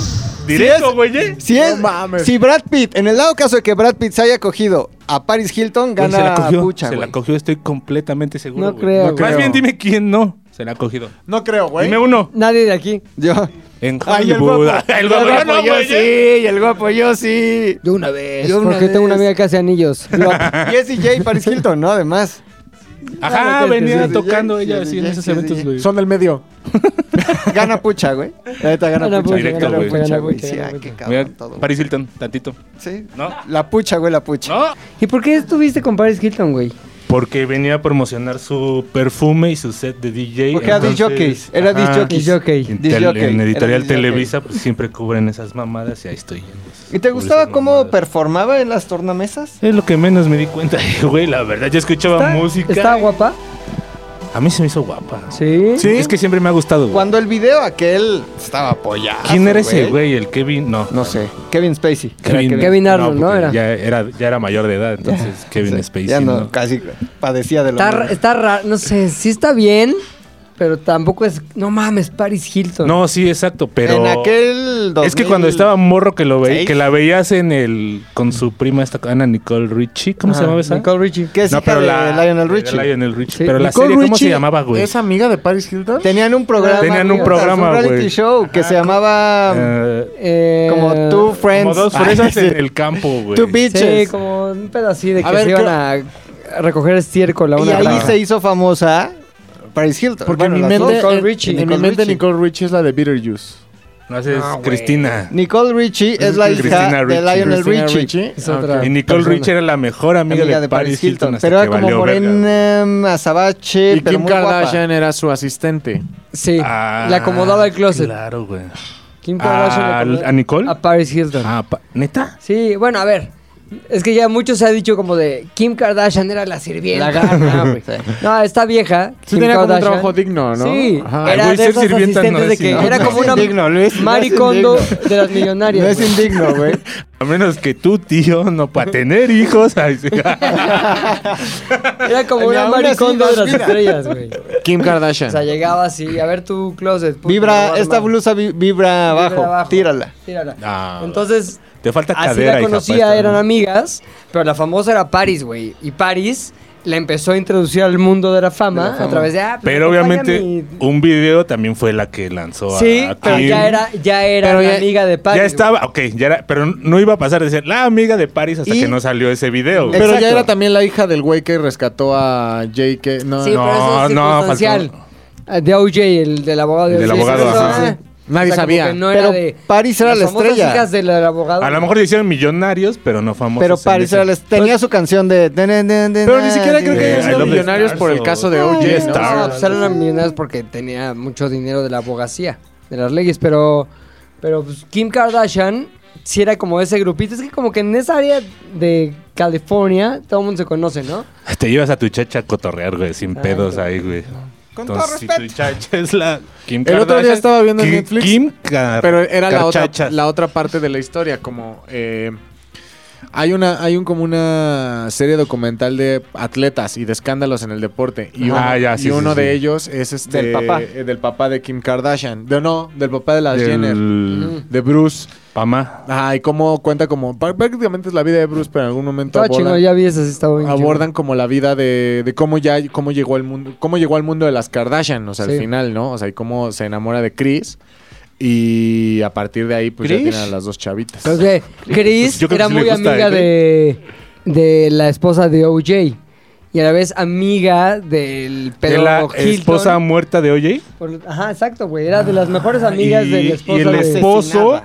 Speaker 10: directo, güey. ¿eh?
Speaker 8: Si, es,
Speaker 3: mames.
Speaker 8: si Brad Pitt, en el dado caso de que Brad Pitt se haya cogido a Paris Hilton,
Speaker 2: Güey,
Speaker 8: gana
Speaker 2: se la cogió.
Speaker 8: Pucha,
Speaker 2: se la
Speaker 8: güey.
Speaker 2: cogió, estoy completamente seguro.
Speaker 8: No
Speaker 2: güey.
Speaker 8: creo, No güey.
Speaker 2: Más
Speaker 8: creo.
Speaker 2: bien dime quién no se la ha cogido.
Speaker 10: No creo, güey.
Speaker 2: Dime uno.
Speaker 1: Nadie de aquí.
Speaker 8: Yo.
Speaker 2: En
Speaker 1: Ay, el
Speaker 2: Hollywood.
Speaker 1: guapo.
Speaker 2: El guapo.
Speaker 1: El
Speaker 2: Ah, no,
Speaker 1: guapo, yo
Speaker 2: güey, ya.
Speaker 1: sí,
Speaker 8: el guapo yo sí.
Speaker 1: De una vez.
Speaker 8: De una
Speaker 1: porque tengo una
Speaker 8: vez.
Speaker 1: amiga que hace anillos. Lo-
Speaker 8: Jesse J. Paris Hilton, ¿no? Además.
Speaker 2: Ajá,
Speaker 8: Sí,
Speaker 2: venía
Speaker 8: sí, sí,
Speaker 2: tocando
Speaker 8: sí,
Speaker 2: ella
Speaker 8: sí,
Speaker 2: así en
Speaker 8: sí,
Speaker 2: esos
Speaker 8: sí,
Speaker 2: eventos,
Speaker 8: sí.
Speaker 2: güey.
Speaker 8: Son del medio. gana Pucha, güey. La neta gana,
Speaker 2: Gana
Speaker 8: Pucha.
Speaker 2: Pucha, Directo, gana güey. Pucha,
Speaker 1: gana Pucha,
Speaker 8: Sí,
Speaker 1: gana
Speaker 8: ah,
Speaker 1: Pucha.
Speaker 8: qué
Speaker 2: Mira,
Speaker 8: cabrón todo.
Speaker 2: Paris Hilton, tantito.
Speaker 8: Sí.
Speaker 2: ¿No?
Speaker 8: La Pucha, güey, la Pucha.
Speaker 1: ¿Y por qué estuviste con Paris Hilton, güey?
Speaker 2: Porque venía a promocionar su perfume y su set de DJ.
Speaker 1: Porque era
Speaker 2: entonces-
Speaker 1: disc jockeys, era
Speaker 2: Ajá.
Speaker 1: disc jockeys. Disc jockey.
Speaker 2: En,
Speaker 1: Disc
Speaker 2: tel-
Speaker 1: jockey,
Speaker 2: en
Speaker 1: era
Speaker 2: editorial
Speaker 1: disc jockey.
Speaker 2: Televisa, pues siempre cubren esas mamadas y ahí estoy. pues,
Speaker 8: ¿Y te gustaba cómo performaba en las tornamesas?
Speaker 2: Es lo que menos me di cuenta, güey. La verdad, yo escuchaba música.
Speaker 1: ¿Está guapa?
Speaker 2: A mí se me hizo guapa.
Speaker 1: Sí.
Speaker 2: Sí. Es que siempre me ha gustado, güey.
Speaker 8: Cuando el video aquel estaba apoyado.
Speaker 2: ¿Quién
Speaker 1: Ah,
Speaker 2: era ese güey? ¿El Kevin? No.
Speaker 8: No sé. Kevin Spacey.
Speaker 1: Kevin- Kevin Arnold, ¿no?
Speaker 2: porque
Speaker 1: Era.
Speaker 2: Ya era, ya era mayor de edad, entonces Kevin Spacey.
Speaker 8: Ya no,
Speaker 2: ¿no?
Speaker 8: casi padecía de lo
Speaker 1: Está, ra-
Speaker 8: mismo.
Speaker 1: está raro, no sé, sí está bien, pero tampoco es. No mames, Paris Hilton.
Speaker 2: No, sí, exacto, pero.
Speaker 1: En
Speaker 8: aquel
Speaker 2: Es que cuando estaba morro que lo veía,
Speaker 1: ¿Seis?
Speaker 2: que la veías en el. con su prima esta Ana Nicole Richie. ¿Cómo se
Speaker 1: Ajá,
Speaker 2: llamaba esa?
Speaker 1: Nicole Richie.
Speaker 8: Que es hija de Lionel
Speaker 2: de
Speaker 8: Richie.
Speaker 2: Lionel Richie.
Speaker 8: Sí.
Speaker 2: Pero la
Speaker 8: Nicole
Speaker 2: serie, ¿cómo se
Speaker 8: Richie
Speaker 2: llamaba, Ah, güey?
Speaker 8: ¿Es amiga de Paris Hilton? Tenían un programa.
Speaker 2: Tenían un
Speaker 8: güey,
Speaker 2: programa,
Speaker 8: un reality
Speaker 2: güey. Ah,
Speaker 8: show que se llamaba
Speaker 2: Eh,
Speaker 8: como Two um, Friends.
Speaker 2: Como dos
Speaker 8: Ay,
Speaker 2: fresas
Speaker 8: sí.
Speaker 2: en el campo, güey.
Speaker 8: Two bitches.
Speaker 1: Sí, como un pedo así de
Speaker 8: A
Speaker 1: que
Speaker 8: ver,
Speaker 1: se
Speaker 8: creo-
Speaker 1: iban a- a recoger estiércol a
Speaker 8: Y
Speaker 1: una
Speaker 8: ahí
Speaker 1: granja.
Speaker 8: se hizo famosa Paris Hilton.
Speaker 10: Porque en mi
Speaker 8: las
Speaker 10: mente-
Speaker 8: dos.
Speaker 10: en- en mi mente Nicole Richie es la de Beetlejuice.
Speaker 2: No, esa
Speaker 8: Ah,
Speaker 2: es Cristina.
Speaker 8: Nicole Richie es la hija de Lionel
Speaker 10: Christina
Speaker 8: Richie.
Speaker 10: Richie.
Speaker 8: Es otra
Speaker 2: Y Nicole
Speaker 8: persona.
Speaker 2: Richie era la mejor amiga,
Speaker 8: Amiga
Speaker 2: de, Paris Hilton. hasta
Speaker 8: pero
Speaker 2: que
Speaker 8: era como
Speaker 2: valió verga.
Speaker 8: morena, azabache,
Speaker 10: Y
Speaker 8: pero
Speaker 10: Kim
Speaker 8: muy guapa.
Speaker 10: Kardashian era su asistente.
Speaker 1: Sí,
Speaker 2: Ah,
Speaker 1: le acomodaba el closet.
Speaker 2: Claro, güey.
Speaker 1: Kim Kardashian le
Speaker 2: ¿A,
Speaker 1: acomodaba-
Speaker 2: a Nicole?
Speaker 1: A Paris Hilton.
Speaker 2: Ah, pa- ¿Neta?
Speaker 1: Sí, bueno, a ver. Es que ya mucho se ha dicho como de Kim Kardashian era la sirvienta.
Speaker 10: La gana, güey.
Speaker 1: No, esta vieja.
Speaker 10: Sí
Speaker 1: Kim
Speaker 10: tenía como un
Speaker 1: Kardashian,
Speaker 10: trabajo digno, ¿no?
Speaker 1: Sí,
Speaker 10: Ajá.
Speaker 1: era
Speaker 10: Ay, güey,
Speaker 1: de
Speaker 10: ser
Speaker 1: esas
Speaker 10: sirvienta
Speaker 1: asistentes
Speaker 10: no
Speaker 1: de
Speaker 10: es
Speaker 1: que
Speaker 10: indigno.
Speaker 1: era como
Speaker 10: No es
Speaker 1: una
Speaker 10: indigno, Luis, no es
Speaker 1: maricondo
Speaker 10: indigno.
Speaker 1: de las millonarias.
Speaker 10: No es
Speaker 1: güey.
Speaker 10: indigno, güey.
Speaker 2: A menos que tú, tío, no para tener hijos. ay, sí.
Speaker 1: Era como
Speaker 8: Ni
Speaker 1: una
Speaker 8: aún así
Speaker 1: maricondo de
Speaker 8: das
Speaker 1: las
Speaker 8: vida.
Speaker 1: estrellas, güey.
Speaker 10: Kim
Speaker 1: O sea,
Speaker 10: Kardashian.
Speaker 1: llegaba así, a ver tu closet. puta, me voy
Speaker 8: Vibra,
Speaker 1: a
Speaker 8: esta
Speaker 1: armar.
Speaker 8: blusa vi- vibra abajo.
Speaker 1: abajo.
Speaker 8: Tírala.
Speaker 1: Tírala.
Speaker 2: Ah,
Speaker 1: Entonces,
Speaker 2: te falta
Speaker 1: Así
Speaker 2: cadera,
Speaker 1: la
Speaker 2: hija, pues,
Speaker 1: conocía,
Speaker 2: para estar-
Speaker 1: eran amigas, pero la famosa era Paris, güey. Y Paris la empezó a introducir al mundo de la fama,
Speaker 2: De la fama.
Speaker 1: a través de... Ah, pues,
Speaker 2: Pero
Speaker 1: acompáñame.
Speaker 2: obviamente un video también fue la que lanzó a-
Speaker 1: Sí,
Speaker 2: a
Speaker 1: pero
Speaker 2: Kim.
Speaker 1: ya era, ya era
Speaker 2: Pero
Speaker 1: la
Speaker 2: ya-
Speaker 1: amiga de Paris.
Speaker 2: Ya estaba, ok, ya era, pero no iba a pasar de ser la amiga de Paris hasta
Speaker 10: Y-
Speaker 2: que no salió ese video. güey.
Speaker 10: Pero ya era también la hija del güey que rescató a J.K. No,
Speaker 1: Sí, pero eso es
Speaker 2: No, no,
Speaker 1: circunstancial. Ah, De OJ, el del abogado. de
Speaker 2: El del
Speaker 1: O.J.,
Speaker 2: abogado,
Speaker 1: eso,
Speaker 2: ajá.
Speaker 1: ah.
Speaker 10: Nadie
Speaker 1: O sea, como
Speaker 10: sabía.
Speaker 1: que no era
Speaker 8: Pero
Speaker 1: de-
Speaker 8: Paris era
Speaker 1: las
Speaker 8: la
Speaker 1: famosas
Speaker 8: estrella.
Speaker 1: hijas del abogado.
Speaker 2: A lo mejor le hicieron millonarios, pero no famosos.
Speaker 8: Pero
Speaker 2: en
Speaker 8: Paris
Speaker 2: ese- Eh,
Speaker 8: era la- tenía su canción de... Pero
Speaker 10: Pero ni siquiera creo que hayan
Speaker 2: I
Speaker 10: sido
Speaker 2: love the
Speaker 10: millonarios por el
Speaker 2: stars
Speaker 10: caso
Speaker 2: o-
Speaker 10: de
Speaker 1: No,
Speaker 10: OJ. ¿no?
Speaker 2: Star.
Speaker 1: pues eran millonarios porque tenía mucho dinero de la abogacía, de las leyes, pero, pero pues, Kim Kardashian sí era como ese grupito. Es que como que en esa área de California todo el mundo se conoce, ¿no?
Speaker 2: Te llevas a tu chacha a cotorrear, güey, sin pedos ahí, güey. Con
Speaker 1: todo
Speaker 2: Si tu chacha es la Kim
Speaker 10: El otro
Speaker 2: Kardashian,
Speaker 10: día estaba viendo en
Speaker 2: Ki-
Speaker 10: Netflix.
Speaker 2: Kim Kar-
Speaker 10: Pero era la otra,
Speaker 2: Karchacha.
Speaker 10: la otra parte de la historia, como eh, hay una, hay un como una serie documental de atletas y de escándalos en el deporte. Y uno,
Speaker 2: Ah, ya, sí, sí,
Speaker 10: y uno
Speaker 2: sí.
Speaker 10: de ellos es este
Speaker 8: Del papá.
Speaker 10: eh, del papá de Kim Kardashian. De no, del papá de las
Speaker 2: Del-
Speaker 10: Jenner. De Bruce.
Speaker 2: Pamá.
Speaker 10: Ajá, y cómo cuenta como. prá- Prácticamente es la vida de Bruce, pero en algún momento
Speaker 1: Estaba chingón,
Speaker 10: abordan,
Speaker 1: ya vi eso, sí estaba bien
Speaker 10: abordan como la vida de, de cómo ya, cómo llegó al mundo, cómo llegó al mundo de las Kardashian, o sea, al
Speaker 1: Sí.
Speaker 10: final, ¿no? O sea, y cómo se enamora de Chris. Y a partir de ahí, pues ya
Speaker 2: ¿Chris?
Speaker 10: tienen a las dos chavitas.
Speaker 1: chingón. Entonces, Chris
Speaker 2: Yo creo que
Speaker 1: era
Speaker 2: sí le
Speaker 1: muy
Speaker 2: gusta,
Speaker 1: amiga de, de la esposa de OJ y a la vez amiga del
Speaker 2: ¿De
Speaker 1: pedo
Speaker 2: la
Speaker 1: Hilton.
Speaker 2: esposa muerta de OJ.
Speaker 1: Por- Ajá, exacto, güey. Era de las mejores amigas
Speaker 2: Ah, y,
Speaker 1: de la esposa
Speaker 2: y el
Speaker 1: de-
Speaker 2: esposo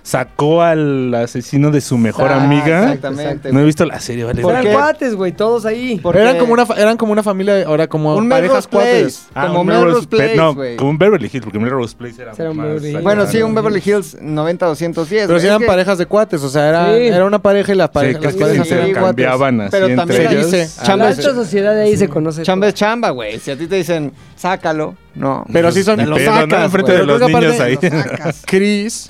Speaker 2: sacó al asesino de su mejor
Speaker 1: Ah,
Speaker 2: amiga.
Speaker 8: exactamente.
Speaker 2: No he visto la serie, vale.
Speaker 1: Eran
Speaker 2: verga.
Speaker 1: cuates, güey, todos ahí.
Speaker 8: Porque-
Speaker 10: Eran como una fa- eran como una familia, ahora como
Speaker 8: Un
Speaker 10: parejas
Speaker 8: Melrose Place.
Speaker 10: cuates.
Speaker 2: Ah,
Speaker 8: como
Speaker 2: un Melrose
Speaker 8: Melrose
Speaker 2: Pe-
Speaker 8: Place,
Speaker 2: No,
Speaker 8: güey.
Speaker 2: como un Beverly Hills, porque Melrose Place era,
Speaker 1: Era un
Speaker 2: más
Speaker 1: Beverly Hills.
Speaker 8: Bueno,
Speaker 2: acá,
Speaker 8: sí,
Speaker 2: ¿no?
Speaker 8: un Beverly Hills 90-210.
Speaker 10: Pero si eran parejas de cuates, o sea, era,
Speaker 1: Sí.
Speaker 10: era una pareja y las
Speaker 2: Sí,
Speaker 10: parejas,
Speaker 2: que
Speaker 10: las
Speaker 2: se
Speaker 10: parejas eran cuates.
Speaker 2: intercambiaban así
Speaker 8: Pero
Speaker 2: entre
Speaker 8: también
Speaker 10: Se
Speaker 2: ellos.
Speaker 10: dice,
Speaker 1: la
Speaker 8: Chambas-
Speaker 1: alta sociedad de ahí se conoce.
Speaker 8: Chamba es chamba, güey. Si a ti te dicen, sácalo, no.
Speaker 10: Pero sí son
Speaker 2: Ni
Speaker 8: Te lo
Speaker 2: pedo, ¿no?
Speaker 8: sacas,
Speaker 2: Enfrente
Speaker 8: güey.
Speaker 2: de los
Speaker 10: Pero creo que
Speaker 2: niños ahí.
Speaker 10: aparte-
Speaker 8: Lo sacas.
Speaker 10: Chris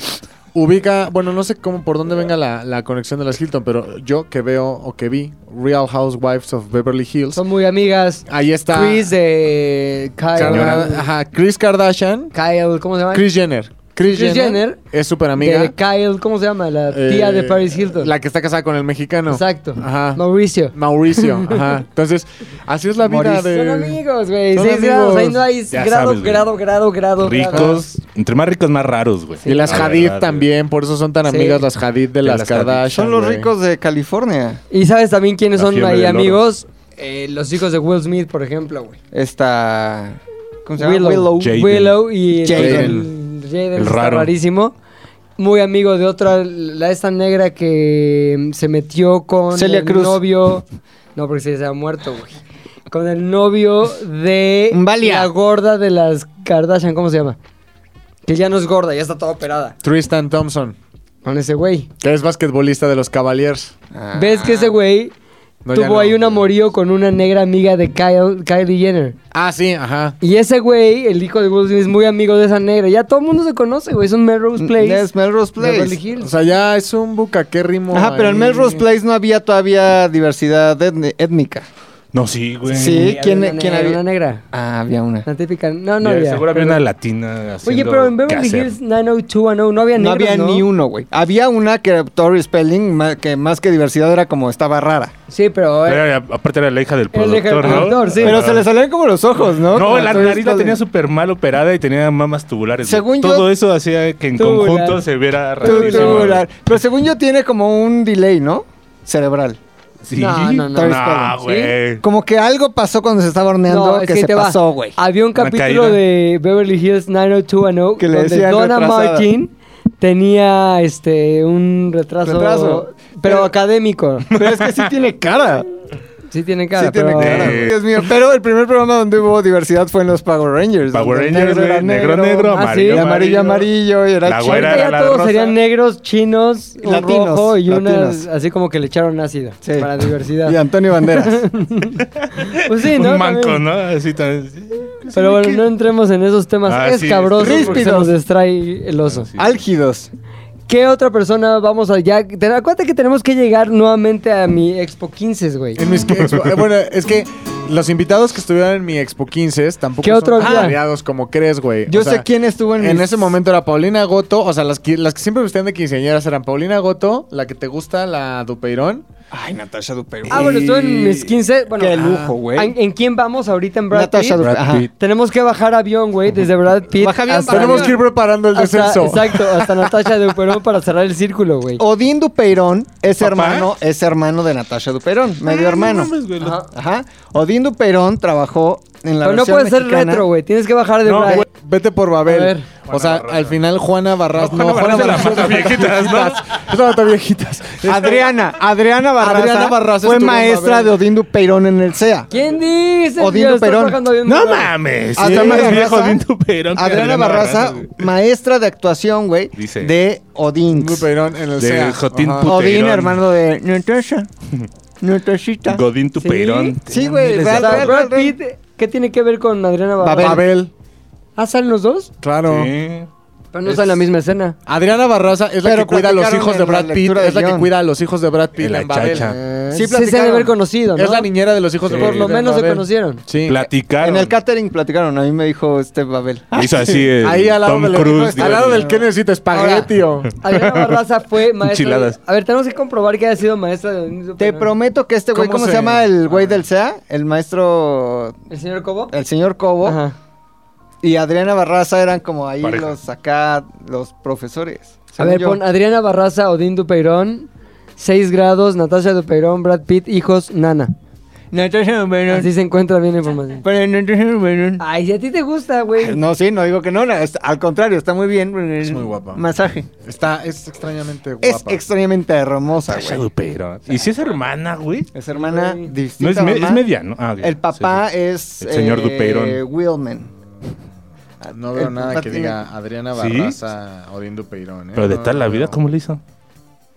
Speaker 10: ubica, bueno, no sé cómo por dónde venga la, la conexión de las Hilton, pero yo que veo o que vi Real Housewives of Beverly
Speaker 1: todo.
Speaker 10: Hills,
Speaker 1: Son muy amigas.
Speaker 10: ahí está
Speaker 1: Chris de Kyle. Ah,
Speaker 10: Kardashian- ajá, Chris Kardashian,
Speaker 1: Kyle, ¿cómo se llama?
Speaker 10: Chris Jenner. Kris
Speaker 1: Kris Jenner,
Speaker 10: Jenner es súper amiga.
Speaker 1: De Kyle, ¿cómo se llama? La tía
Speaker 2: Eh,
Speaker 1: de Paris Hilton.
Speaker 10: La que está casada con el mexicano.
Speaker 1: Exacto.
Speaker 10: Ajá.
Speaker 1: Mauricio.
Speaker 10: Mauricio, ajá. Entonces, así es la vida
Speaker 1: Mauricio.
Speaker 10: de...
Speaker 1: Son amigos, güey.
Speaker 10: Son
Speaker 1: Seis grados. Ahí
Speaker 10: amigos.
Speaker 1: no hay
Speaker 2: Ya
Speaker 1: grado,
Speaker 2: sabes, güey.
Speaker 1: grado, grado, grado, grado.
Speaker 2: Ricos, entre más ricos, más raros, güey.
Speaker 10: Y las
Speaker 2: La
Speaker 10: Hadid
Speaker 2: verdad,
Speaker 10: también, por eso son tan
Speaker 1: Sí.
Speaker 10: amigas las Hadid de las,
Speaker 2: las Hadid.
Speaker 10: Kardashian.
Speaker 8: Son los
Speaker 10: güey.
Speaker 8: ricos de California.
Speaker 1: Y sabes también quiénes
Speaker 2: La
Speaker 1: son
Speaker 2: fiebre
Speaker 1: ahí
Speaker 2: del oro.
Speaker 1: amigos. Eh, los hijos de Will Smith, por ejemplo, güey.
Speaker 8: Esta. ¿Cómo se llama?
Speaker 1: Willow. Willow,
Speaker 2: Jaden.
Speaker 1: y el-
Speaker 8: Jaden.
Speaker 1: el- Jaden
Speaker 2: El
Speaker 1: está
Speaker 2: raro.
Speaker 1: rarísimo. Muy amigo de otra, la esta negra que mm, se metió con
Speaker 8: Celia
Speaker 1: el
Speaker 8: Cruz.
Speaker 1: novio. No, porque se ha muerto, güey. Con el novio de
Speaker 14: Mbalia.
Speaker 1: la gorda de las Kardashian, ¿cómo se llama? Que ya no es gorda, ya está toda operada.
Speaker 10: Tristan Thompson,
Speaker 1: Con ese güey.
Speaker 10: que es basquetbolista de los Cavaliers.
Speaker 8: Ah.
Speaker 1: ¿Ves que ese güey
Speaker 10: No, ya
Speaker 1: tuvo
Speaker 10: no.
Speaker 1: ahí un amorío con una negra amiga de Kyle, Kylie Jenner?
Speaker 10: Ah, sí, ajá.
Speaker 1: Y ese güey, el hijo de Will Smith, es muy amigo de esa negra. Ya todo el mundo se conoce, güey. Es un Melrose Place.
Speaker 8: Mm, Es Melrose
Speaker 1: Beverly
Speaker 8: Place.
Speaker 1: Hills.
Speaker 10: O sea, ya es un bucaquérrimo.
Speaker 8: Ajá, pero en
Speaker 10: ahí.
Speaker 8: Melrose Place no había todavía diversidad etni- étnica.
Speaker 2: No, sí, güey.
Speaker 8: Sí.
Speaker 1: Había
Speaker 8: ¿Quién-
Speaker 1: una
Speaker 8: quién
Speaker 1: negra,
Speaker 8: había?
Speaker 1: Una negra.
Speaker 8: Ah, había una.
Speaker 1: La típica. No, no
Speaker 2: No,
Speaker 1: había.
Speaker 2: Seguro había
Speaker 1: pero-
Speaker 2: una latina
Speaker 1: Oye,
Speaker 2: haciendo
Speaker 1: pero en Beverly
Speaker 2: qué hacer.
Speaker 1: Hills 90210 no había
Speaker 8: No
Speaker 1: negros,
Speaker 8: había ni uno, güey. Había una que era Tori Spelling, ma- que más que diversidad era como estaba rara.
Speaker 1: Sí, pero... eh,
Speaker 2: Pero era- aparte era la hija del
Speaker 1: Era la
Speaker 2: productor,
Speaker 1: hija del
Speaker 2: ¿no?
Speaker 1: productor, sí.
Speaker 8: Pero
Speaker 2: Ah.
Speaker 8: se le salían como los ojos, ¿no?
Speaker 2: No,
Speaker 8: Como
Speaker 2: la
Speaker 8: Tori
Speaker 2: nariz la
Speaker 8: Spelling.
Speaker 2: tenía súper mal operada y tenía mamas tubulares. güey.
Speaker 8: Según yo-
Speaker 2: Todo eso hacía que en
Speaker 1: Tubular.
Speaker 2: conjunto se viera
Speaker 8: Tu-
Speaker 2: rarísimo, güey.
Speaker 8: tubular. Pero según yo tiene como un delay, ¿no? Cerebral.
Speaker 2: Sí.
Speaker 1: No, no, no.
Speaker 2: Nah,
Speaker 8: Tori Spelling,
Speaker 2: güey.
Speaker 8: Como que algo pasó cuando se estaba horneando
Speaker 1: No, es
Speaker 8: que,
Speaker 1: que
Speaker 8: se
Speaker 1: te va. Ah,
Speaker 8: pasó, güey.
Speaker 1: Había un
Speaker 2: Una
Speaker 1: capítulo
Speaker 2: caída.
Speaker 1: de Beverly Hills 90210
Speaker 8: Que le
Speaker 1: donde
Speaker 8: decían
Speaker 1: Donna
Speaker 8: retrasada.
Speaker 1: Martin tenía este un retraso,
Speaker 8: Retraso.
Speaker 1: pero,
Speaker 8: Pero-
Speaker 1: académico.
Speaker 8: Pero es que sí tiene cara.
Speaker 1: Sí tiene cara,
Speaker 8: sí tiene
Speaker 1: pero-
Speaker 8: cara.
Speaker 2: Eh.
Speaker 8: Dios mío. Pero el primer programa donde hubo diversidad fue en los Power Rangers.
Speaker 2: Power
Speaker 8: donde el
Speaker 2: Rangers,
Speaker 8: era
Speaker 2: güey, negro, negro,
Speaker 1: Ah,
Speaker 2: amarillo,
Speaker 8: y amarillo, amarillo. y era
Speaker 2: La
Speaker 8: chido.
Speaker 2: güera.
Speaker 1: Ahorita ya
Speaker 2: la
Speaker 1: todos
Speaker 2: rosa.
Speaker 1: serían negros, chinos, un
Speaker 8: Latinos,
Speaker 1: rojo y unas
Speaker 8: latinos.
Speaker 1: así como que le echaron ácido
Speaker 8: Sí.
Speaker 1: para diversidad.
Speaker 8: Y Antonio Banderas.
Speaker 1: Pues sí, ¿no?
Speaker 2: Un manco,
Speaker 1: También.
Speaker 2: ¿no? Así también. sí.
Speaker 1: Pero bueno, no entremos en esos temas
Speaker 2: Ah, sí,
Speaker 1: escabrosos porque se nos
Speaker 8: ríspidos.
Speaker 1: distrae el oso.
Speaker 2: Sí.
Speaker 8: Álgidos.
Speaker 1: ¿Qué otra persona vamos a ya? Ten, acuérdate que tenemos que llegar nuevamente a mi Expo 15, güey.
Speaker 10: En mis que- expo- eh, bueno, es que los invitados que estuvieron en mi Expo 15 tampoco
Speaker 1: ¿Qué otro
Speaker 10: son
Speaker 1: día?
Speaker 10: tan variados como crees, güey.
Speaker 8: Yo
Speaker 10: O
Speaker 8: sé
Speaker 10: sea,
Speaker 8: quién estuvo en,
Speaker 10: En
Speaker 8: mis-
Speaker 10: ese momento era Paulina Goto, o sea, las que, las que siempre vestían de quinceañeras eran Paulina Goto, la que te gusta, la Dupeirón.
Speaker 8: Ay, Natasha Dupeirón.
Speaker 1: Ah, bueno, estuve en mis 15. Bueno,
Speaker 8: Qué lujo, güey.
Speaker 1: ah, ¿en, en quién vamos ahorita en Brad
Speaker 8: Natasha
Speaker 1: Pitt?
Speaker 8: Dupeirón. Ajá.
Speaker 1: Tenemos que bajar avión, güey, desde Brad Pitt.
Speaker 8: Baja avión,
Speaker 1: hasta-
Speaker 8: baja
Speaker 10: Tenemos que ir preparando el
Speaker 1: hasta-
Speaker 10: descenso.
Speaker 1: Exacto, hasta Natasha de Perón para cerrar el círculo, güey.
Speaker 8: Odín Dupeirón es
Speaker 2: ¿Papá?
Speaker 8: hermano, es hermano de Natasha Dupeirón, medio hermano.
Speaker 1: Ajá.
Speaker 8: Ajá. Odín Dupeirón trabajó en la
Speaker 1: Pero no
Speaker 8: versión
Speaker 1: puede ser
Speaker 8: mexicana.
Speaker 1: retro, güey. Tienes que bajar de
Speaker 2: No,
Speaker 1: Brad.
Speaker 2: güey.
Speaker 10: Vete por
Speaker 1: A
Speaker 10: Babel.
Speaker 1: ver.
Speaker 10: O sea, al final Juana Barras. No, Juana
Speaker 2: Barraza
Speaker 10: Barras
Speaker 2: la mata viejitas, ¿no?
Speaker 10: Es la mata viejitas.
Speaker 8: Adriana, Adriana Barraza,
Speaker 10: Adriana Barraza
Speaker 8: fue
Speaker 10: estuvo en
Speaker 8: maestra
Speaker 10: Babel.
Speaker 8: de Odín Dupeirón en el E SEA.
Speaker 1: ¿Quién dice?
Speaker 8: Odín
Speaker 1: Dios,
Speaker 8: Duperón.
Speaker 1: estás bajando avión,
Speaker 2: No
Speaker 1: güey.
Speaker 2: mames. Sí,
Speaker 8: Adriana
Speaker 2: más
Speaker 8: Barraza-
Speaker 2: viejo de un tuperón que
Speaker 8: Adriana Barraza,
Speaker 2: güey.
Speaker 8: maestra de actuación, güey,
Speaker 2: Dice.
Speaker 8: de Odín.
Speaker 10: Dupeirón en el
Speaker 2: De
Speaker 10: SEA.
Speaker 2: Jotín
Speaker 10: Ajá.
Speaker 2: Put-
Speaker 8: Odín,
Speaker 2: Dupeirón.
Speaker 8: hermano de Natasha. Natashita.
Speaker 2: Godín tuperón.
Speaker 8: Sí, güey,
Speaker 1: O
Speaker 8: real,
Speaker 1: sea,
Speaker 8: real,
Speaker 1: Brad
Speaker 8: real, real.
Speaker 1: Pitt, ¿qué tiene que ver con Adriana Barraza?
Speaker 10: Babel.
Speaker 1: ¿Ah, salen los dos?
Speaker 10: Claro.
Speaker 2: Sí.
Speaker 1: Pero no están en la misma escena.
Speaker 10: Adriana Barraza es la
Speaker 8: Pero
Speaker 10: que cuida a los
Speaker 8: platicaron
Speaker 10: hijos de
Speaker 8: en la
Speaker 10: Brad Pitt.
Speaker 8: lectura del
Speaker 10: Es la que
Speaker 8: guión.
Speaker 10: cuida a los hijos de Brad Pitt
Speaker 2: En la
Speaker 10: en Babel.
Speaker 2: chacha.
Speaker 10: Eh,
Speaker 1: Sí, se han
Speaker 8: platicaron.
Speaker 1: de haber conocido, ¿no?
Speaker 10: Es la niñera de los hijos de
Speaker 2: Sí.
Speaker 10: Brad
Speaker 1: Por
Speaker 10: Pitt.
Speaker 1: lo
Speaker 10: en
Speaker 1: menos se
Speaker 10: Babel.
Speaker 1: conocieron.
Speaker 10: Sí.
Speaker 2: Platicaron.
Speaker 8: En el catering platicaron, a mí me dijo este Babel.
Speaker 2: Hizo así el
Speaker 10: Ahí al lado,
Speaker 2: Tom
Speaker 10: del,
Speaker 2: Cruise.
Speaker 10: al lado
Speaker 2: digamos.
Speaker 10: del que necesita espagueti o.
Speaker 1: Adriana Barraza fue maestra. de-
Speaker 2: Enchiladas.
Speaker 1: A ver, tenemos que comprobar que haya sido maestra de Odín
Speaker 8: Te
Speaker 1: Duperón.
Speaker 8: prometo que este güey,
Speaker 10: ¿Cómo
Speaker 8: ¿cómo se
Speaker 10: se-
Speaker 8: llama el güey
Speaker 10: Ah.
Speaker 8: del SEA? El maestro,
Speaker 1: ¿El señor Cobo?
Speaker 8: el señor Cobo
Speaker 1: Ajá.
Speaker 8: y Adriana Barraza eran como ahí
Speaker 2: Pareja.
Speaker 8: los acá, los profesores.
Speaker 1: A
Speaker 8: según
Speaker 1: ver,
Speaker 8: yo.
Speaker 1: pon Adriana Barraza, Odín Dupeirón, 6 grados, Natasha Dupeirón, Brad Pitt, hijos, Nana.
Speaker 8: Natasha Dupeirón.
Speaker 1: Así se encuentra bien la información.
Speaker 8: Pero Natasha Dupeirón.
Speaker 1: Ay, si a ti te gusta, güey.
Speaker 8: No, sí, no digo que no, no, es- al contrario, está muy bien.
Speaker 10: Es muy guapa.
Speaker 8: Masaje.
Speaker 10: Está, es extrañamente guapa.
Speaker 8: Es extrañamente hermosa,
Speaker 2: Tasha
Speaker 8: güey.
Speaker 2: Duperón. ¿Y si es hermana, güey?
Speaker 8: Es hermana
Speaker 1: Güey.
Speaker 8: distinta.
Speaker 2: No es, me-
Speaker 8: mamá.
Speaker 2: es mediano. Ah, ok.
Speaker 8: El papá
Speaker 2: Sí,
Speaker 8: es. eh,
Speaker 2: El señor Dupeirón.
Speaker 8: Willman.
Speaker 10: No veo
Speaker 8: El
Speaker 10: nada
Speaker 8: papá
Speaker 10: que
Speaker 1: Pues,
Speaker 8: tiene-
Speaker 10: diga Adriana
Speaker 2: ¿Sí?
Speaker 10: Barraza, Odín Dupeirón.
Speaker 2: sí.
Speaker 10: ¿eh?
Speaker 2: Pero de
Speaker 10: No,
Speaker 2: tal la
Speaker 10: no
Speaker 2: vida,
Speaker 10: veo.
Speaker 2: ¿cómo le hizo?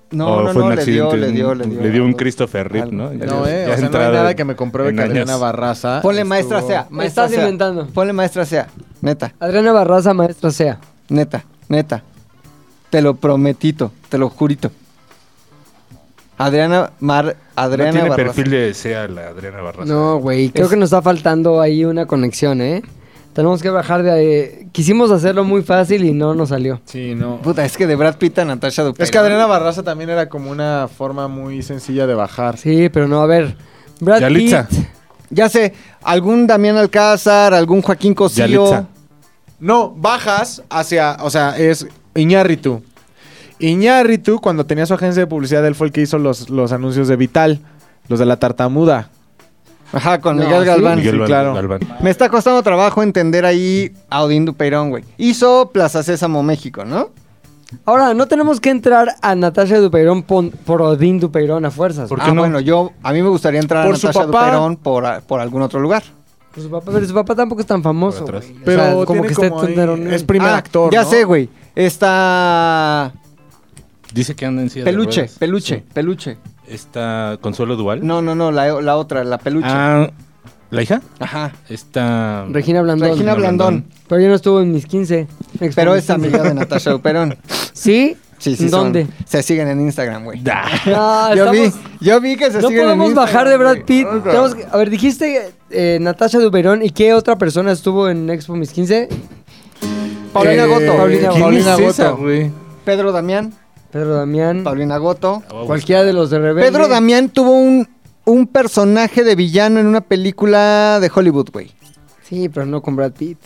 Speaker 8: No,
Speaker 2: ¿O
Speaker 8: no,
Speaker 2: fue
Speaker 8: no,
Speaker 2: un
Speaker 8: le dio,
Speaker 2: accidente?
Speaker 8: le dio, le dio.
Speaker 2: un Christopher Reeve,
Speaker 8: Algo.
Speaker 2: ¿no? Ya-
Speaker 10: No, eh.
Speaker 2: ya
Speaker 10: O sea, no hay
Speaker 2: entrado
Speaker 10: nada que me compruebe
Speaker 2: en
Speaker 10: que Adriana
Speaker 2: años.
Speaker 10: Barraza.
Speaker 8: Ponle
Speaker 10: estuvo-
Speaker 8: maestra sea.
Speaker 1: Me
Speaker 8: maestra
Speaker 1: estás
Speaker 8: sea.
Speaker 1: inventando.
Speaker 8: Ponle maestra sea. Neta,
Speaker 1: Adriana Barraza, maestra sea.
Speaker 8: neta, neta. Te lo prometito, te lo jurito. Adriana Mar.
Speaker 2: No
Speaker 8: Adriana
Speaker 2: tiene
Speaker 8: Barraza.
Speaker 2: perfil de sea la Adriana Barraza.
Speaker 1: No, güey, creo
Speaker 8: Es-
Speaker 1: que nos está faltando ahí una conexión, ¿eh? Tenemos que bajar de... eh, quisimos hacerlo muy fácil y no nos salió.
Speaker 3: Sí, no.
Speaker 8: Puta, es que de Brad Pitt a Natasha Dupont.
Speaker 3: Es que Adriana Barraza también era como una forma muy sencilla de bajar.
Speaker 1: Sí, pero no, a ver. Brad
Speaker 8: Yalitza.
Speaker 1: Pitt.
Speaker 8: Ya sé, algún Damián Alcázar, algún Joaquín Cosío.
Speaker 3: Yalitza. No, bajas hacia, o sea, es Iñárritu. Iñárritu, cuando tenía su agencia de publicidad, él fue el que hizo los, los anuncios de Vital, los de la tartamuda.
Speaker 8: Ajá, con Miguel Galván.
Speaker 3: Sí, claro.
Speaker 8: Me está costando trabajo entender ahí a Odín Dupeirón, güey. Hizo Plaza Sésamo México, ¿no?
Speaker 1: Ahora, no tenemos que entrar a Natasha Dupeirón pon- por Odín Dupeirón a fuerzas.
Speaker 8: ah, bueno, yo, a mí me gustaría entrar
Speaker 1: Por
Speaker 8: a
Speaker 1: su
Speaker 8: Natasha
Speaker 1: papá.
Speaker 8: Dupeirón por, a- por algún otro lugar.
Speaker 1: Pues su papá- pero su papá tampoco es tan famoso, güey. O
Speaker 3: Pero
Speaker 1: sea, como
Speaker 3: tiene
Speaker 1: que esté
Speaker 3: como ahí-
Speaker 1: tan-
Speaker 3: es primer
Speaker 1: Ah,
Speaker 3: actor,
Speaker 8: Ya
Speaker 3: ¿no?
Speaker 8: sé, güey. Está
Speaker 10: Dice que anda en silla de
Speaker 8: Peluche,
Speaker 10: ruedas.
Speaker 8: Peluche,
Speaker 10: Sí.
Speaker 8: Peluche.
Speaker 10: Está Consuelo Duval.
Speaker 8: No, no, no, la, la otra, la Peluche.
Speaker 10: Ah, ¿La hija?
Speaker 8: Ajá.
Speaker 10: Está...
Speaker 1: Regina Blandón.
Speaker 8: Regina Blandón.
Speaker 1: Pero yo no estuvo en mis 15. Expo
Speaker 8: Pero
Speaker 1: mis
Speaker 8: es amiga de Natasha Duperón.
Speaker 1: ¿Sí?
Speaker 8: Sí, sí. son.
Speaker 1: ¿Dónde?
Speaker 8: Se siguen en Instagram, güey.
Speaker 1: No,
Speaker 8: yo,
Speaker 1: estamos-
Speaker 8: vi, yo vi que se
Speaker 1: No
Speaker 8: siguen en
Speaker 1: podemos
Speaker 8: Instagram,
Speaker 1: bajar de Brad
Speaker 8: güey.
Speaker 1: Pitt.
Speaker 8: Oiga.
Speaker 1: Tenemos que- a ver, dijiste eh, Natasha Duperón y qué otra persona estuvo en Expo Mis 15?
Speaker 8: Paulina
Speaker 1: Eh,
Speaker 8: Goto.
Speaker 1: Paulina Goto.
Speaker 8: Paulina
Speaker 1: ¿Quién es
Speaker 8: Goto.
Speaker 1: esa,
Speaker 8: Pedro Damián.
Speaker 1: Pedro Damián.
Speaker 8: Paulina Goto.
Speaker 1: Cualquiera de los de Rebelde.
Speaker 8: Pedro Damián tuvo un, un personaje de villano en una película de Hollywood, güey.
Speaker 1: Sí, pero no con Brad Pitt.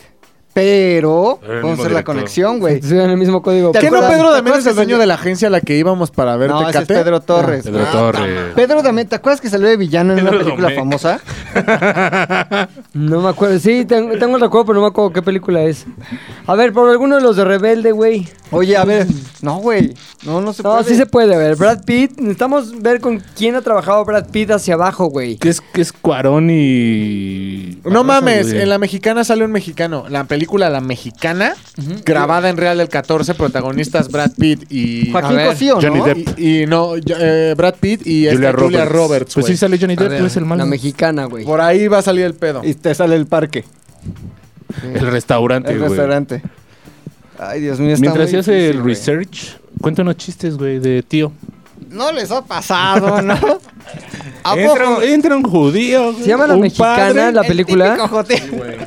Speaker 8: Pero
Speaker 3: Era el
Speaker 8: vamos
Speaker 3: mismo
Speaker 8: a hacer la
Speaker 3: director.
Speaker 8: conexión, güey.
Speaker 1: Estuvieron en el mismo código.
Speaker 8: ¿Te
Speaker 3: ¿Qué no
Speaker 8: acuerdas-
Speaker 3: Pedro
Speaker 8: te
Speaker 3: Damián
Speaker 8: acuerdas
Speaker 3: es el
Speaker 8: que
Speaker 3: dueño de la agencia a la que íbamos para ver
Speaker 8: No, ese es
Speaker 3: Tecate?
Speaker 8: Pedro Torres.
Speaker 10: Pedro
Speaker 8: Ah,
Speaker 10: Torres.
Speaker 8: Pedro Damián, ¿te acuerdas que salió de villano en una
Speaker 10: Pedro
Speaker 8: película
Speaker 10: Domecq.
Speaker 8: famosa?
Speaker 1: No me acuerdo. Sí, ten- tengo el recuerdo, pero no me acuerdo qué película es. A ver, por alguno de los de Rebelde, güey.
Speaker 8: Oye, a ver. No, güey. No, no se
Speaker 1: No,
Speaker 8: puede.
Speaker 1: sí se puede. A ver, Brad Pitt. Necesitamos ver con quién ha trabajado Brad Pitt hacia abajo, güey.
Speaker 10: Que es, que es Cuarón y...
Speaker 3: No mames,
Speaker 10: güey.
Speaker 3: en La Mexicana sale un mexicano. La película La Mexicana, grabada en Real del 14, protagonistas Brad Pitt y...
Speaker 8: Joaquín
Speaker 3: A ver,
Speaker 8: Cosío, ¿no?
Speaker 10: Johnny Depp.
Speaker 3: Y, y no, yo- eh, Brad Pitt y esta
Speaker 10: Julia
Speaker 3: Julia,
Speaker 10: Roberts.
Speaker 3: Roberts.
Speaker 10: Pues
Speaker 3: güey.
Speaker 10: sí sale Johnny
Speaker 1: A
Speaker 10: Depp,
Speaker 1: ver,
Speaker 10: tú eres el malo.
Speaker 1: La mexicana, güey.
Speaker 3: Por ahí va a salir el pedo.
Speaker 8: Y te sale el parque,
Speaker 10: El restaurante,
Speaker 8: el
Speaker 10: güey.
Speaker 8: restaurante. Ay, Dios mío, está
Speaker 10: Mientras
Speaker 8: muy
Speaker 10: se hace
Speaker 8: difícil,
Speaker 10: el
Speaker 8: güey.
Speaker 10: research, cuéntanos chistes, güey, de tío.
Speaker 8: No les ha pasado, ¿no? ¿A
Speaker 10: Entra,
Speaker 8: poco?
Speaker 10: un- entra un judío.
Speaker 1: ¿Se llama La
Speaker 10: un
Speaker 1: Mexicana
Speaker 10: padre.
Speaker 1: la película?
Speaker 8: típico joteo.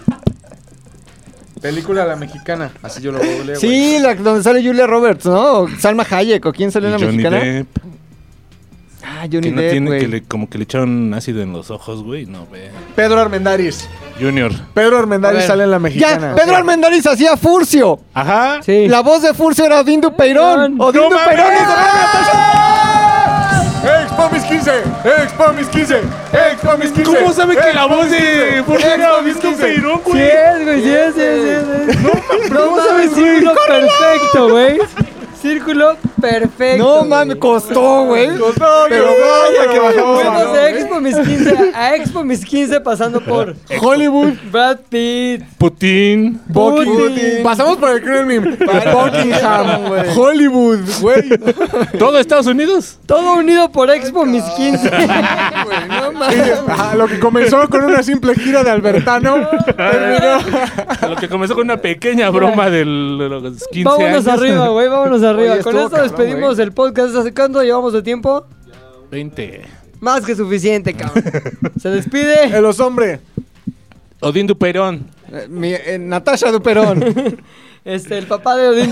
Speaker 3: Película La Mexicana. Así yo lo googleo, güey.
Speaker 8: Sí, la, donde sale Julia Roberts, ¿no? O Salma Hayek, ¿o quién sale en
Speaker 10: Y
Speaker 8: la
Speaker 10: Johnny
Speaker 8: mexicana?
Speaker 10: Depp,
Speaker 8: Ah,
Speaker 10: que
Speaker 8: Johnny
Speaker 10: no
Speaker 8: Depp,
Speaker 10: tiene,
Speaker 8: güey.
Speaker 10: que le, como que le echaron ácido en los ojos, güey. No, ve.
Speaker 3: Pedro Armendáriz.
Speaker 10: Junior.
Speaker 3: Pedro
Speaker 8: A
Speaker 3: Armendáriz
Speaker 8: ver.
Speaker 3: sale en La
Speaker 8: Ya,
Speaker 3: Mexicana.
Speaker 8: Pedro Armendáriz hacía Furcio.
Speaker 10: Ajá.
Speaker 1: Ah, Sí.
Speaker 8: La voz de Furcio era Odín Peirón.
Speaker 1: No
Speaker 8: Odín
Speaker 10: mames.
Speaker 8: Peirón es de
Speaker 3: ¡Expo mis 15! ¡Expo mis 15! ¡Expo mis 15!
Speaker 10: ¿Cómo sabe que la voz de Furcio era
Speaker 3: Expo mis
Speaker 10: Odín
Speaker 3: 15.
Speaker 10: Peirón,
Speaker 1: Sí
Speaker 10: güey?
Speaker 1: es, güey, sí es, sí es, sí es. No, mames, círculo perfecto, güey. Círculo perfecto.
Speaker 8: No
Speaker 1: güey.
Speaker 8: mames, costó, güey.
Speaker 3: Pero vaya que bajamos.
Speaker 1: Fuimos de Expo Mis 15 a Expo Mis 15 pasando por
Speaker 3: Hollywood.
Speaker 1: Brad Pitt,
Speaker 10: Putin.
Speaker 1: Putin.
Speaker 3: Pasamos por el Kremlin. Buckingham, güey. Hollywood, güey.
Speaker 10: ¿Todo Estados Unidos?
Speaker 1: Todo unido por Expo Mis 15. no mames.
Speaker 3: Ajá, lo que comenzó con una simple gira de Albertano. terminó.
Speaker 10: Lo que comenzó con una pequeña broma del, de los 15
Speaker 1: Vámonos
Speaker 10: años.
Speaker 1: arriba, güey, vámonos arriba.
Speaker 8: Oye,
Speaker 1: Con
Speaker 8: estuvo
Speaker 1: esto
Speaker 8: cabrón,
Speaker 1: despedimos el podcast. ¿Hace cuánto llevamos de tiempo?
Speaker 10: 20.
Speaker 1: Más que suficiente, cabrón. Se despide.
Speaker 3: El los hombres.
Speaker 10: Odín Duperón.
Speaker 8: Eh, mi- eh, Natasha Duperón.
Speaker 1: Este, el papá de Odín.